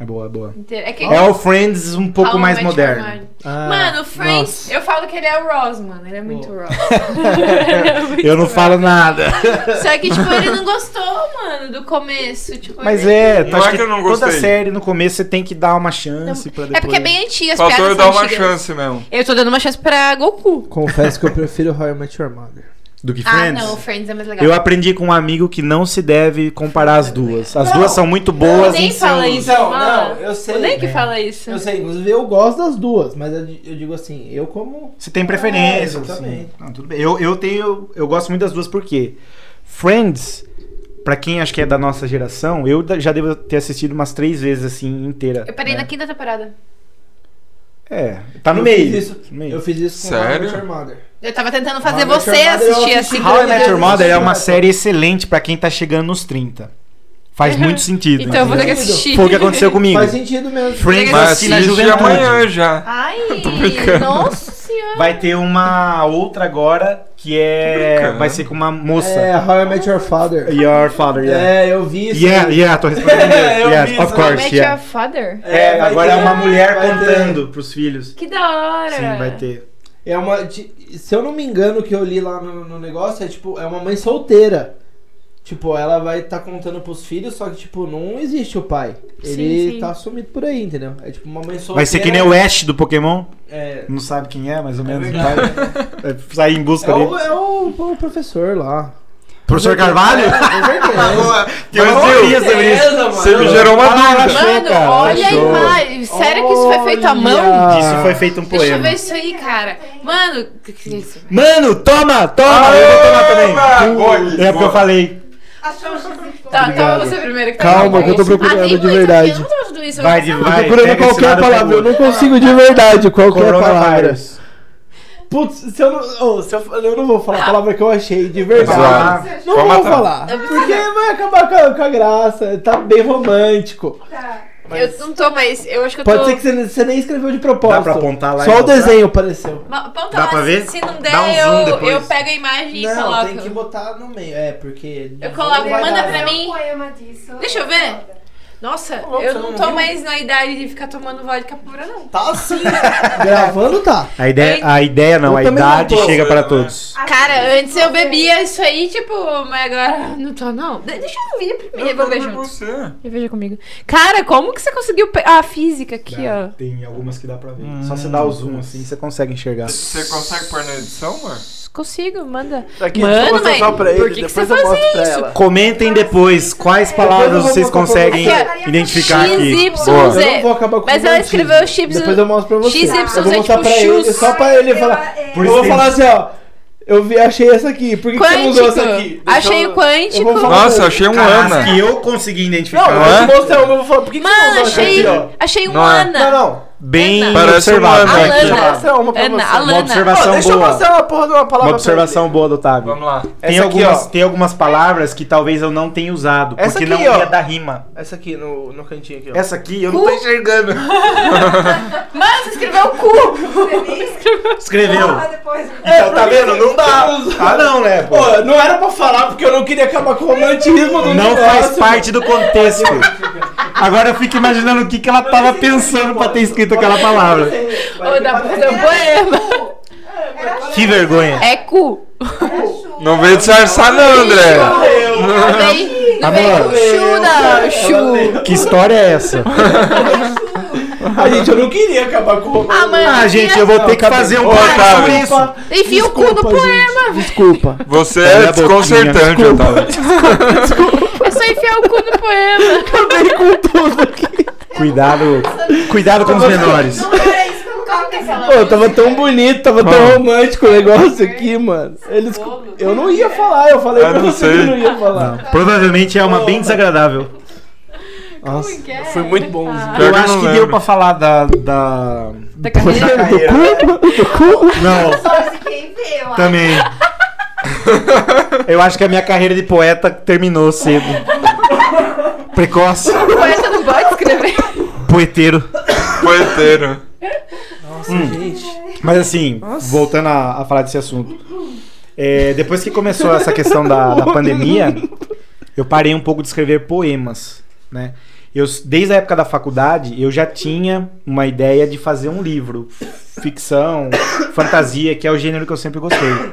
É boa, é boa. inteiro. que- É o Friends um pouco How I mais Met Your moderno. Mother. Ah, Mano, o Friends, eu falo que ele é o Ross, mano. Ele é muito Ross. Ele é muito [laughs] Eu não Ross. falo nada. [laughs] Só que, tipo, ele não gostou, mano, do começo. Tipo, Mas ele- é, Não acho é que eu não toda gostei. série no começo você tem que dar uma chance pra depois. É porque é bem antigo, as Faltou eu piadas dar são uma antigas. chance mesmo. Eu tô dando uma chance pra Goku. Confesso que eu prefiro How I Met Your Mother. Do que Ah, Friends? não, o Friends é mais legal. Eu aprendi com um amigo que não se deve comparar as duas. As Não. duas são muito O boas Nem em fala seus... isso. Então, fala. não, eu sei. O Nem que É. fala isso. Eu sei, inclusive eu gosto das duas, mas eu, di- eu digo assim, eu como. Você tem preferência. É, exatamente. assim. Não, tudo bem. Eu, eu tenho. Eu gosto muito das duas porque Friends, pra quem acho que é da nossa geração, eu da- já devo ter assistido umas três vezes assim inteira. Eu parei né? na quinta temporada. É, tá no eu meio. Fiz isso, no meio. eu fiz isso com How I Sério? Met Your Mother. Eu tava tentando fazer How I Met você Your Mother, eu assistir assisti assim. How I Met Your Incrível. Mother é uma série excelente pra quem tá chegando nos 30. [laughs] Faz muito sentido. Então eu vou ter que entendeu? assistir. Uhum. Foi o que aconteceu comigo. Faz sentido mesmo. Friends Mas assisti na assiste juventude. amanhã já. [laughs] Ai, brincando. nossa senhora. Vai ter uma outra agora que Tô é. brincando. Vai ser com uma moça. É, How I Met Your Father. Your father, yeah. É, eu vi isso. Yeah, yeah, tô [laughs] respondendo. É, eu yes, vi isso. of How I course, Met yeah. Your Father. É, vai agora ter- é uma mulher vai ter- contando pros filhos. Que da hora. Sim, vai ter. É uma. ti- Se eu não me engano, o que eu li lá no, no negócio é tipo, é uma mãe solteira. Tipo, ela vai estar contando pros filhos, só que, tipo, não existe o pai. Ele sim. tá sumido por aí, entendeu? É tipo uma mãe solteira. Vai ser que nem o Ash do Pokémon. É. Não sabe quem é, mais ou É menos. verdade. Vai sair em busca É dele. o, é o- o professor lá. Professor Carvalho? Com [laughs] certeza. Tem uma teoria sobre isso. Você me gerou uma Ah, dúvida. achou, Mano, cara, olha a achou. imagem. Sério que isso foi feito à mão? Olha! Disso foi feito um Deixa eu poema. ver isso aí, cara. Mano, que que é isso? Mano, toma, toma! eu vou tomar também. Boa, é porque boa. eu falei. Achou o XP. Tá, Obrigado. toma você primeiro. Que Calma, tá que eu tô procurando ah, tem de muito verdade. Aqui, eu não tô tudo isso. eu Vai, vou de passar vai. Procurando pega esse qualquer lado, palavra, pega o eu outro. não consigo de verdade é qualquer palavra. Coronavírus. Putz, se eu não. ô, se eu, eu não vou falar a palavra que eu achei, de verdade. Zoado. Tá. Não Vou vou matar. falar. Não precisa. Porque vai acabar com a, com a graça. Tá bem romântico. Tá. Eu não tô, mas eu acho que eu tô. Pode ser que você, você nem escreveu de propósito. Dá pra apontar lá e Só o mostrar? desenho apareceu. Ma- Aponta Dá lá, pra se- ver? se não der, Dá um zoom eu, depois. eu pego a imagem e Não, coloco. tem que botar no meio. É, porque. Eu coloco, não vai manda dar, pra né? mim. Um poema disso. Deixa eu ver. Nossa, Ô, louco, eu você não não tô viu? mais na idade de ficar tomando vodka pura, não. Tá sim. [laughs] Gravando tá. A ideia, a ideia não, né? Eu a também idade não tô. chega pra todos. Cara, antes eu bebia isso aí, tipo, mas agora não tô, não. De- deixa eu ver primeiro, eu vou ver junto. você. Eu vejo comigo. Cara, como que você conseguiu pe- ah, a física aqui, ó? Tem algumas que dá pra ver. Só você dá o zoom assim, você consegue enxergar. Você consegue pôr na edição, amor? Consigo, manda. Aqui, deixa eu Mano, mostrar mas só pra ele, por que, que você depois eu fazia mostro pra isso? ela. Comentem depois quais palavras vocês conseguem É. Aqui, ó. identificar aqui. XYZ. Boa. Eu não vou acabar com Mas o ela romantismo. escreveu X- Depois eu mostro pra você. XYZ eu vou mostrar tipo pra ele, shoes. só pra ele falar. Eu, Por eu isso vou tem- falar assim, ó. Eu vi, achei essa aqui. Por que, que você não usou essa aqui? Quântico. Deixa Achei eu- o quântico. eu vou falar- Nossa, achei um Caraca, Ana. que eu consegui Não, identificar. eu vou te mostrar uma, eu vou falar. Por que, que você não Mano, usou essa achei, aqui, ó? achei um Não é. Ana. Não, não. bem Ana. Parece observado. uma Ana Bem aqui. observado. mostrar uma pra Ana, você. a Lana. Uma observação deixa eu boa. mostrar uma porra de uma palavra Uma pra observação boa do Otávio. Vamos lá. ele. Tem, Essa aqui, algumas, ó. tem algumas palavras que talvez eu não tenha usado, Essa porque aqui, não ó. ia dar rima. Essa aqui, no, no cantinho aqui, ó. Essa aqui eu não tô enxergando. Mano, você escreveu o cu! [laughs] Escreveu. Fala depois. Então, tá vendo? Não dá. Ah, não, né? pô? Pô, não era pra falar porque eu não queria acabar com o romantismo do Não negócio, faz parte do contexto. Agora eu fico imaginando o que, que ela tava pensando pra ter escrito aquela palavra. Ou dá pra fazer um poema. Era Que chuva, vergonha. É cu. era chuva. Não veio disfarçar não, André. Não vem, não vem Amor. com chu, não. Chu. Que história é essa? A gente, eu não queria acabar com o romantismo. Ah, mano. Ah, gente, eu vou ter que fazer um Ô, podcast sobre Otávio. isso. Enfia o cu no Desculpa, poema. gente. Desculpa. Você Olha é a boquinha, desconcertante, desculpa. Otávio. É só enfiar o cu no poema. Cuidado, cuidado com os menores. Não era isso que é eu tava pensando. Pô, tava tão bonito, tava tão Mano. romântico o negócio aqui, mano. Eles. Bolo. Eu não ia falar, eu falei Ah, pra não você que eu sei. não ia falar. Provavelmente é uma bem desagradável. Nossa, que é? foi muito bom. Ah. Pior Eu que eu acho não que deu lembro. pra falar da. da... Da [laughs] carreira. carreira, né? Não, Só se quem vê, eu acho. também. Eu acho que a minha carreira de poeta terminou cedo. Precoce, O poeta não pode escrever. poeteiro. Poeteiro. Nossa, gente. Mas assim, voltando a, a falar desse assunto. é, depois que começou essa questão da, da pandemia, eu parei um pouco de escrever poemas, né? Eu, desde a época da faculdade, eu já tinha uma ideia de fazer um livro. Ficção, [coughs] fantasia, que é o gênero que eu sempre gostei.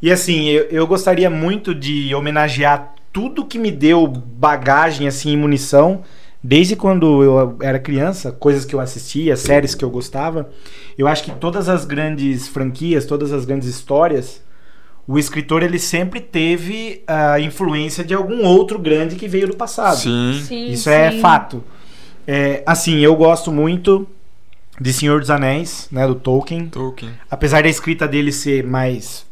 E assim, eu, eu gostaria muito de homenagear tudo que me deu bagagem, assim, e munição, desde quando eu era criança, coisas que eu assistia, séries que eu gostava. Eu acho que todas as grandes franquias, todas as grandes histórias, o escritor ele sempre teve a influência de algum outro grande que veio do passado. Sim. Sim, Isso é fato. É, assim, eu gosto muito de Senhor dos Anéis, né, do Tolkien. Tolkien. Apesar da escrita dele ser mais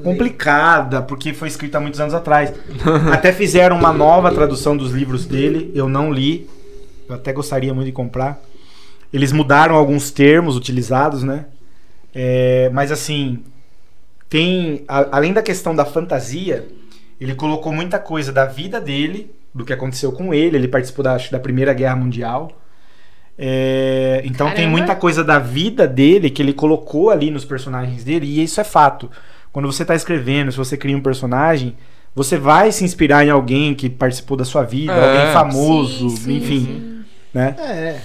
complicada, porque foi escrita há muitos anos atrás. até fizeram uma nova tradução dos livros dele, eu não li. Eu até gostaria muito de comprar. Eles mudaram alguns termos utilizados, né? É, mas assim, tem a- além da questão da fantasia, ele colocou muita coisa da vida dele, do que aconteceu com ele. Ele participou da, acho, da Primeira Guerra Mundial. É, então tem Caramba. muita coisa da vida dele que ele colocou ali nos personagens dele, e isso é fato. Quando você está escrevendo, se você cria um personagem, você vai se inspirar em alguém que participou da sua vida, É. alguém famoso, Sim, sim, enfim. sim. Né? É.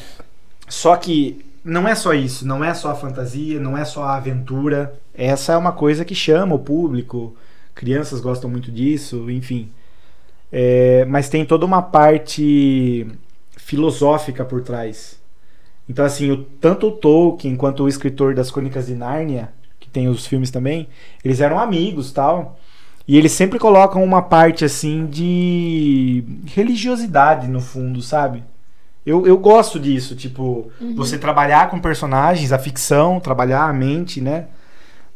Só que não é só isso, não é só a fantasia, não é só a aventura. Essa é uma coisa que chama o público, crianças gostam muito disso, enfim. É, mas tem toda uma parte filosófica por trás. Então, assim, o- tanto o Tolkien quanto o escritor das Crônicas de Nárnia, que tem os filmes também, eles eram amigos tal. E eles sempre colocam uma parte, assim, de religiosidade no fundo, sabe? Eu, eu gosto disso, tipo, você trabalhar com personagens, a ficção, trabalhar a mente, né?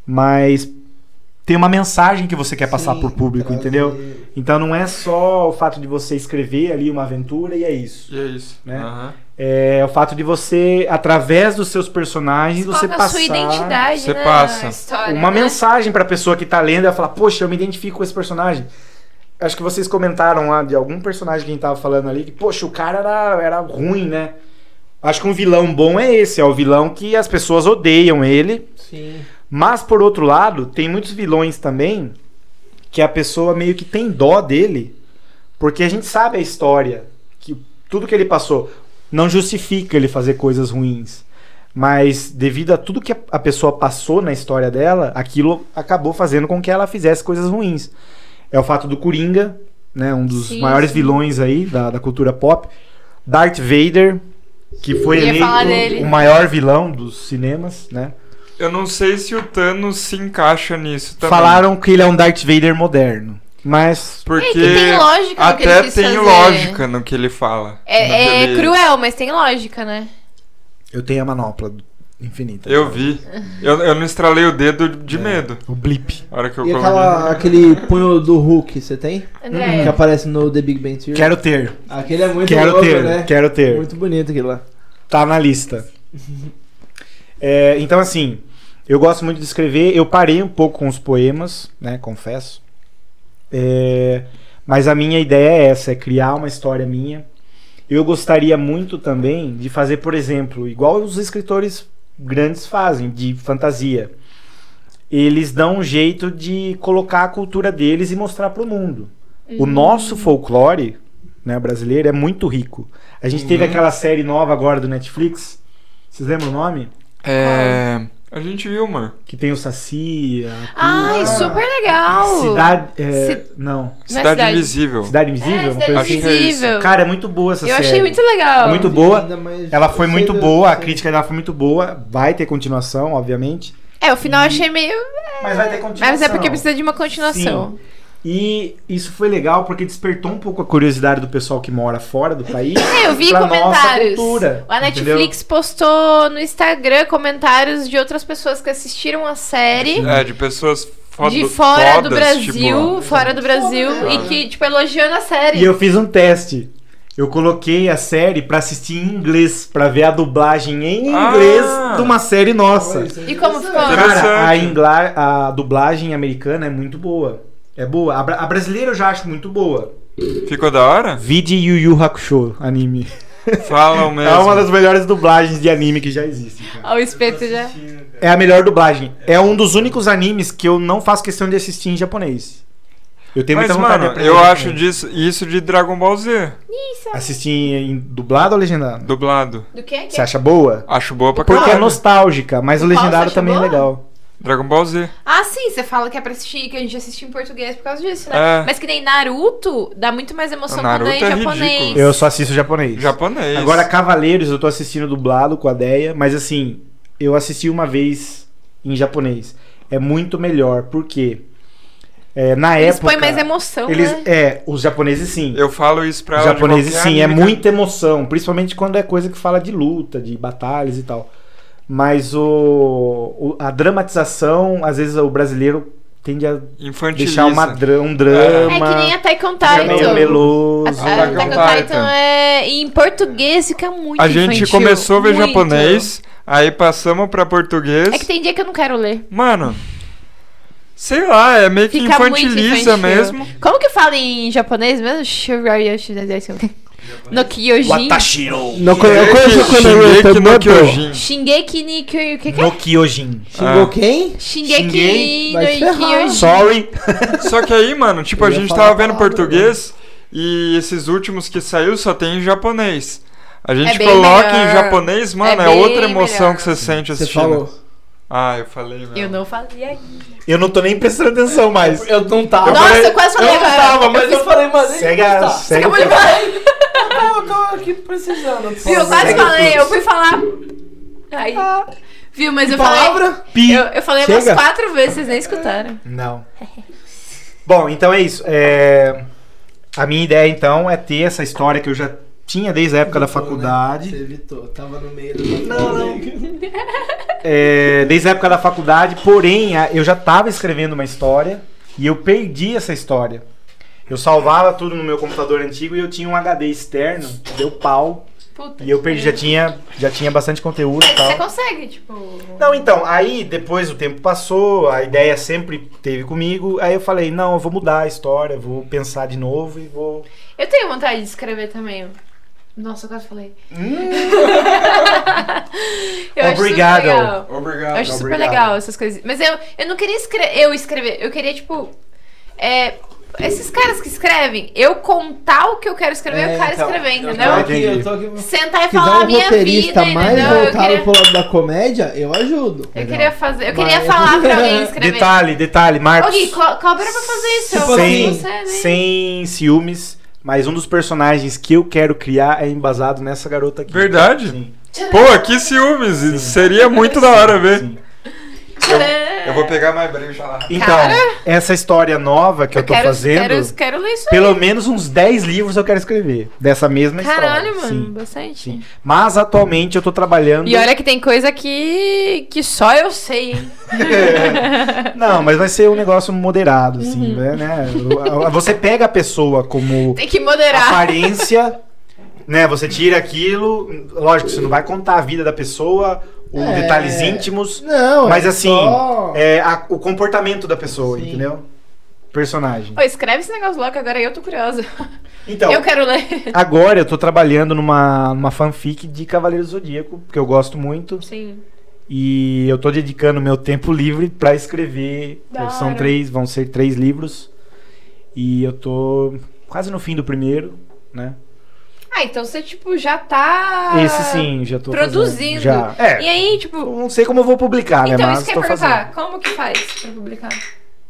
Mas tem uma mensagem que você quer passar pro público, entendeu? Então não é só o fato de você escrever ali uma aventura e é isso. E é isso. Né? Aham. É o fato de você, através dos seus personagens, Coloca você é a passar sua identidade você na passa história, uma né? mensagem pra pessoa que tá lendo e ela fala: "Poxa, eu me identifico com esse personagem". Acho que vocês comentaram lá de algum personagem que a gente tava falando ali que, poxa, o cara era, era ruim, né? Acho que um vilão bom é esse, é o vilão que as pessoas odeiam ele, Sim. mas, por outro lado, tem muitos vilões também que a pessoa meio que tem dó dele, porque a gente sabe a história, que tudo que ele passou não justifica ele fazer coisas ruins. Mas devido a tudo que a pessoa passou na história dela, aquilo acabou fazendo com que ela fizesse coisas ruins. É o fato do Coringa, né, um dos Sim, maiores sim. vilões aí da, da cultura pop, Darth Vader, que foi Eu ia falar dele. eleito o maior vilão dos cinemas, né? Eu não sei se o Thanos se encaixa nisso também. Falaram que ele é um Darth Vader moderno. Mas. Porque É que tem lógica no que ele até quis tem fazer. lógica no que ele fala. no que É, é ele- cruel, mas tem lógica, né? Eu tenho a manopla do- infinita. Eu vi. Eu, eu não estralei o dedo É. de medo. O blip. A hora que eu E coloquei. aquela, aquele punho do Hulk, você tem? André, Que aparece no The Big Bang Theory. Quero ter. Aquele é muito quero louco, ter. né? Quero ter. Muito bonito aquele lá. Tá na lista. É, então, assim, eu gosto muito de escrever. Eu parei um pouco com os poemas, né? Confesso. É, mas a minha ideia é essa: é criar uma história minha. Eu gostaria muito também de fazer, por exemplo, igual os escritores grandes fazem, de fantasia. Eles dão um jeito de colocar a cultura deles e mostrar para o mundo. O nosso folclore né, brasileiro é muito rico. A Uhum. gente teve aquela série nova agora do Netflix. Vocês lembram o nome? É. A gente viu, mano. Que tem o Saci. a Ai, Cura, super legal. Cidade. é, Ci- Não Não. é Cidade cidade. Invisível. Cidade É, Invisível? uma Cidade coisa Acho que é isso. Invisível. Cara, é muito boa essa eu série. achei muito legal. Muito boa. mas Ela foi eu muito sei do- boa, a sei. crítica dela foi muito boa. Vai ter continuação, obviamente. É, o final eu achei meio. Mas vai ter continuação. Mas é porque precisa de uma continuação. E isso foi legal porque despertou um pouco a curiosidade do pessoal que mora [laughs] fora do país. É, eu vi pra comentários. Nossa cultura, a Netflix postou no Instagram comentários de outras pessoas que assistiram a série. É, de pessoas foda, De fora do fodas, tipo, Brasil, fora do Brasil, Foda, né? e que, tipo, elogiando a entendeu? série. tipo, E eu fiz um teste. Eu coloquei a série pra assistir em inglês, pra ver a dublagem em Ah! inglês de uma série nossa. E como ficou? é Cara, a, Interessante. ingla- a dublagem americana é muito boa. É boa. A, bra- a brasileira eu já acho muito boa. Tipo, ficou da hora? Vide Yu Yu Hakusho, anime. Falam mesmo. [laughs] É uma das melhores dublagens de anime que já existe. cara. Olha o espeto já. É a melhor dublagem. É um dos únicos animes que eu não faço questão de assistir em japonês. Eu tenho Mas, muita vontade mano, de aprender eu acho japonês. disso, isso de Dragon Ball Z, Assistir em dublado ou legendado? dublado. Do que é que? Você acha boa? Acho boa pra Porque é caralho. nostálgica, mas o Qual legendário você achou também é boa? legal. Dragon Ball Z. Ah, sim, você fala que é pra assistir, que a gente assiste em português por causa disso, né? É. Mas que nem Naruto, dá muito mais emoção quando Naruto é em é japonês. ridículo. Eu só assisto japonês. Japonês. Agora, Cavaleiros, eu tô assistindo dublado com a Deia, mas assim, eu assisti uma vez em japonês. É muito melhor, porque é, na Eles época. põem mais emoção, eles, né? É, os japoneses sim. Eu falo isso pra Os ela de japoneses qualquer sim, é anime, cara. muita emoção, principalmente quando é coisa que fala de luta, de batalhas e tal. Mas o, o- a dramatização, às vezes o brasileiro tende a Infantiliza. deixar uma dra- um É que drama, nem Attack on é meio Titan. meloso. A- a- Attack on Titan. Titan é... Em português fica muito A gente infantil, começou a ver muito. japonês, aí passamos pra português. É que tem dia que eu não quero ler. Mano, sei lá, é meio que Fica muito infantiliza infantil. mesmo. Como que fala em japonês mesmo? Shuraryoshi no Kyojin. Watashiro. Não, co- eu conheço quando Shingeki eu no Kyojin. Kyojin. Shingeki ni Kyojin. Que que é? No Kyojin. Xingou Ah. quem? Shingeki Vai no ferrar. Kyojin. Sorry. Só que aí, mano, tipo, Eu a ia gente falar tava a vendo palavra, português e esses últimos que saiu só tem em japonês. A gente É bem coloca em melhor. japonês, mano, É é, outra bem emoção melhor. que você sente Você assistindo. falou. Ah, eu falei, velho. Eu não falei. Eu não tô nem prestando atenção mais. Eu não Ah, tava. Nossa, eu quase falei eu não agora. tava, mas eu, fiz- falei, mano, ele Segue não a. tá. Segue Acabou de falar. Eu tô aqui precisando. por Viu, eu favor. quase Segue falei. tudo. Eu fui falar. Ai. Viu, mas eu falei. Ah. Palavra? Pi. Eu, eu falei umas Chega. quatro vezes, vocês nem escutaram. Não. Bom, então é isso. É, A minha ideia, então, é ter essa história que eu já tinha desde a época da né? faculdade. Você evitou, tava no meio do. Não, não. É, desde a época da faculdade, porém, a- eu já estava escrevendo uma história e eu perdi essa história. Eu salvava tudo no meu computador antigo e eu tinha um HD externo, que deu pau, Puta. e eu perdi, já tinha, já tinha bastante conteúdo e Mas você tal. consegue, tipo. Não, então, aí depois o tempo passou, a ideia sempre teve comigo, aí eu falei, não, eu vou mudar a história, vou pensar de novo e vou... Eu tenho vontade de escrever também. Nossa, eu quase falei. Hum. [laughs] eu acho Obrigado. super legal. Obrigado. Eu acho super obrigado. legal essas coisas. Mas eu, eu não queria escre eu escrever, eu queria, tipo. é, esses caras que escrevem, eu contar o que eu quero escrever e o cara escrever, entendeu? É, então, Eu tô aqui, eu Entendi. tô aqui. Sentar e Se tiver falar a um minha roteirista vida, mais entendeu? Eu voltado queria, pro lado da comédia, eu ajudo. eu queria fazer. Eu queria Mas- falar pra alguém escrever. Detalhe, detalhe, Ô, Marcos... Gui, co cobra pra fazer isso. Eu Tipo sem, assim, você, né? sem ciúmes, mas um dos personagens que eu quero criar é embasado nessa garota aqui. Verdade? Sim, Pô, que ciúmes. Seria muito da hora ver. sim. É, Eu vou pegar mais breja lá. Então, Cara, essa história nova que eu, tô quero, fazendo, Quero, quero ler isso aí. pelo menos uns 10 livros eu quero escrever dessa mesma Caralho, história. mano, Sim, bastante. sim. Mas atualmente eu tô trabalhando. E olha que tem coisa que, que só eu sei, hein? Não, mas vai ser um negócio moderado, Uhum. assim, né? Você pega a pessoa como Tem que moderar. aparência. Né, você tira aquilo, lógico, você não vai contar a vida da pessoa, os É. detalhes íntimos, Não, mas é assim, só- é a- o comportamento da pessoa, Sim. entendeu? Personagem. Ô, escreve esse negócio logo, que agora eu tô curiosa. Então, Eu quero ler. agora eu tô trabalhando numa, numa fanfic de Cavaleiro Zodíaco, que eu gosto muito. Sim. E eu tô dedicando meu tempo livre pra escrever. eh, Da São hora. três, vão ser três livros. E eu tô quase no fim do primeiro, né? Ah, então você, tipo, já tá. Esse sim, já tô Produzindo. Fazendo, já. É. E aí, tipo. eu não sei como eu vou publicar, né? Então, Mas isso que eu tô ia fazendo. perguntar. Como que faz pra publicar?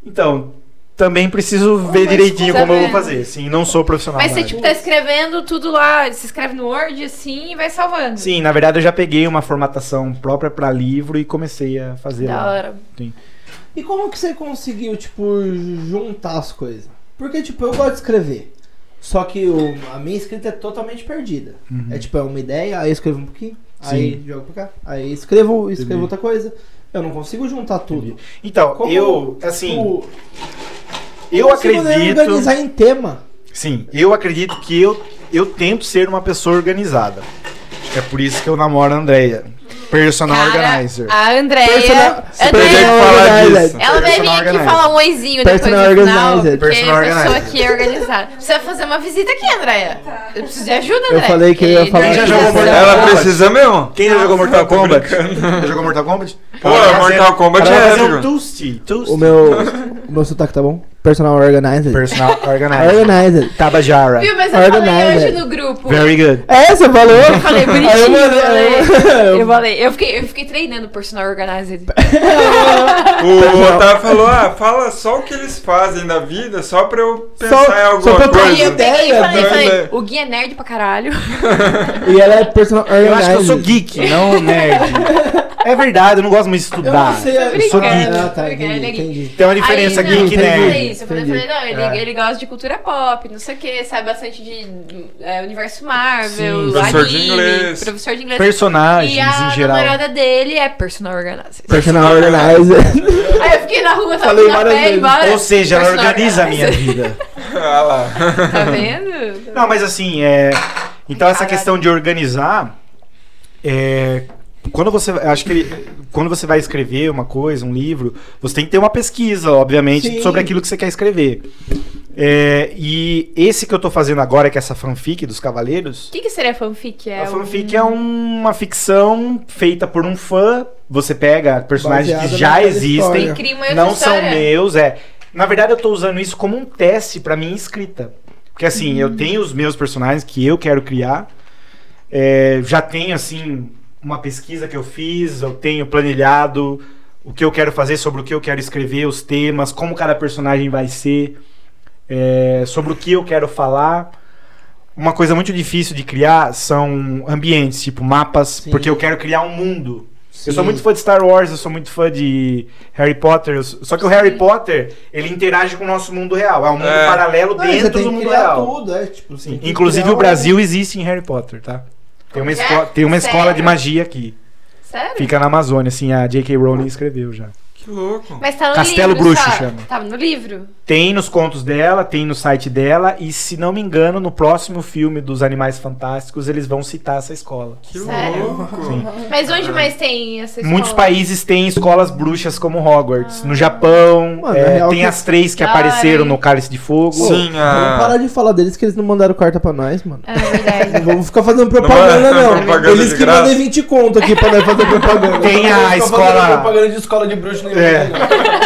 Então, também preciso ver mas direitinho tá como eu vou vendo? fazer. Sim, não sou profissional. Mas na você, área. tipo, tá escrevendo tudo lá, se escreve no Word, assim, e vai salvando. Sim, na verdade eu já peguei uma formatação própria pra livro e comecei a fazer Da lá. hora. E como que você conseguiu, tipo, juntar as coisas? Porque, tipo, eu gosto de escrever. Só que o- a minha escrita é totalmente perdida. Uhum. É tipo, é uma ideia, aí eu escrevo um pouquinho, aí jogo pra cá, aí escrevo, escrevo Entendi. outra coisa. Eu não consigo juntar tudo. Tipo, Então, Como, eu, assim, Tipo, eu não consigo nem acredito. organizar em tema. Sim, eu acredito que eu, eu tento ser uma pessoa organizada. É por isso que eu namoro a Andrea. Personal Cara, Tá organizer. a Andrea. é Persona- Andrea, Personal falar é organizer. disso. Ela vai vir Personal aqui organizer. falar um oizinho depois Personal do final, organizer. porque Personal eu sou organizer. aqui organizada. Precisa fazer uma visita aqui, Andréia. Eu preciso de ajuda, Eu Andréia. falei que eu ia porque falar não- que você- não- Ela precisa mesmo. Quem já jogou Mortal tô Kombat? Já jogou Mortal Kombat? Pô, Ela vai fazer- Mortal Kombat ela vai é fazer um épico. toasty, toasty. O meu, o meu sotaque tá bom? Personal organizer. Personal organizer. Organizer. Tabajara. Viu, mas eu falei Organizer. hoje no grupo. Very good. É, você falou? Eu Falei bonitinho, eu, eu falei. eu- Eu falei, eu fiquei, eu fiquei treinando personal [laughs] organizer. um O Otávio falou, ah, fala só o que eles fazem na vida, só pra eu pensar em alguma só pra eu ter Aí coisa. eu peguei e Ideia, falei, né? falei, o Gui é nerd pra caralho. [laughs] E ela é personal organizer. Eu acho que eu sou geek, não nerd. É verdade, eu não gosto muito de Eu estudar. não sei. Tô eu sou brincando, geek. tô Ah, tá, brincando, entendi, ele é geek. entendi. Tem uma diferença Aí, não, geek né? e eu nerd. falei isso, eu falei, Entendi. não, ele, É. ele gosta de cultura pop, não sei o que, sabe bastante de é, universo Marvel, Sim. Professor de anime, inglês. professor de inglês. Personagens e a em geral. namorada dele é personal organizer. Personal organizer. [laughs] Aí eu fiquei na rua, tava Falei Falei na várias pé, vezes. embora. Ou seja, ela Personal organiza a minha organizer. vida. Ah lá. Tá vendo? Não, mas assim, é. Então essa Caralho. questão de organizar. É, quando você. eu Acho que quando você vai escrever uma coisa, um livro, você tem que ter uma pesquisa, obviamente, Sim. sobre aquilo que você quer escrever. É, e esse que eu tô fazendo agora, que é essa fanfic dos [laughs] Cavaleiros. O que, que seria fanfic? É a fanfic é uma ficção feita por um fã. Você pega personagens Baseada que já naquela existem, história. Cria uma outra não história. são meus, é. Na verdade, eu tô usando isso como um teste pra minha escrita. Porque assim, Uhum. eu tenho os meus personagens que eu quero criar. É, já tenho, assim, uma pesquisa que eu fiz, eu tenho planilhado o que eu quero fazer, sobre o que eu quero escrever, os temas, como cada personagem vai ser, é, sobre o que eu quero falar. Uma coisa muito difícil de criar são ambientes, tipo mapas, Sim. porque eu quero criar um mundo. Eu sou muito fã de Star Wars, eu sou muito fã de Harry Potter. eu sou- Só que o Harry Potter, ele interage com o nosso mundo real. É um mundo É. paralelo Não, você dentro tem do que mundo criar real. tudo, é tipo assim. tem que Inclusive criar o Brasil existe em Harry Potter, tá? Tem É? uma, Quê? esco- tem uma escola de Sério? magia aqui. Sério? Fica na Amazônia, assim, a J.K. Ah. Rowling escreveu já. Que louco. Mas tá no Castelo livro, Bruxo tá? chama. Tava no livro? Tem nos contos dela, tem no site dela, e se não me engano, no próximo filme dos Animais Fantásticos, eles vão citar essa escola. Que Sério? louco. Mas onde Ah. mais tem essa escola? Muitos países têm escolas bruxas como Hogwarts. No Japão, Mano, é, na real tem que- as três que Da hora, apareceram hein? no Cálice de Fogo. Pô, Sim, ah. Vamos parar a... de falar deles que eles não mandaram carta pra nós, mano. É verdade. [laughs] Não vamos ficar fazendo propaganda, Não, não. propaganda Eles de que graça. mandem 20 conto aqui pra nós fazer propaganda. Tem a escola. Propaganda de escola de bruxo nem É.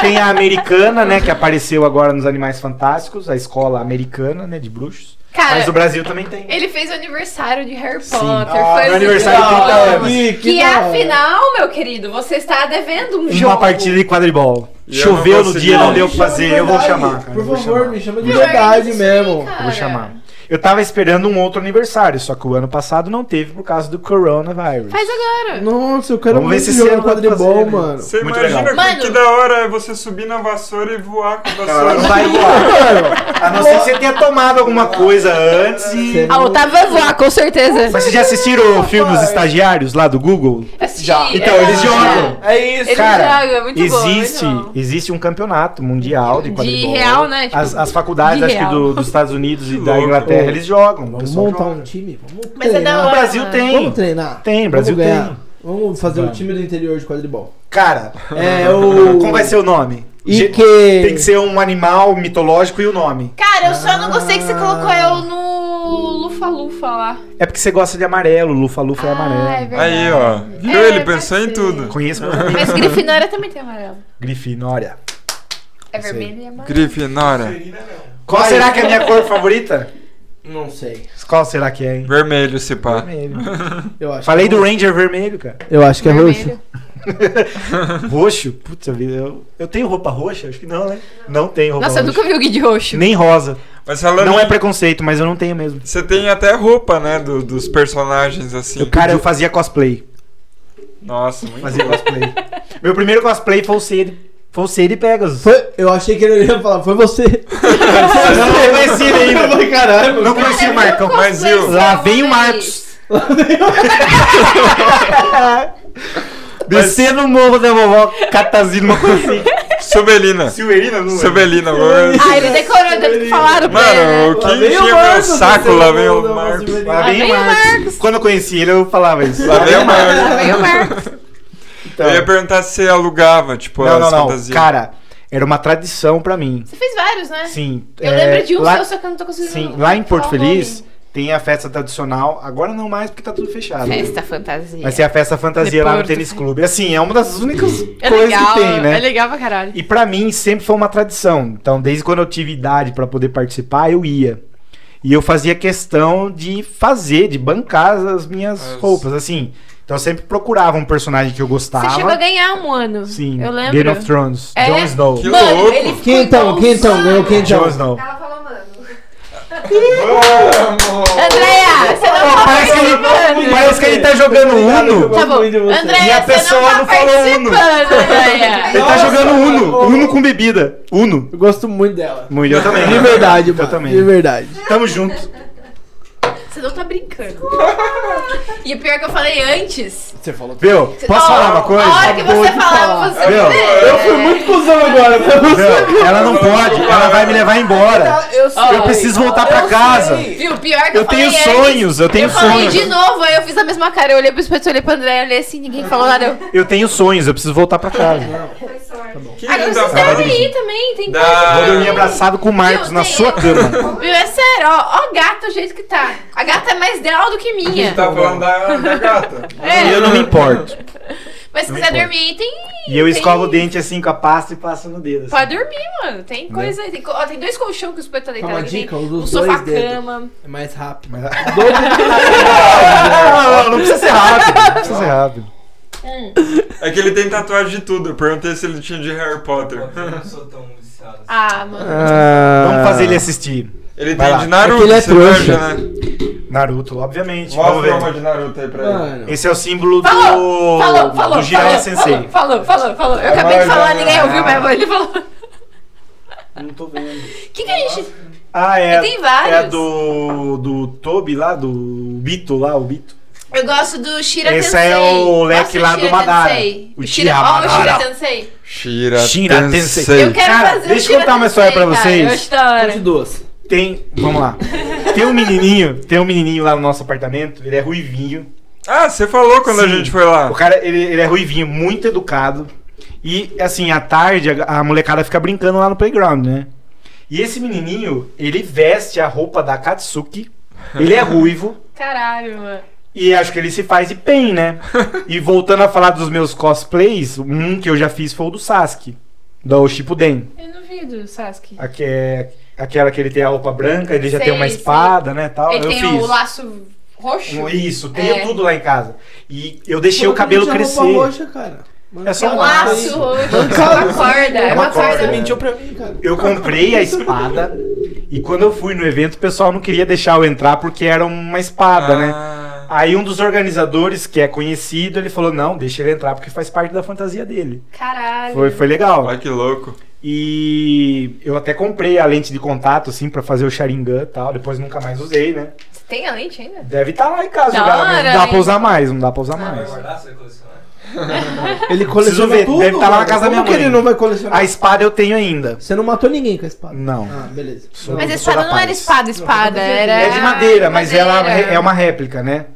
Tem a americana, né? Que apareceu agora nos Animais Fantásticos, a escola americana, né? De bruxos. Cara, Mas o Brasil também tem. ele fez o aniversário de Harry Sim. Potter. Ah, foi meu assim, aniversário de ó, 30 anos. Ih, que Que, da hora. afinal, meu querido, você está devendo um Uma jogo. partida de quadribol. E eu Choveu não no consegui. dia, não deu me pra chama fazer. de Eu vou verdade. chamar. cara, eu Por vou favor, chamar. me chama de Meu, é verdade isso aí, mesmo. cara. Eu Vou chamar. Eu tava esperando um outro aniversário, só que o ano passado não teve por causa do coronavírus. Faz agora. Nossa, eu quero Vamos ver muito se esse jogar ano dá pra quadribol, fazer, né? mano. Você Muito imagina legal. que- Mano. que da hora é você subir na vassoura e voar com a Ela não vassoura. vai voar. A não ser que você tenha tomado alguma coisa antes e. Ah, o Otávio vai voar, com certeza. Mas vocês já assistiram o filme Os Estagiários lá do Google? Já. Então, eles jogam. É isso. Ele Cara, joga, é muito bom. Existe, muito bom. existe um campeonato mundial de quadribol. real, né? Tipo, as, as faculdades, de acho que real. do- dos Estados Unidos e da Louco. Inglaterra, eles jogam. o Vamos pessoal montar joga. um time, vamos Mas é da treinar. O Brasil Ah. tem. Vamos treinar. Tem, Brasil vamos tem. ganhar. Vamos fazer o Vamos. time do interior de quadribol. Cara, É o. como vai ser o nome? E Ge- que. Tem que ser um animal mitológico e o nome. Cara, eu só não gostei que você colocou eu no Lufa-Lufa lá. É porque você gosta de amarelo, lufa-lufa é amarelo. Ah, é verdade. Aí, ó. Viu? É, Ele pode pensou em ser. tudo. Conheço meus amigos. Mas Grifinória também tem amarelo. Grifinória. É Sei. vermelho e amarelo. Grifinória. Serina não. Qual será que é a minha cor favorita? Não sei. Qual será que é, hein? Vermelho, se pá. Vermelho. Eu acho Falei que é do Ranger vermelho, cara. [laughs] roxo. Eu acho que é Vermelho. roxo. Roxo? Putz, vida, eu, eu tenho roupa roxa? Acho que não, né? Não tenho roupa Nossa, eu roxa. nunca vi o Gui de roxo. Nem rosa. Mas falando. Não é preconceito, mas eu não tenho mesmo. Você tem até roupa, né? do- dos personagens, assim. Cara, eu fazia cosplay. Nossa, muito Fazia bom. [laughs] cosplay. Meu primeiro cosplay foi o Cid. Foi o Cid Pegasus. [laughs] Foi, eu achei que ele ia falar, foi você. Não, não conheci ele [laughs] Eu ainda. falei, caralho. né? Não conheci o Marcão. Mas eu. Lá vem [laughs] o Marcos. [laughs] Descendo o morro da vovó, catazinho uma coisa assim. Sobelina. Silverina, não Sobelina, mano. Ah, ele decorou, deve que falaram pra Mano, ele. o né? que Lá vem encheu o meu Marcos, saco, Tá você lá vem não- o não- Marcos. não- Lá vem o Marcos. Quando eu conheci ele, eu falava isso. Lá vem o Lá Marcos. vem o Marcos. Então, Eu ia perguntar se você alugava, tipo, Não, não, as não. fantasias. Cara, era uma tradição pra mim. Você fez vários, né? Sim. Eu é, lembro de um lá, seu, só que eu não tô conseguindo. Sim, lá em Porto falar o Feliz nome. tem a festa tradicional. Agora não mais porque tá tudo fechado. Festa fantasia. Vai ser a festa fantasia De lá no Porto tênis Feliz. clube. Assim, é uma das únicas É coisas legal, que tem, né? é legal pra caralho. E pra mim sempre foi uma tradição. Então, desde quando eu tive idade pra poder participar, eu ia. E eu fazia questão de fazer, de bancar as minhas As- roupas, assim. Então, eu sempre procurava um personagem que eu gostava. Você chegou a ganhar um ano. Sim, Eu lembro. Game of Thrones, É? Jon Snow. Que Mano, louco. ele ficou Quem então? Quem então? igualzinho. Ganhou quem então? Jon Snow. Ela falou, mano. Andréia, você não falou Parece que, ele, parece que ele tá jogando Uno. Tá bom. E a Andréia, você pessoa não tá não falou um participando, Andréia. [laughs] Ele tá Nossa, jogando Uno. mano. Uno com bebida. Uno. Eu gosto muito dela. Muito, eu também. De verdade, Ah, Eu mano. também. De verdade. Tamo junto. Você não tá brincando. E o pior que eu falei antes. Você falou. Viu? Posso Ó, falar uma coisa? A hora que Acabou você de falava, falar. você Meu, Eu fui muito cuzão agora. foi você. [laughs] Viu? Ela não pode. Ela vai me levar embora. Eu sei. Eu preciso voltar pra casa. Viu, pior que eu, Eu tenho falei antes. sonhos. Eu tenho Eu falei sonhos. de novo, aí eu fiz a mesma cara. Eu olhei pro espelho, olhei pra Andréia, olhei assim, ninguém falou nada. Eu... Eu tenho sonhos. Eu preciso voltar pra casa. Foi sorte. Quem Agora não vocês tá estavam falando? aí também, tem Da- coisa. Vou dormir abraçado com o Marcos Viu, na tem sua eu. cama. Viu, é sério, ó, ó a gata o jeito que tá. A gata é mais dela do que minha. Quem tá falando da, da gata? E eu não me importo. Mas se Não quiser importa. dormir, tem. E eu tem- escovo o dente assim com a pasta e passo no dedo. assim. Pode dormir, mano. Tem coisa aí. Tem, co- ó, tem dois colchões que os peitos tá Tá deitado uma aqui, tem dica, usa Um os dois dedos. sofá-cama. É mais rápido. [laughs] Mas- não, não, não precisa ser rápido. Não precisa ser rápido. É que ele tem tatuagem de tudo. Eu perguntei se ele tinha de Harry Potter. Eu não sou tão viciado assim. Ah, É. mano. Ah. Vamos fazer Ah. ele assim. assistir. Ele Vai tem lá. de Naruto, É que ele é você manja, trouxa. né? Naruto, obviamente. Tipo, Vamos Mostra ver. uma de Naruto aí pra ele. Mano. Esse é o símbolo do, Falou, falou, falou, do Jiraiya Sensei. falou, falou, falou, falou. Eu Vai, acabei de vai, falar, vai. ninguém ouviu, mas ele falou. né? Não tô vendo. O que, que a gente. Ah, é. E tem vários. É do. do Tobi lá, do Bito lá, o Bito. Eu gosto do Shira Esse Tensei. é o Gosto leque lá do Shira Madara. Tensei. O O Shira, Shira ó, o Shira Madara. Tensei. Shira, Shira Tensei. Tensei. Eu quero Cara, fazer o deixa eu Shira contar uma história pra Tensei, cara, vocês. eu acho da hora. De duas. Tem. Vamos lá. Tem um menininho, tem um menininho lá no nosso apartamento, ele é ruivinho. Ah, você falou quando a Sim. gente foi lá. O cara, ele, ele é ruivinho, muito educado. E, assim, à tarde a, a molecada fica brincando lá no playground, né? E esse menininho, ele veste a roupa da Katsuki, ele é ruivo. Caralho, mano. E acho que ele se faz de bem, né? e voltando a falar dos meus cosplays, um que eu já fiz foi o do Sasuke, do Shippuden. Eu não vi do Sasuke. Aque- Aquela que ele tem a roupa branca, ele já Sei, tem uma sei. espada, né, tal. Ele eu tem fiz. o laço roxo. Um- Isso, tenho É. tudo lá em casa. E eu deixei o cabelo Roupa crescer. roxa, cara. É só É um um laço laço. roxo. É uma corda. É uma corda. corda. Mentiu pra mim, cara. Eu comprei a espada e quando eu fui no evento, o pessoal não queria deixar eu entrar porque era uma espada, né? Ah, Aí um dos organizadores, que é conhecido, ele falou: "Não, deixa ele entrar porque faz parte da fantasia dele". Caralho. Foi, foi legal. Olha que louco. E eu até comprei a lente de contato, assim, pra fazer o Sharingan e tal. Depois nunca mais usei, né? Você tem a lente ainda? Deve estar lá em casa. Da jogada, mas hora, não dá hein? Ah. pra usar mais, não dá pra usar mais. guardar, você vai colecionar? Ele Preciso coleciona ver, tudo. deve tá lá na mano. casa da Como minha que mãe. ele não vai colecionar? A espada eu tenho ainda. Você não matou ninguém com a espada. Não. Ah, beleza. Sou- Mas a sou espada da não era paz. espada, espada. Era... É de madeira, mas ela madeira. é é uma réplica, né?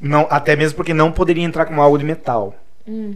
Não, até mesmo porque não poderia entrar com algo de metal. Hum.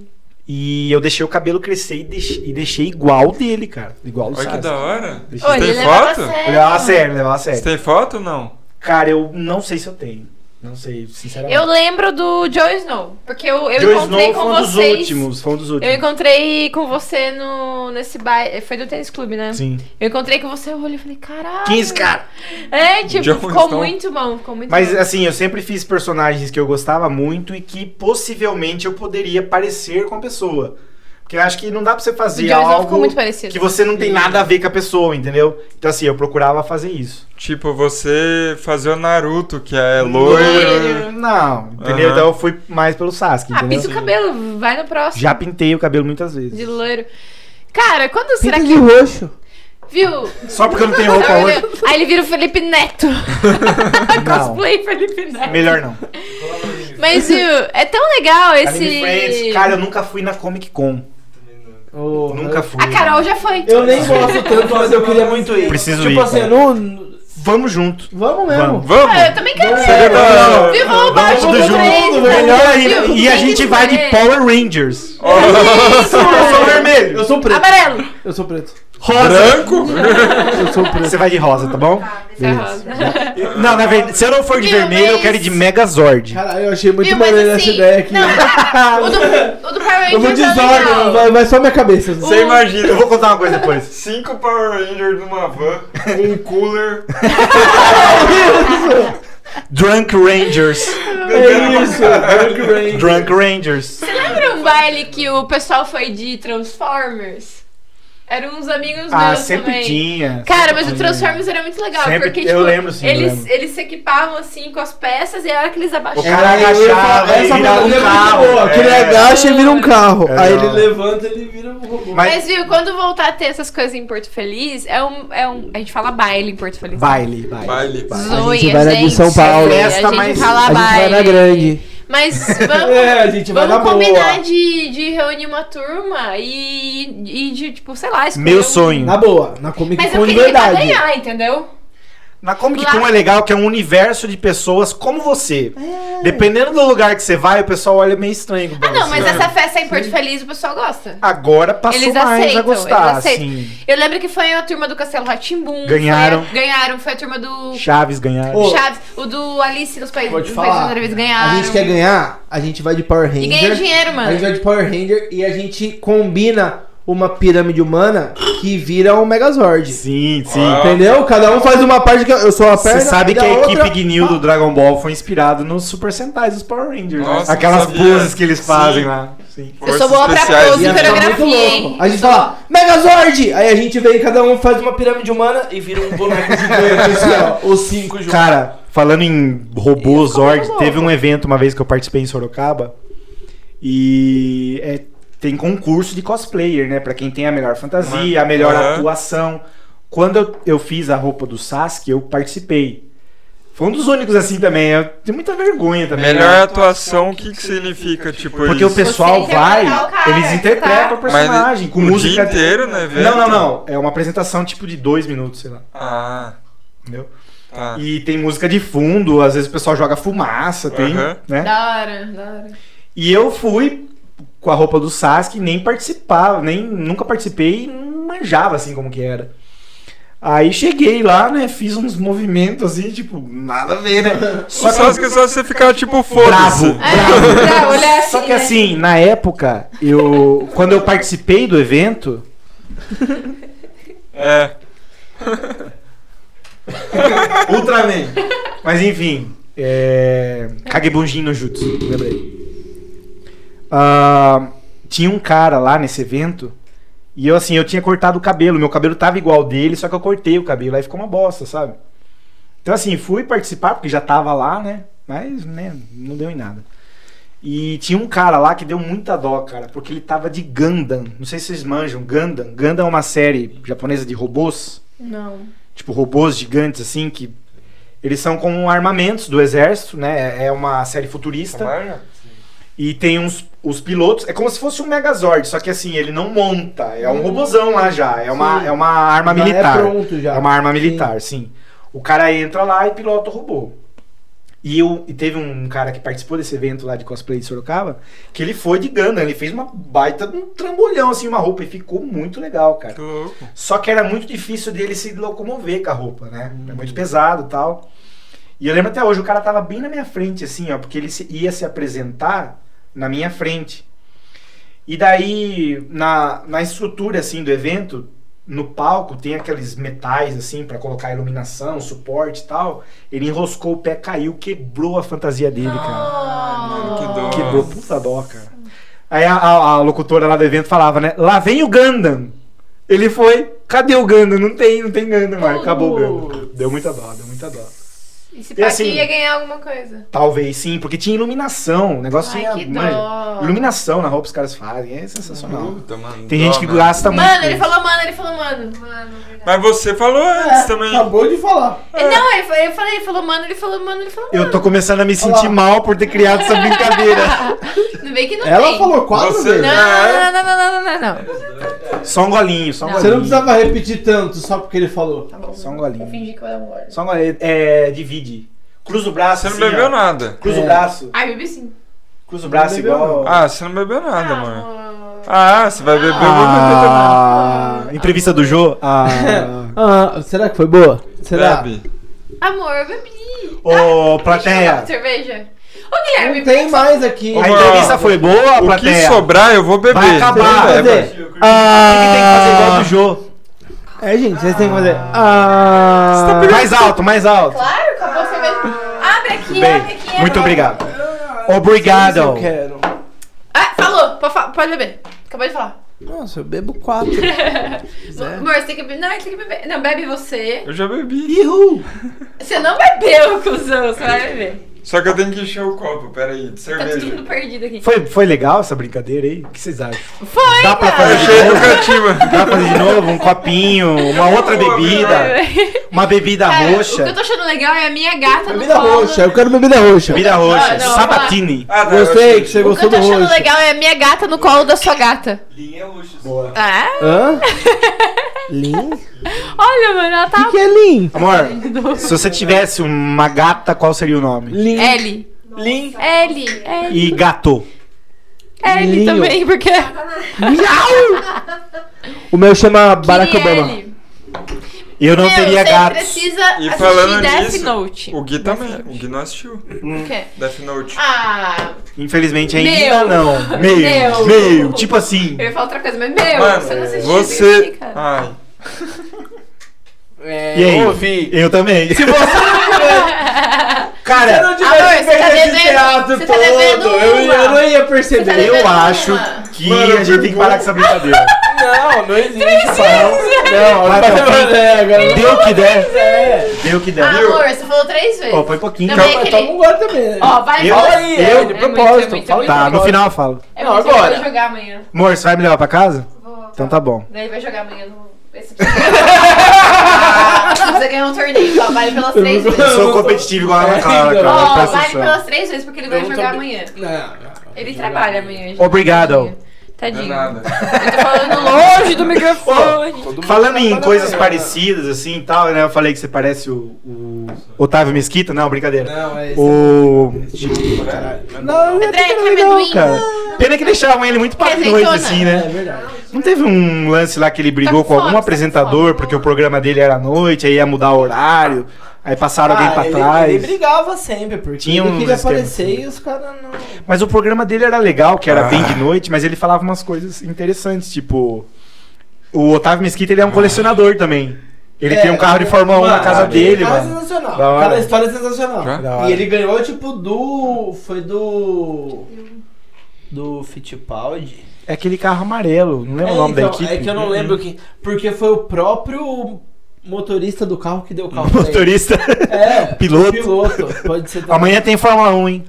E eu deixei o cabelo crescer e deix- e deixei, igual dele, cara. Igual do Olha que Sasuke. da hora. Deixei- Ô, ele Tem levava a foto? sério. Eu Levava a sério, levava a Você sério. tem foto ou não? Cara, eu não sei se eu tenho. Não sei, sinceramente. Eu lembro do Joe Snow, porque eu, eu Joe encontrei Snow com foi um vocês. dos últimos, foi um dos Eu últimos. encontrei com você no nesse baile. Foi do tênis clube, né? Sim. Eu encontrei com você, eu olhei e falei, caralho. 15, cara. É, tipo, Joe ficou Snow. muito bom, ficou muito Mas bom. assim, eu sempre fiz personagens que eu gostava muito e que possivelmente eu poderia parecer com a pessoa. Porque eu acho que não dá pra você o fazer Joe Snow ficou algo muito parecido. que você não tem nada a ver com a pessoa, entendeu? Então assim, eu procurava fazer isso. Tipo, você fazer o Naruto, que é loiro. Não, entendeu? Aham. Então eu fui mais pelo Sasuke, Ah, entendeu? Assim, pinta o cabelo, vai no próximo. Já pintei o cabelo muitas vezes. De loiro. Cara, quando será Pinta que. de roxo. Viu? Só porque eu não tenho roupa hoje. Aí ele vira o Felipe [laughs] Neto. Não. Cosplay Felipe Neto. Melhor não. Mas, viu, é tão legal Anime Friends, esse. Cara, eu nunca fui na Comic Con. Ô, Nunca fui. A Carol já foi. Eu nem gosto tanto, mas eu queria muito ir. Preciso tipo ir, assim, cara. não- não- Vamos junto. Vamos mesmo. Vamos. Vamos! Ah, eu também quero ir. Não, Viu? Vamos baixo tudo do junto. trem, Melhor tá? ainda. Viu? E a Tem gente que vai de ver. Power Rangers. É É. Isso. é. Eu sou vermelho. Eu sou preto. Amarelo. Eu sou preto. Rosa. Branco? Eu sou preto. Você vai de rosa, tá bom? Tá, mas Tá é rosa. Não, na verdade, se eu não for de Meu, vermelho, eu mas- quero ir de Megazord. Cara, eu achei muito Viu, mas maneiro essa assim, ideia aqui. Não, o do, o do Power eu vou Rangers é desordem, legal. vai, vai só minha cabeça. só. Você imagina, Eu vou contar uma coisa depois. cinco Power Rangers numa van, com um cooler, Drunk Rangers. É isso, Dark Rain. Drunk Rangers. Você lembra um baile que o pessoal foi de Transformers? Eram uns amigos Ah, meus sempre também. tinha. Cara, mas sempre o tinha. Transformers era muito legal, Sempre- porque, tipo, eu lembro, sim, eu eles, lembro. eles se equipavam assim com as peças e a hora que eles O abaixavam. Eu cara ia falar, agachava e essa virava um maneira é muito carro. boa, Que ele É. agacha e vira um carro. É, Aí não. ele levanta e ele vira um robô. Mas- Mas viu, quando voltar a ter essas coisas em Porto Feliz, é um. É um a gente fala baile em Porto Feliz. Baile, baile. baile. Zoia, A gente vai na de São Paulo. A Festa, gente mas fala a gente baile. vai na grande. [laughs] Mas vamos, É, a gente vai vamos na combinar boa. de, de reunir uma turma e, e de, tipo, sei lá, escolher Meu um- sonho. Na boa, na Comic Mas Con eu de queria ir pra verdade. ganhar, entendeu? Na Comic Lá- Con é legal que é um universo de pessoas como você. Dependendo do lugar que você vai, o pessoal olha meio estranho. pra É. Ah, não, você. mas essa festa em Porto Feliz o pessoal gosta. Agora passou Eles mais aceitam, a gostar, eles aceitam. assim. Eu lembro que foi a turma do Castelo Ratimbum. Ganharam. ganharam, foi a turma do Chaves ganharam. Ô, Chaves, o do Alice nos Países Vou te dos falar, Países Árabes ganharam. A gente quer ganhar, a gente vai de Power Ranger. E né? ganha dinheiro, A gente mano. vai de Power Ranger e a gente combina uma pirâmide humana que vira um Megazord. Sim, sim. Ah, Entendeu? Cada um faz uma parte que eu eu sou a perna. Você sabe e que a outra- equipe Gnil do Dragon Ball foi inspirada nos Super Sentais dos Power Rangers. né? Nossa, Aquelas não sabia. poses que eles fazem Sim. lá. Sim. Eu sou boa pra Forças pose Ia e ficar coreografia, muito louco. hein? A gente fala, Megazord! Aí a gente vem, cada um faz uma pirâmide humana e vira um [laughs] boneco gigante, assim, ó. Os cinco juntos. Cara, falando em robô Isso, Zord, como não? teve um evento uma vez que eu participei em Sorocaba e é, tem concurso de cosplayer, né? Pra quem tem a melhor fantasia, a melhor Aham. atuação. Quando eu, eu fiz a roupa do Sasuke, eu participei. Foi um dos únicos assim também. Eu tenho muita vergonha também. Melhor né? atuação, o que que significa, tipo, Porque o isso? pessoal Você vai, interpretar o cara, eles interpretam tá? o personagem com o música. dia inteiro, né, velho? não, não, não. É uma apresentação tipo de dois minutos, sei lá. Ah, Entendeu? tá. E tem música de fundo, às vezes o pessoal joga fumaça, tem, Aham. né? Da hora, da hora. E eu fui com a roupa do Sasuke, nem participava, nem nunca participei e não manjava assim como que era. Aí cheguei lá, né, fiz uns movimentos assim, tipo, nada a ver, né? [laughs] Só que as pessoas você ficar, tipo, foda-se. Bravo. É, pra olhar assim, Só que né? assim, na época, eu quando eu participei do evento, É. Ultraman. Mas enfim, é... Kagebunjin no Jutsu, lembrei. Ah, tinha um cara lá nesse evento e eu assim, eu tinha cortado o cabelo, meu cabelo tava igual ao dele, só que eu cortei o cabelo, aí ficou uma bosta, sabe? Então assim, fui participar porque já tava lá, né? Mas né, não deu em nada. E tinha um cara lá que deu muita dó, cara, porque ele tava de Gundam. Não sei se vocês manjam, Gundam. Gundam é uma série japonesa de robôs, Não. tipo robôs gigantes assim que eles são como armamentos do exército, né? É uma série futurista. Uhum. Tamanho? E tem uns os pilotos. É como se fosse um Megazord, só que assim, ele não monta. É um robozão lá já. É uma, Sim. é uma arma Já militar. É pronto já. É uma arma militar, sim. O cara entra lá e pilota o robô. E, eu, e teve um cara que participou desse evento lá de cosplay de Sorocaba, que ele foi de Gundam, ele fez uma baita de um trambolhão, assim, uma roupa, e ficou muito legal, cara. Que louco. Só que era muito difícil dele se locomover com a roupa, né? É muito pesado e tal. E eu lembro até hoje, o cara tava bem na minha frente, assim, ó, porque ele se- ia se apresentar na minha frente. E daí, na, na estrutura, assim, do evento, no palco tem aqueles metais, assim, pra colocar iluminação, suporte e tal. Ele enroscou o pé, caiu, quebrou a fantasia dele, cara. Mano, Ah. que dó. Quebrou, puta dó, tá cara. Aí a, a- a locutora lá do evento falava, né? Lá vem o Gundam. Ele foi, cadê o Gundam? Não tem, não tem Gundam, mais. Acabou o Gundam. Deu muita dó, deu muita dó. E se E pá, assim- que ia ganhar alguma coisa. Talvez sim, porque tinha iluminação. O negócio Ai, tinha. que mano, dó. iluminação na roupa que os caras fazem. É sensacional. Puta, mano, Tem Uhum. dó, né? gente que mano. gasta tá muito. Mano, ele falou, mano, ele falou, mano. Mano, verdade. Mas você falou antes também. tá Acabou de falar. É, Não, ele, fa- eu falei, ele falou, mano, ele falou, mano, ele falou, mano. [laughs] Eu tô começando a me sentir mal por ter criado essa brincadeira. Não vem que não Ela tem. falou quatro Você- vezes. Não, É? não, não, não, não, não, não, não. Só um golinho, só um Não. Você não golinho. precisava repetir tanto só porque ele falou. Tá bom. Só um Eu golinho. fingi que eu era um gordo. Só um golinho. É, divide. Cruza o braço. Você não assim, bebeu ó. nada. Cruza o É. braço. Ai, bebi sim. Cruza o braço Não bebeu, igual. Ah, você não bebeu nada, mano. amor. Ah, você vai beber, eu vou beber também. Ah, entrevista do Jô? Ah. Ah, será que foi boa? Será? Bebe. Amor, eu bebi. [laughs] Ô, Deixa eu tomar plateia. cerveja. Ô, Guilherme, Não tem mais aqui. A entrevista foi boa, O que plateia. Ah. O que sobrar, eu vou beber. Vai acabar. Então Você tem que bebe. fazer. tem que fazer igual do Jô? É, gente, vocês têm que fazer. Ah, mais alto, mais alto. Claro, é, acabou a cerveja. Abre aqui, Bem, abre aqui. abre muito aqui. obrigado. Eu Obrigado. é. quero. Ah, falou. Pode, fa- pode beber. Acabou de falar. Nossa, eu bebo [laughs] quatro. Zero. Amor, você tem que beber. Não, você tem que beber. Não, bebe você. Eu já bebi. Ihu! Você não bebeu, cuzão. Você vai beber. Só que eu tenho que encher o copo, peraí, de Tá cerveja. tudo perdido aqui. Foi, foi legal essa brincadeira aí? O que vocês acham? Foi, Dá pra cara. Eu fazer de achei novo? educativa. Dá pra fazer de novo? Um copinho, uma outra bebida, uma bebida Cara, [laughs] O que eu roxa. tô achando legal é a minha gata no Tá Bebida colo. roxa, eu quero bebida roxa. Bebida Ah, roxa, não, sabatini. Ah, tá, eu Gostei achei. que você O que gostou eu tô do achando roxo. legal é a minha gata no colo da sua gata. Linha Luxus. Ah, Hã? Lin? O olha, mano, ela tá. que, que é Lin? Amor, se você tivesse uma gata, qual seria o nome? Lin. L. Lin. L. L. E gato. L Linho. também, porque. Ah, O meu chama Barack Queria Obama. L. Eu não Meu, teria você gatos. precisa E assistir falando Death nisso, Note. O Gui também. O Gui não assistiu. Hum. O quê? Death Note. Ah, Infelizmente Meu. ainda não. Meu. Meio, meio, tipo assim. eu ia falar outra coisa, mas meu, você não Mano, assistiu isso você. aqui, cara. Ai. É, E aí? Eu ouvi. Eu também. Se Cara, não tivesse Amor, você tá feito esse devendo- teatro você tá devendo todo, eu, ia- uma. eu não ia Você tá perceber. devendo eu uma. acho que Mano, a gente tem que vergonha. parar com essa brincadeira. Não, não existe. Não, Vai pra frente. é, agora. Deu o que der, É. deu o que Ah, der. amor, você falou três vezes. Ó, põe pouquinho. Também Então, Aquele- Toma um gole também. né? Ó, vai, Eu- vai. Fala aí, é de Eu- É muito, propósito. é muito, fala é Tá, aí. no final eu falo. É Não, muito, eu agora. vou jogar amanhã. Amor, você vai me levar pra casa? Vou. Então tá bom. Daí vai jogar amanhã no. Esse Ah, Você ganhou um torneio, ó, vale pelas três vezes. Eu sou competitivo igual a [laughs] Ana Clara, cara. Ó, presta vale atenção. pelas três vezes, porque ele vai Eu não tô jogar bem. amanhã. Não, não, não. Ele trabalha amanhã. gente. Obrigado. Não é Tadinho. nada. Eu tô falando longe do microfone. Falando em coisas parecidas, assim e tal, né? Eu falei que você parece o, o Otávio Mesquita. Não, brincadeira. Não, é isso. O. Não, André, até que que é legal, amendoim. cara. Pena que deixaram ele muito Quer para noite, azeitona? assim, É né? verdade. Não teve um lance lá que ele brigou com com algum fome, tá com apresentador, porque o programa dele era à noite, aí ia mudar o horário, aí passaram Ah, alguém pra Ah, ele, trás. ele brigava sempre, porque Tinha ele uns queria esquemas. assim. aparecer e os caras não. Mas o programa dele era legal, que era Ah. bem de noite, mas ele falava umas coisas interessantes, tipo. O Otávio Mesquita ele é um colecionador também. Ele Ah. É, tem um carro de Fórmula 1 na mano, é casa dele, cara mano. sensacional. Da hora. Cada história é sensacional. Já? Da hora. E ele ganhou, tipo, do. Foi do. Do Fittipaldi. É aquele carro amarelo, não lembro É, o nome da então, equipe. É que eu não lembro quem. Porque foi o próprio motorista do carro que deu o carro. pra ele. [laughs] Motorista. [laughs] É, Piloto. piloto. Pode ser também. Amanhã tem Fórmula 1, hein?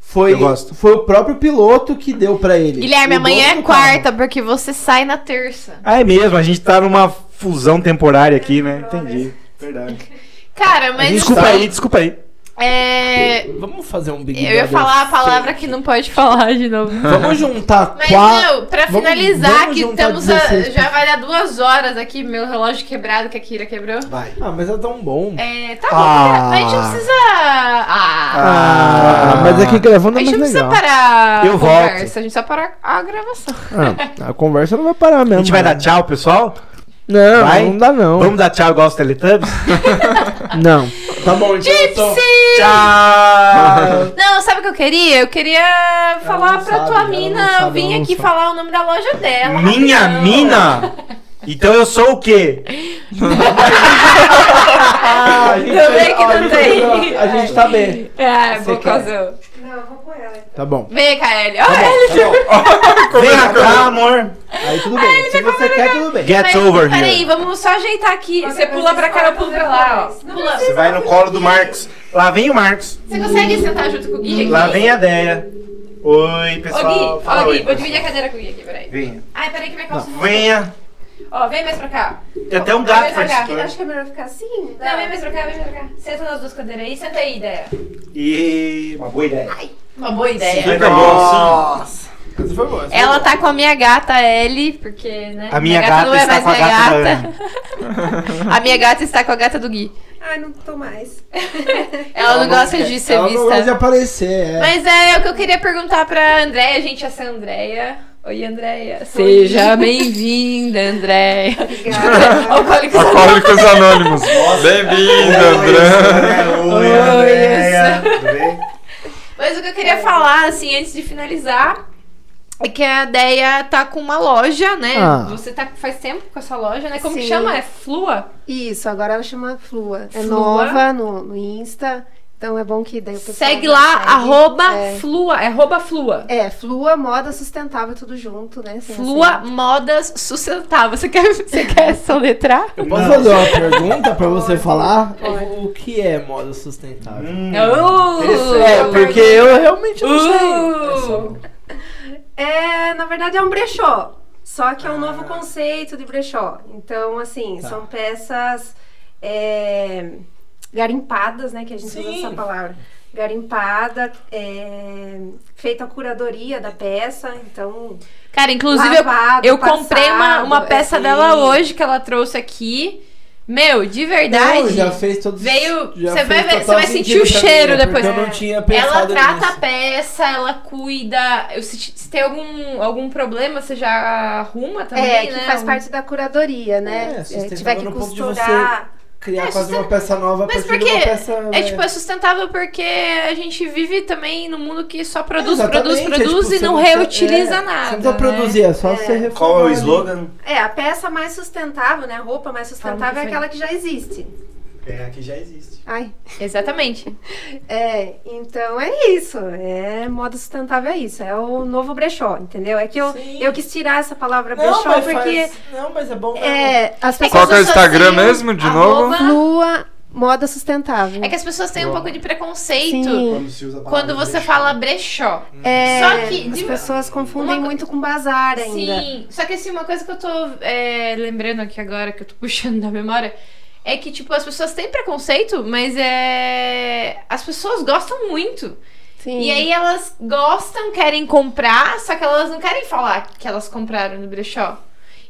Foi, Eu gosto. foi o próprio piloto que deu pra ele. Guilherme, O amanhã dono é do carro. quarta, porque você sai na terça. Ah, é mesmo, a gente tá numa fusão temporária aqui, né? Entendi. Verdade. Cara, mas. Desculpa assim, aí, desculpa aí. É. Vamos fazer um Big Eu ia Brother assim? falar a palavra fake. que não pode falar de novo. Vamos juntar Mas, quatro. meu, pra vamos- finalizar, vamos que juntar estamos a- 16. já vai dar duas horas aqui, meu relógio quebrado que a Kira quebrou. Vai. Ah, mas é tão bom. É, tá bom, Ah. Kira, mas a gente não precisa. Ah. Ah, mas aqui gravando A é gente mais não precisa legal. parar Eu a volto. conversa, a gente só para a gravação. Ah, a conversa não vai parar mesmo. né? A gente vai dar tchau, pessoal? Não, Vai? não dá não. Vamos dar tchau igual os [laughs] Teletubbies? Não. Tá bom, então eu tô- Gypsy! tchau! Não, sabe o que eu queria? Eu queria falar não pra sabe, tua ela mina não sabe, vir ela não aqui sabe. falar o nome da loja dela. Minha rapidão. mina? Então eu sou o quê? Ah, a Ainda bem que não tem. A gente tá bem. [laughs] É, Você vou quer? causar. Não, eu vou com ela. então. Tá bom. Vem, KL. Olha, Vem cá, amor. Aí tudo bem. tá Se você quer, tudo bem. Get over Peraí, here. vamos só ajeitar aqui. Qualquer Você pula coisa, pra você cá, eu pode pulo fazer pra lá, ó. depois. Não Pula. Você vai no colo do Marcos. Lá vem o Marcos. Você consegue sentar junto com o Gui aqui? Lá vem a Deia. Oi, Ô, pessoal. Gui, Fala ó, Gui, oi, vou pessoal. dividir a cadeira com o Gui aqui, peraí. Venha. Ai, peraí é que minha calça não- Venha. Ó, vem mais pra cá. Tem até um Vai gato mais pra cá. participando. Acho que é melhor ficar assim. Não, vem mais pra cá, vem mais pra cá. Senta nas duas cadeiras aí, senta aí, ideia. E uma boa ideia. Uma boa ideia. Fica bom, sim. Essa foi boa. Ela tá com a minha gata Ellie, porque, né? A minha não é gata está mais com a minha gata da gata. [laughs] a minha gata está com a gata do Gui. Ai, não tô mais. Ela, não gosta de ser Ela não gosta de vista. aparecer, é. Mas é o que eu queria perguntar pra Andréia, gente, essa é Andréia. Oi, Andréia. Seja bem-vinda, Andréia. [laughs] Obrigada. Alcoólicos Alcoólicos Anônimos. Bem-vindo, André. Oi, Oi, Andréia. Tudo bem? Mas o que eu queria falar, assim, antes de finalizar, é que a Deia tá com uma loja, né? Ah. Você tá faz tempo com essa loja, né? Como que Sim. chama? É Flua? Isso, agora ela chama Flua. É Flua. nova no, no Insta. Então é bom que daí o pessoal. Segue já lá, segue. arroba É. Flua. É arroba Flua. É, Flua Moda Sustentável, tudo junto, né? Sem Flua acento. Modas Sustentável. Você quer, você [laughs] quer soletrar? Eu posso fazer uma pergunta pra você Pode, falar? pode. O, o que é moda sustentável? Hum, Oh! É, porque eu realmente não Uh! sei. Essa- É, na verdade é um brechó. Só que é um novo conceito de brechó. Então, assim, Ah. Tá. são peças é, garimpadas, né? Que a gente usa Sim. essa palavra. Garimpada, é, feita a curadoria da peça. Então, Cara, inclusive eu, Lavado, eu comprei uma, uma passado, peça assim. dela hoje que ela trouxe aqui. Meu, de verdade. Não, já fez todos. Veio- já você vai fez ver- você total vai sentir sentido o pra mim, cheiro é, porque depois. Eu não tinha Ela pensado trata a nisso. peça, ela cuida. Eu, se, se tem algum, algum problema, você já arruma também, é, que né? faz Um- parte da curadoria, né? É, Se sustentável tiver que no ponto de costurar. Criar É, quase uma peça nova Mas pra porque uma peça. É tipo, é sustentável porque a gente vive também num mundo que só produz, produz, Exatamente, é, produz tipo, e você não precisa- reutiliza nada. é, Você não precisa né? produzir, é só você reformar. Qual é o ali. slogan? É, a peça mais sustentável, né? A roupa mais sustentável é foi. aquela que já existe. É, aqui já existe. Ai. Exatamente. É, então é isso. É moda sustentável é isso. É o novo brechó, entendeu? É que eu, Sim. eu quis tirar essa palavra Não, brechó mas porque faz- Não, mas é bom. [laughs] mesmo. é, as que pessoas Qual que é o as pessoas têm Instagram um mesmo, de novo? arroba- Lua moda sustentável. É que as pessoas têm um pouco de preconceito Sim. Quando se usa a palavra quando você brechó. fala brechó. É, Hum. Só que, as de- pessoas confundem uma- muito com bazar ainda. Sim, só que assim, uma coisa que eu tô é, lembrando aqui agora, que eu tô [laughs] puxando da memória, é que, tipo, as pessoas têm preconceito, mas é. As pessoas gostam muito. Sim. E aí elas gostam, querem comprar, só que elas não querem falar que elas compraram no brechó.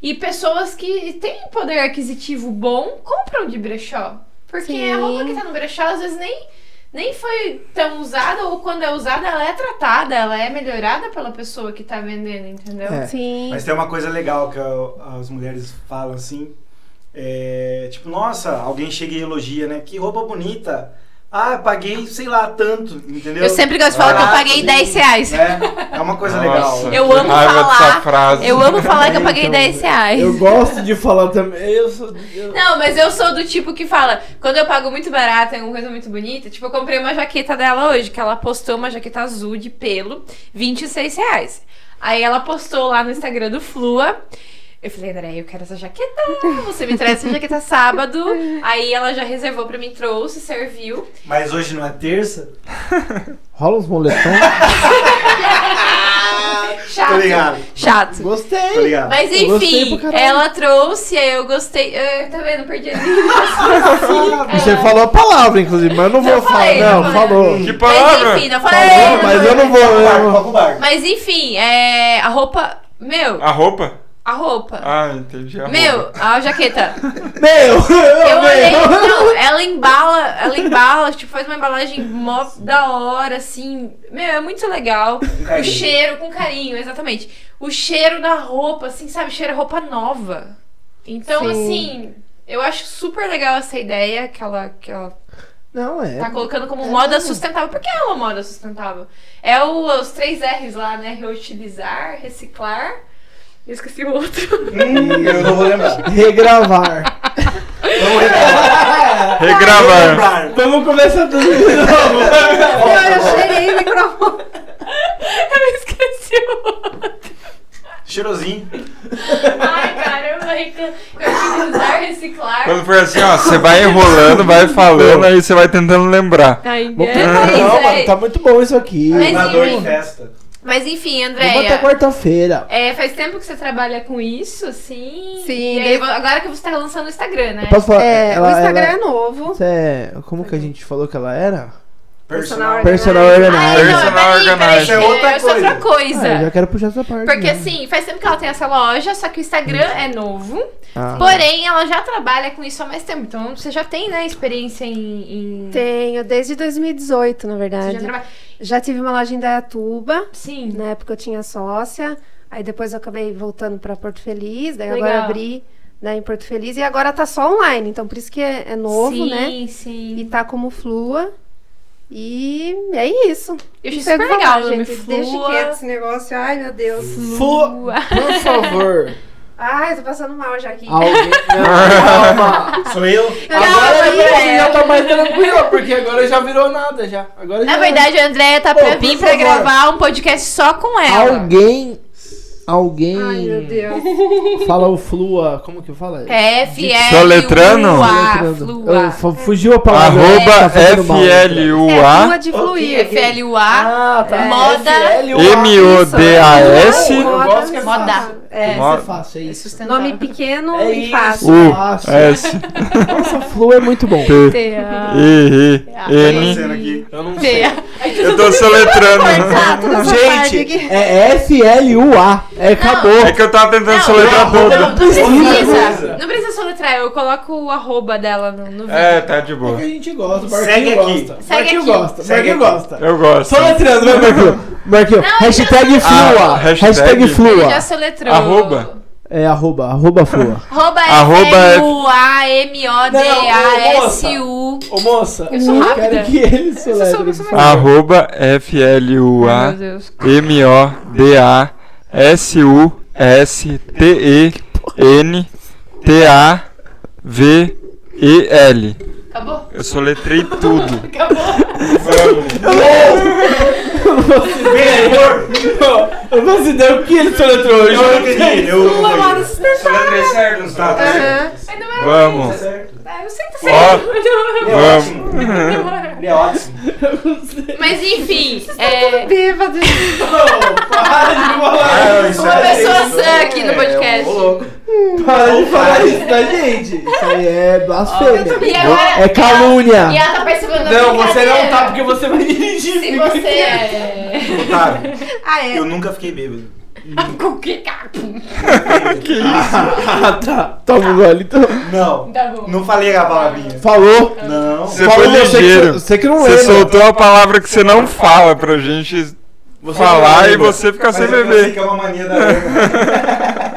E pessoas que têm um poder aquisitivo bom compram de brechó. Porque Sim. a roupa que tá no brechó, às vezes, nem, nem foi tão usada, ou quando é usada, ela é tratada, ela é melhorada pela pessoa que tá vendendo, entendeu? É. Sim. Mas tem uma coisa legal que a- as mulheres falam assim. é, tipo, nossa, alguém chega e elogia, né? Que roupa bonita. Ah, eu paguei, sei lá, tanto, entendeu? Eu sempre gosto de falar que eu Barato, paguei sim. 10 reais. É, é uma coisa legal. Eu que amo raiva falar. dessa frase. Eu amo falar que eu paguei Então, 10 reais. Eu gosto de falar também. Eu sou. eu- Não, mas eu sou do tipo que fala, quando eu pago muito barato em alguma coisa muito bonita, tipo, eu comprei uma jaqueta dela hoje, que ela postou uma jaqueta azul de pelo, 26 reais. Aí ela postou lá no Instagram do Flua. Eu falei, André, eu quero essa jaqueta. Você me traz essa jaqueta [laughs] sábado. Aí ela já reservou pra mim, trouxe, serviu. Mas hoje não é terça? Rola uns moletons. Chato. ligado. Chato. Gostei. Tá ligado? Mas Eu gostei enfim, pra caralho. ela trouxe, aí eu gostei. Ah, tá vendo? Perdi a linha. é. E você falou a palavra, inclusive, mas eu não vou Eu falar. falei, não, eu falei. falou. Que palavra? É, Mas enfim, não falei. Falou, mas eu não vou. Toca o barco, eu- toca o barco. Mas enfim, é, a roupa. Meu, A roupa? a roupa. Ah, entendi. A Meu, roupa. a [laughs] jaqueta. Meu! Eu olhei, não, ela embala, ela embala, tipo, faz uma embalagem mó da hora, assim. Meu, é muito legal. É O cheiro, com carinho, exatamente. O cheiro da roupa, assim, sabe? Cheira roupa nova. Então, Sim. assim, eu acho super legal essa ideia que ela, que ela Não, é. tá colocando como moda sustentável. Por que é uma moda sustentável? É o- os três R's lá, né? Reutilizar, reciclar. Eu esqueci o outro. Hum, eu não [laughs] vou lembrar. Regravar. Vamos regravar. Vamos Regravar. lembrar. Vamos começar tudo de [laughs] novo. É. Eu cheirei o microfone. Eu esqueci o outro. Cheirosinho. Ai, cara, eu vou recla- eu utilizar, reciclar. Quando for assim, ó, você vai enrolando, vai falando, aí você vai tentando lembrar. Ai, é, Não, mas, é. mano, tá muito bom isso aqui. Mas Nadador enfim. em festa. Mas enfim, Vamos até Andréia. quarta-feira. é, faz tempo que você trabalha com isso, assim. Sim, E aí, eu- agora que você tá lançando o Instagram, né? Eu posso falar? É, ela, o Instagram ela- é novo. Você é- Como que a gente falou que ela era? Personal. Personal Ai, organizer. não, é peraí, Personal peraí, organizer. É outra é outra coisa. Ah, eu já quero puxar essa parte. Porque né? assim, faz tempo que ela tem essa loja, só que o Instagram é novo. Ah. Porém, ela já trabalha com isso há mais tempo. Então você já tem, né, experiência em. em- Tenho, desde 2018, na Você verdade. já trabalha. Já tive uma loja em Dayatuba, Sim. na época eu tinha sócia, aí depois eu acabei voltando para Porto Feliz, daí Legal. agora abri né, em Porto Feliz e agora tá só online, então por isso que é, é novo, sim, né? Sim, E tá como flua. E é isso. Eu achei Não sei super o que falar, legal o nome gente. Deixa quieto Flua. esse negócio. Ai, meu Deus. Fu- Por [laughs] favor, Ai, tô passando mal já aqui. alguém. Não, calma. Sou eu? Agora Calma, você Andréia. já tá mais tranquilo, porque agora já virou nada já. Agora Na já- verdade, a Andrea tá pra Ô, por vir pra favor. gravar um podcast só com é. ela. alguém. Alguém. Ai, meu Deus. Fala o Flua. Como que fala? F L Soletrando? Flua. Letrando. Eu- É, Flua. fu- Fugiu a palavra. Arroba tá fazendo mal. É flua FLUA de fluir. F L U A. Ah, tá. Moda. M-O-D-A-S. Eu gosto que é Moda. fácil. É. Isso é fácil, é É isso. sustentável. Nome pequeno É e isso. fácil. U Nossa. S Nossa, Flua é muito bom. T T-A. I Ah, I N Acontecendo aqui. Eu não T-A. Eu tô soletrando. Toda essa parte Gente, aqui. é F-L-U-A. É, acabou. É que eu tava tentando soletrar Não, não tudo. precisa. Não precisa soletrar. Eu coloco o arroba dela no, no vídeo. É, tá de É que boa. a gente gosta, o Segue Marquinho aqui. gosta. Segue Marquinho aqui. gosta, Segue Marquinho aqui. gosta. Eu gosto. Soletrando, vai, Marquinho. Marquinho, Não, hashtag Ah, flua. hashtag- hashtag Ele flua. já soletrou. Arroba? É arroba, arroba flua. Arroba Arroba é F- U-A-M-O-D-A-S-U. Ô moça, Eu sou eu rápida. quero que ele sou- eu soletre. sou por mais- favor. Arroba FLUA Deus. M-O-D-A S-U-S-T-E-N T-A-V-E-L. Acabou? Eu soletrei [laughs] tudo. Acabou. Melhor. Eu não faço ideia o que ele soletrou hoje. Eu não entendi. Eu Uma não moda entendi. sustentável. certo, não tá? Aham. Mas não é Vamos. certo. Ah, Eu sei que tá Ó. certo. Vamos. Ele é ótimo. Mas enfim, é, Bêbado. Ah, isso uma é- pessoa isso sã aqui no é- podcast. ô, louco. Para de falar isso da gente. Isso aí é E blasfêmia. agora- É calúnia. E ela tá participando da Não, você não brincadeira. tá porque você vai dirigir. Se você é. Otário, Ah, é. eu nunca fiquei bêbado. [laughs] Com que capo? Ah, tá. Toma um gole. então. Não. Tá bom. Não falei a palavrinha. Falou. Não. Você Falou foi você que- ligeiro. Você que Ah, não Você lembra. soltou a palavra que você não fala pra gente Você falar não e lembra. você fica Mas sem é que eu sei beber. que é uma mania da Ana.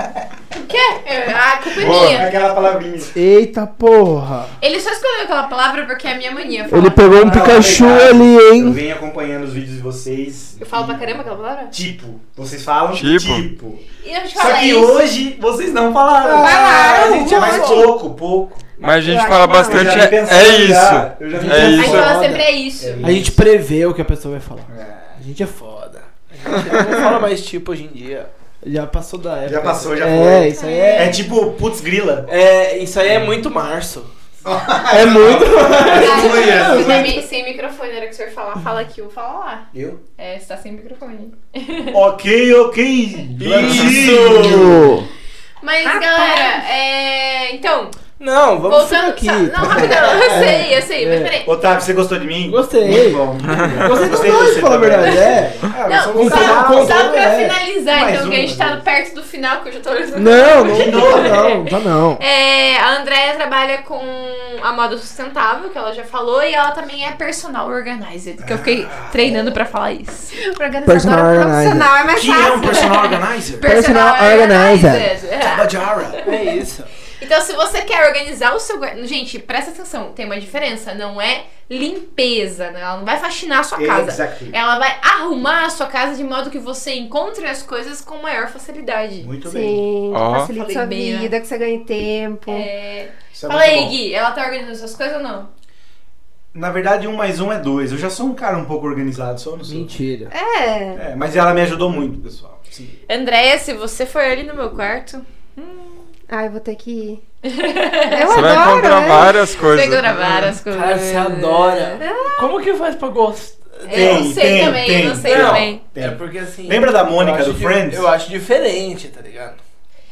O quê? É, A culpa é Boa. minha. Aquela palavrinha. Eita porra. Ele só escolheu aquela palavra porque é a minha mania. Eu falo- Ele pegou um Não, Pikachu obrigado. ali, Eu hein? venho acompanhando os vídeos de vocês. Eu falo pra e- caramba aquela palavra? Tipo, vocês falam Tipo. tipo. E eu te Só falo que isso. hoje vocês não falaram. Ah, a gente é mas ótimo. pouco, pouco. Mas a gente acho fala que Eu não. bastante. já É, vim pensando é já. isso. Eu já vim É A pensando. gente isso. fala Foda. sempre é isso. É. A gente é prevê o que a pessoa vai falar. A gente é foda. A gente não fala mais tipo hoje em dia. Já passou da época. Já passou, já é, foi. Isso aí é, É tipo, putz, grila. É, isso aí é muito março. é muito. Ah, se tá mi- sem microfone, na hora que o senhor falar, fala aqui, eu falo lá. Eu? É, você tá sem microfone. [laughs] Ok, ok. Isso! Mas, galera, é... então, Não, vamos ficar voltando. aqui. sa- Não, rapidão, eu sei, eu sei, mas peraí. Otávio, você gostou de mim? Gostei. Muito bom. [laughs] muito bom. Você Gostei gostei de dois, você fala a também. verdade. É. Ah, nós Não, somos só, final, convidados. só pra é. finalizar, Mais então, que a uma, gente tá né? perto do final, que eu já tô olhando. [laughs] Não, [laughs] não, não, não, tá não. É, a Andrea trabalha com a moda sustentável, que ela já falou, e ela também é personal organizer, que eu fiquei treinando pra falar isso. Organizadora Personal organizer. profissional é mais Que é fácil. um personal organizer? Personal organizer. É. Bajara. É isso. Então, se você quer organizar o seu guarda... Gente, presta atenção, tem uma diferença. Não é limpeza, né? Ela não vai faxinar a sua casa. Exactly. Ela vai arrumar a sua casa de modo que você encontre as coisas com maior facilidade. Muito bem. Sim, Ó. facilita sua Falei bem, vida, que você ganhe tempo. É... Isso é Fala muito aí, bom. Gui, ela tá organizando suas coisas ou não? Na verdade, um mais um é dois. Eu já sou um cara um pouco organizado, só não sou. Mentira. É. É, mas ela me ajudou muito, pessoal. Sim. Andréia, se você for ali no meu quarto, Ai, vou ter que [laughs] ir. Eu Você vai adoro, encontrar é. várias coisas. você né? gravar as coisas. Cara, você adora. Como que faz pra gostar? Eu não Tem, sei tem, também, eu não tem. sei Não. também. Tem. É porque assim. Lembra da Mônica, eu acho do di- Friends? Eu acho diferente, tá ligado?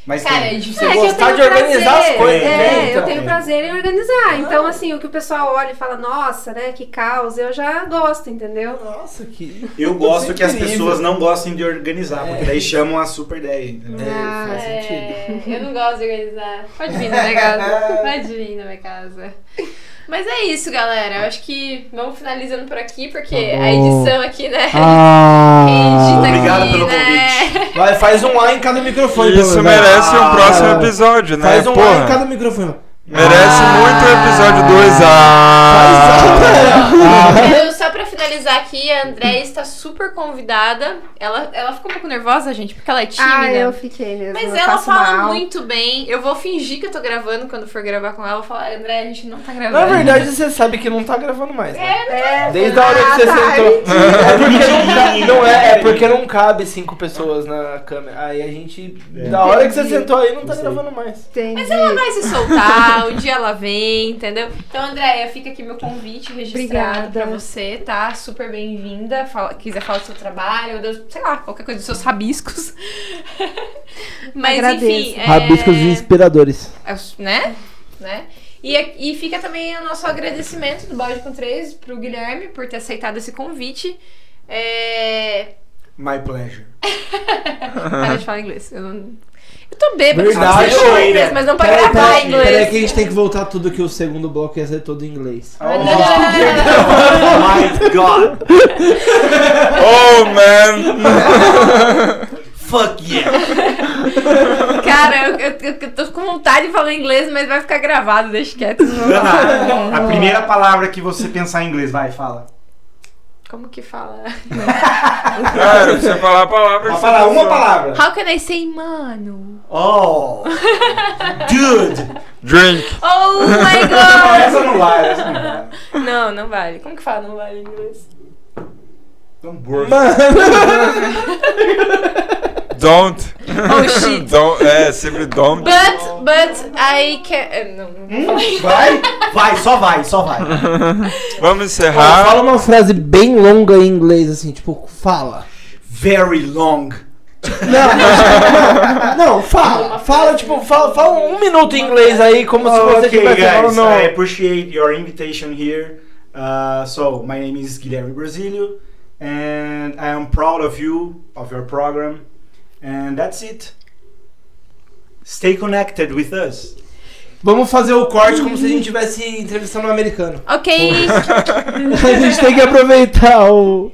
Mas Cara, é tem. difícil. Você É que eu gostar tenho de organizar prazer. as coisas. É, né? É, eu Então, tenho prazer em Ah. organizar. Então, assim, o que o pessoal olha e fala, nossa, né, que caos, eu já gosto, entendeu? Nossa, que. Eu gosto Isso é que as incrível. pessoas não gostem de organizar, É. porque daí chamam a Super 10. entendeu? Ah, faz sentido. É, eu não gosto de organizar. Pode vir na minha casa. [laughs] Pode vir na minha casa. Mas é isso, galera. Eu acho que vamos finalizando por aqui, porque Tá a bom. edição aqui, né? Ah, Quem edita Obrigado aqui, [laughs] pelo né? vai, faz um A em cada microfone. pelo Isso menos. merece um Ah, próximo episódio, né? Faz um A em Porra, cada Ah. microfone. merece muito o episódio 2. um Ah, Eu, Então, só pra finalizar aqui, a Andréia está super convidada. Ela, ela ficou um pouco nervosa, gente, porque ela é tímida. Ah, eu fiquei mesmo. Mas eu ela faço fala mal. muito bem. Eu vou fingir que eu tô gravando quando for gravar com ela. Eu vou falar, André, a gente não tá gravando. Na verdade, você sabe que não tá gravando mais. Né? É, Desde a hora que você tá, sentou. É porque Mentira. não, não é, é porque não cabe cinco pessoas na câmera. Aí a gente. É. Da hora que você Entendi. sentou aí, não tá Isso aí. gravando mais. entendi. vai se soltar, [laughs] um dia ela vem, entendeu? Então, Andréia, fica aqui meu convite registrado Obrigada. pra você, tá? Super bem-vinda. Fala- quiser falar do seu trabalho, do- sei lá, qualquer coisa dos seus rabiscos. [laughs] Mas, Agradeço. enfim. é- Rabiscos inspiradores. as- né? né? E, a- e fica também o nosso agradecimento do Bode com 3 pro Guilherme por ter aceitado esse convite. É... My pleasure. Para de falar inglês. Eu, não... eu tô bêbada, Verdade, eu falo Sheila. inglês, mas não pra Peraí, gravar peraí, em inglês. Peraí que a gente tem que voltar tudo que o segundo bloco ia ser todo em inglês. Oh, Ah. My God. oh, um- man. [laughs] Fuck yeah. Cara, eu, eu- eu- eu tô com vontade de falar inglês, mas vai ficar gravado, deixa quieto. [laughs] Ah, a primeira palavra que você pensar em inglês, vai, fala. Como que fala? Cara, você falar a palavra. Uma que palavra, você uma pensou. palavra. How can I say mano? Oh. Dude. Drink. Oh my god! [laughs] Essa não vai, essa não vai. Não, não vale. Como que fala não vale em inglês? Hambúrguer. Don't. Oh shit. [laughs] don't. É, sempre don't. But, but I can... eh, Não, não vou falar. Oh. Hum, Vai, vai, só vai, só vai. Vamos Ah. Fala, encerrar. fala uma frase bem longa em inglês, assim, tipo, fala. Very long. Não, não, fala. Fala, tipo, fala, fala um minuto em inglês aí, como se você okay, estivesse guys, falando. no- I appreciate your invitation here. Uh, so my name is Guilherme Brasilio, and I am proud of you, of your program, and that's it. Stay connected with us. Vamos fazer o corte Corte como como se se a gente estivesse entrevistando um americano. Ok, [laughs] [laughs] a gente tem que aproveitar o.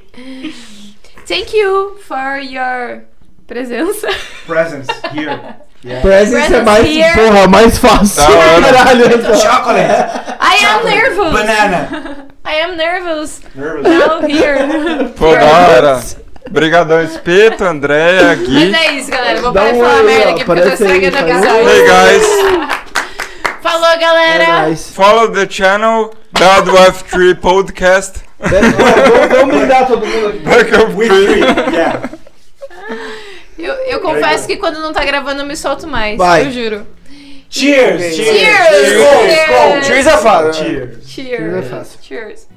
thank you for your presença. Presence here. Presence é mais. Presence here. Porra, mais fácil. Da hora. Caralho, então. Chocolate, I am nervous. banana. I am nervous. Nervous. Now [laughs] here. Pô, da hora. Obrigadão, Espeto, Andréia, Mas Gui. é isso, galera. Vou Dá parar de um falar aí, merda ó, aqui porque eu tô aparece aí, estragando a faz um casa. Hey, guys. Falou, É galera. Follow the channel Bad Wife Tree Podcast. Vamos brindar todo mundo aqui. Back up We Tree. three. Yeah. Eu, eu Eu confesso que quando não tá gravando eu me solto mais. Vai. Eu juro. Cheers! Cheers! Cheers! Cheers! Cheers é fácil. Cheers! Cheers! é fácil. Cheers.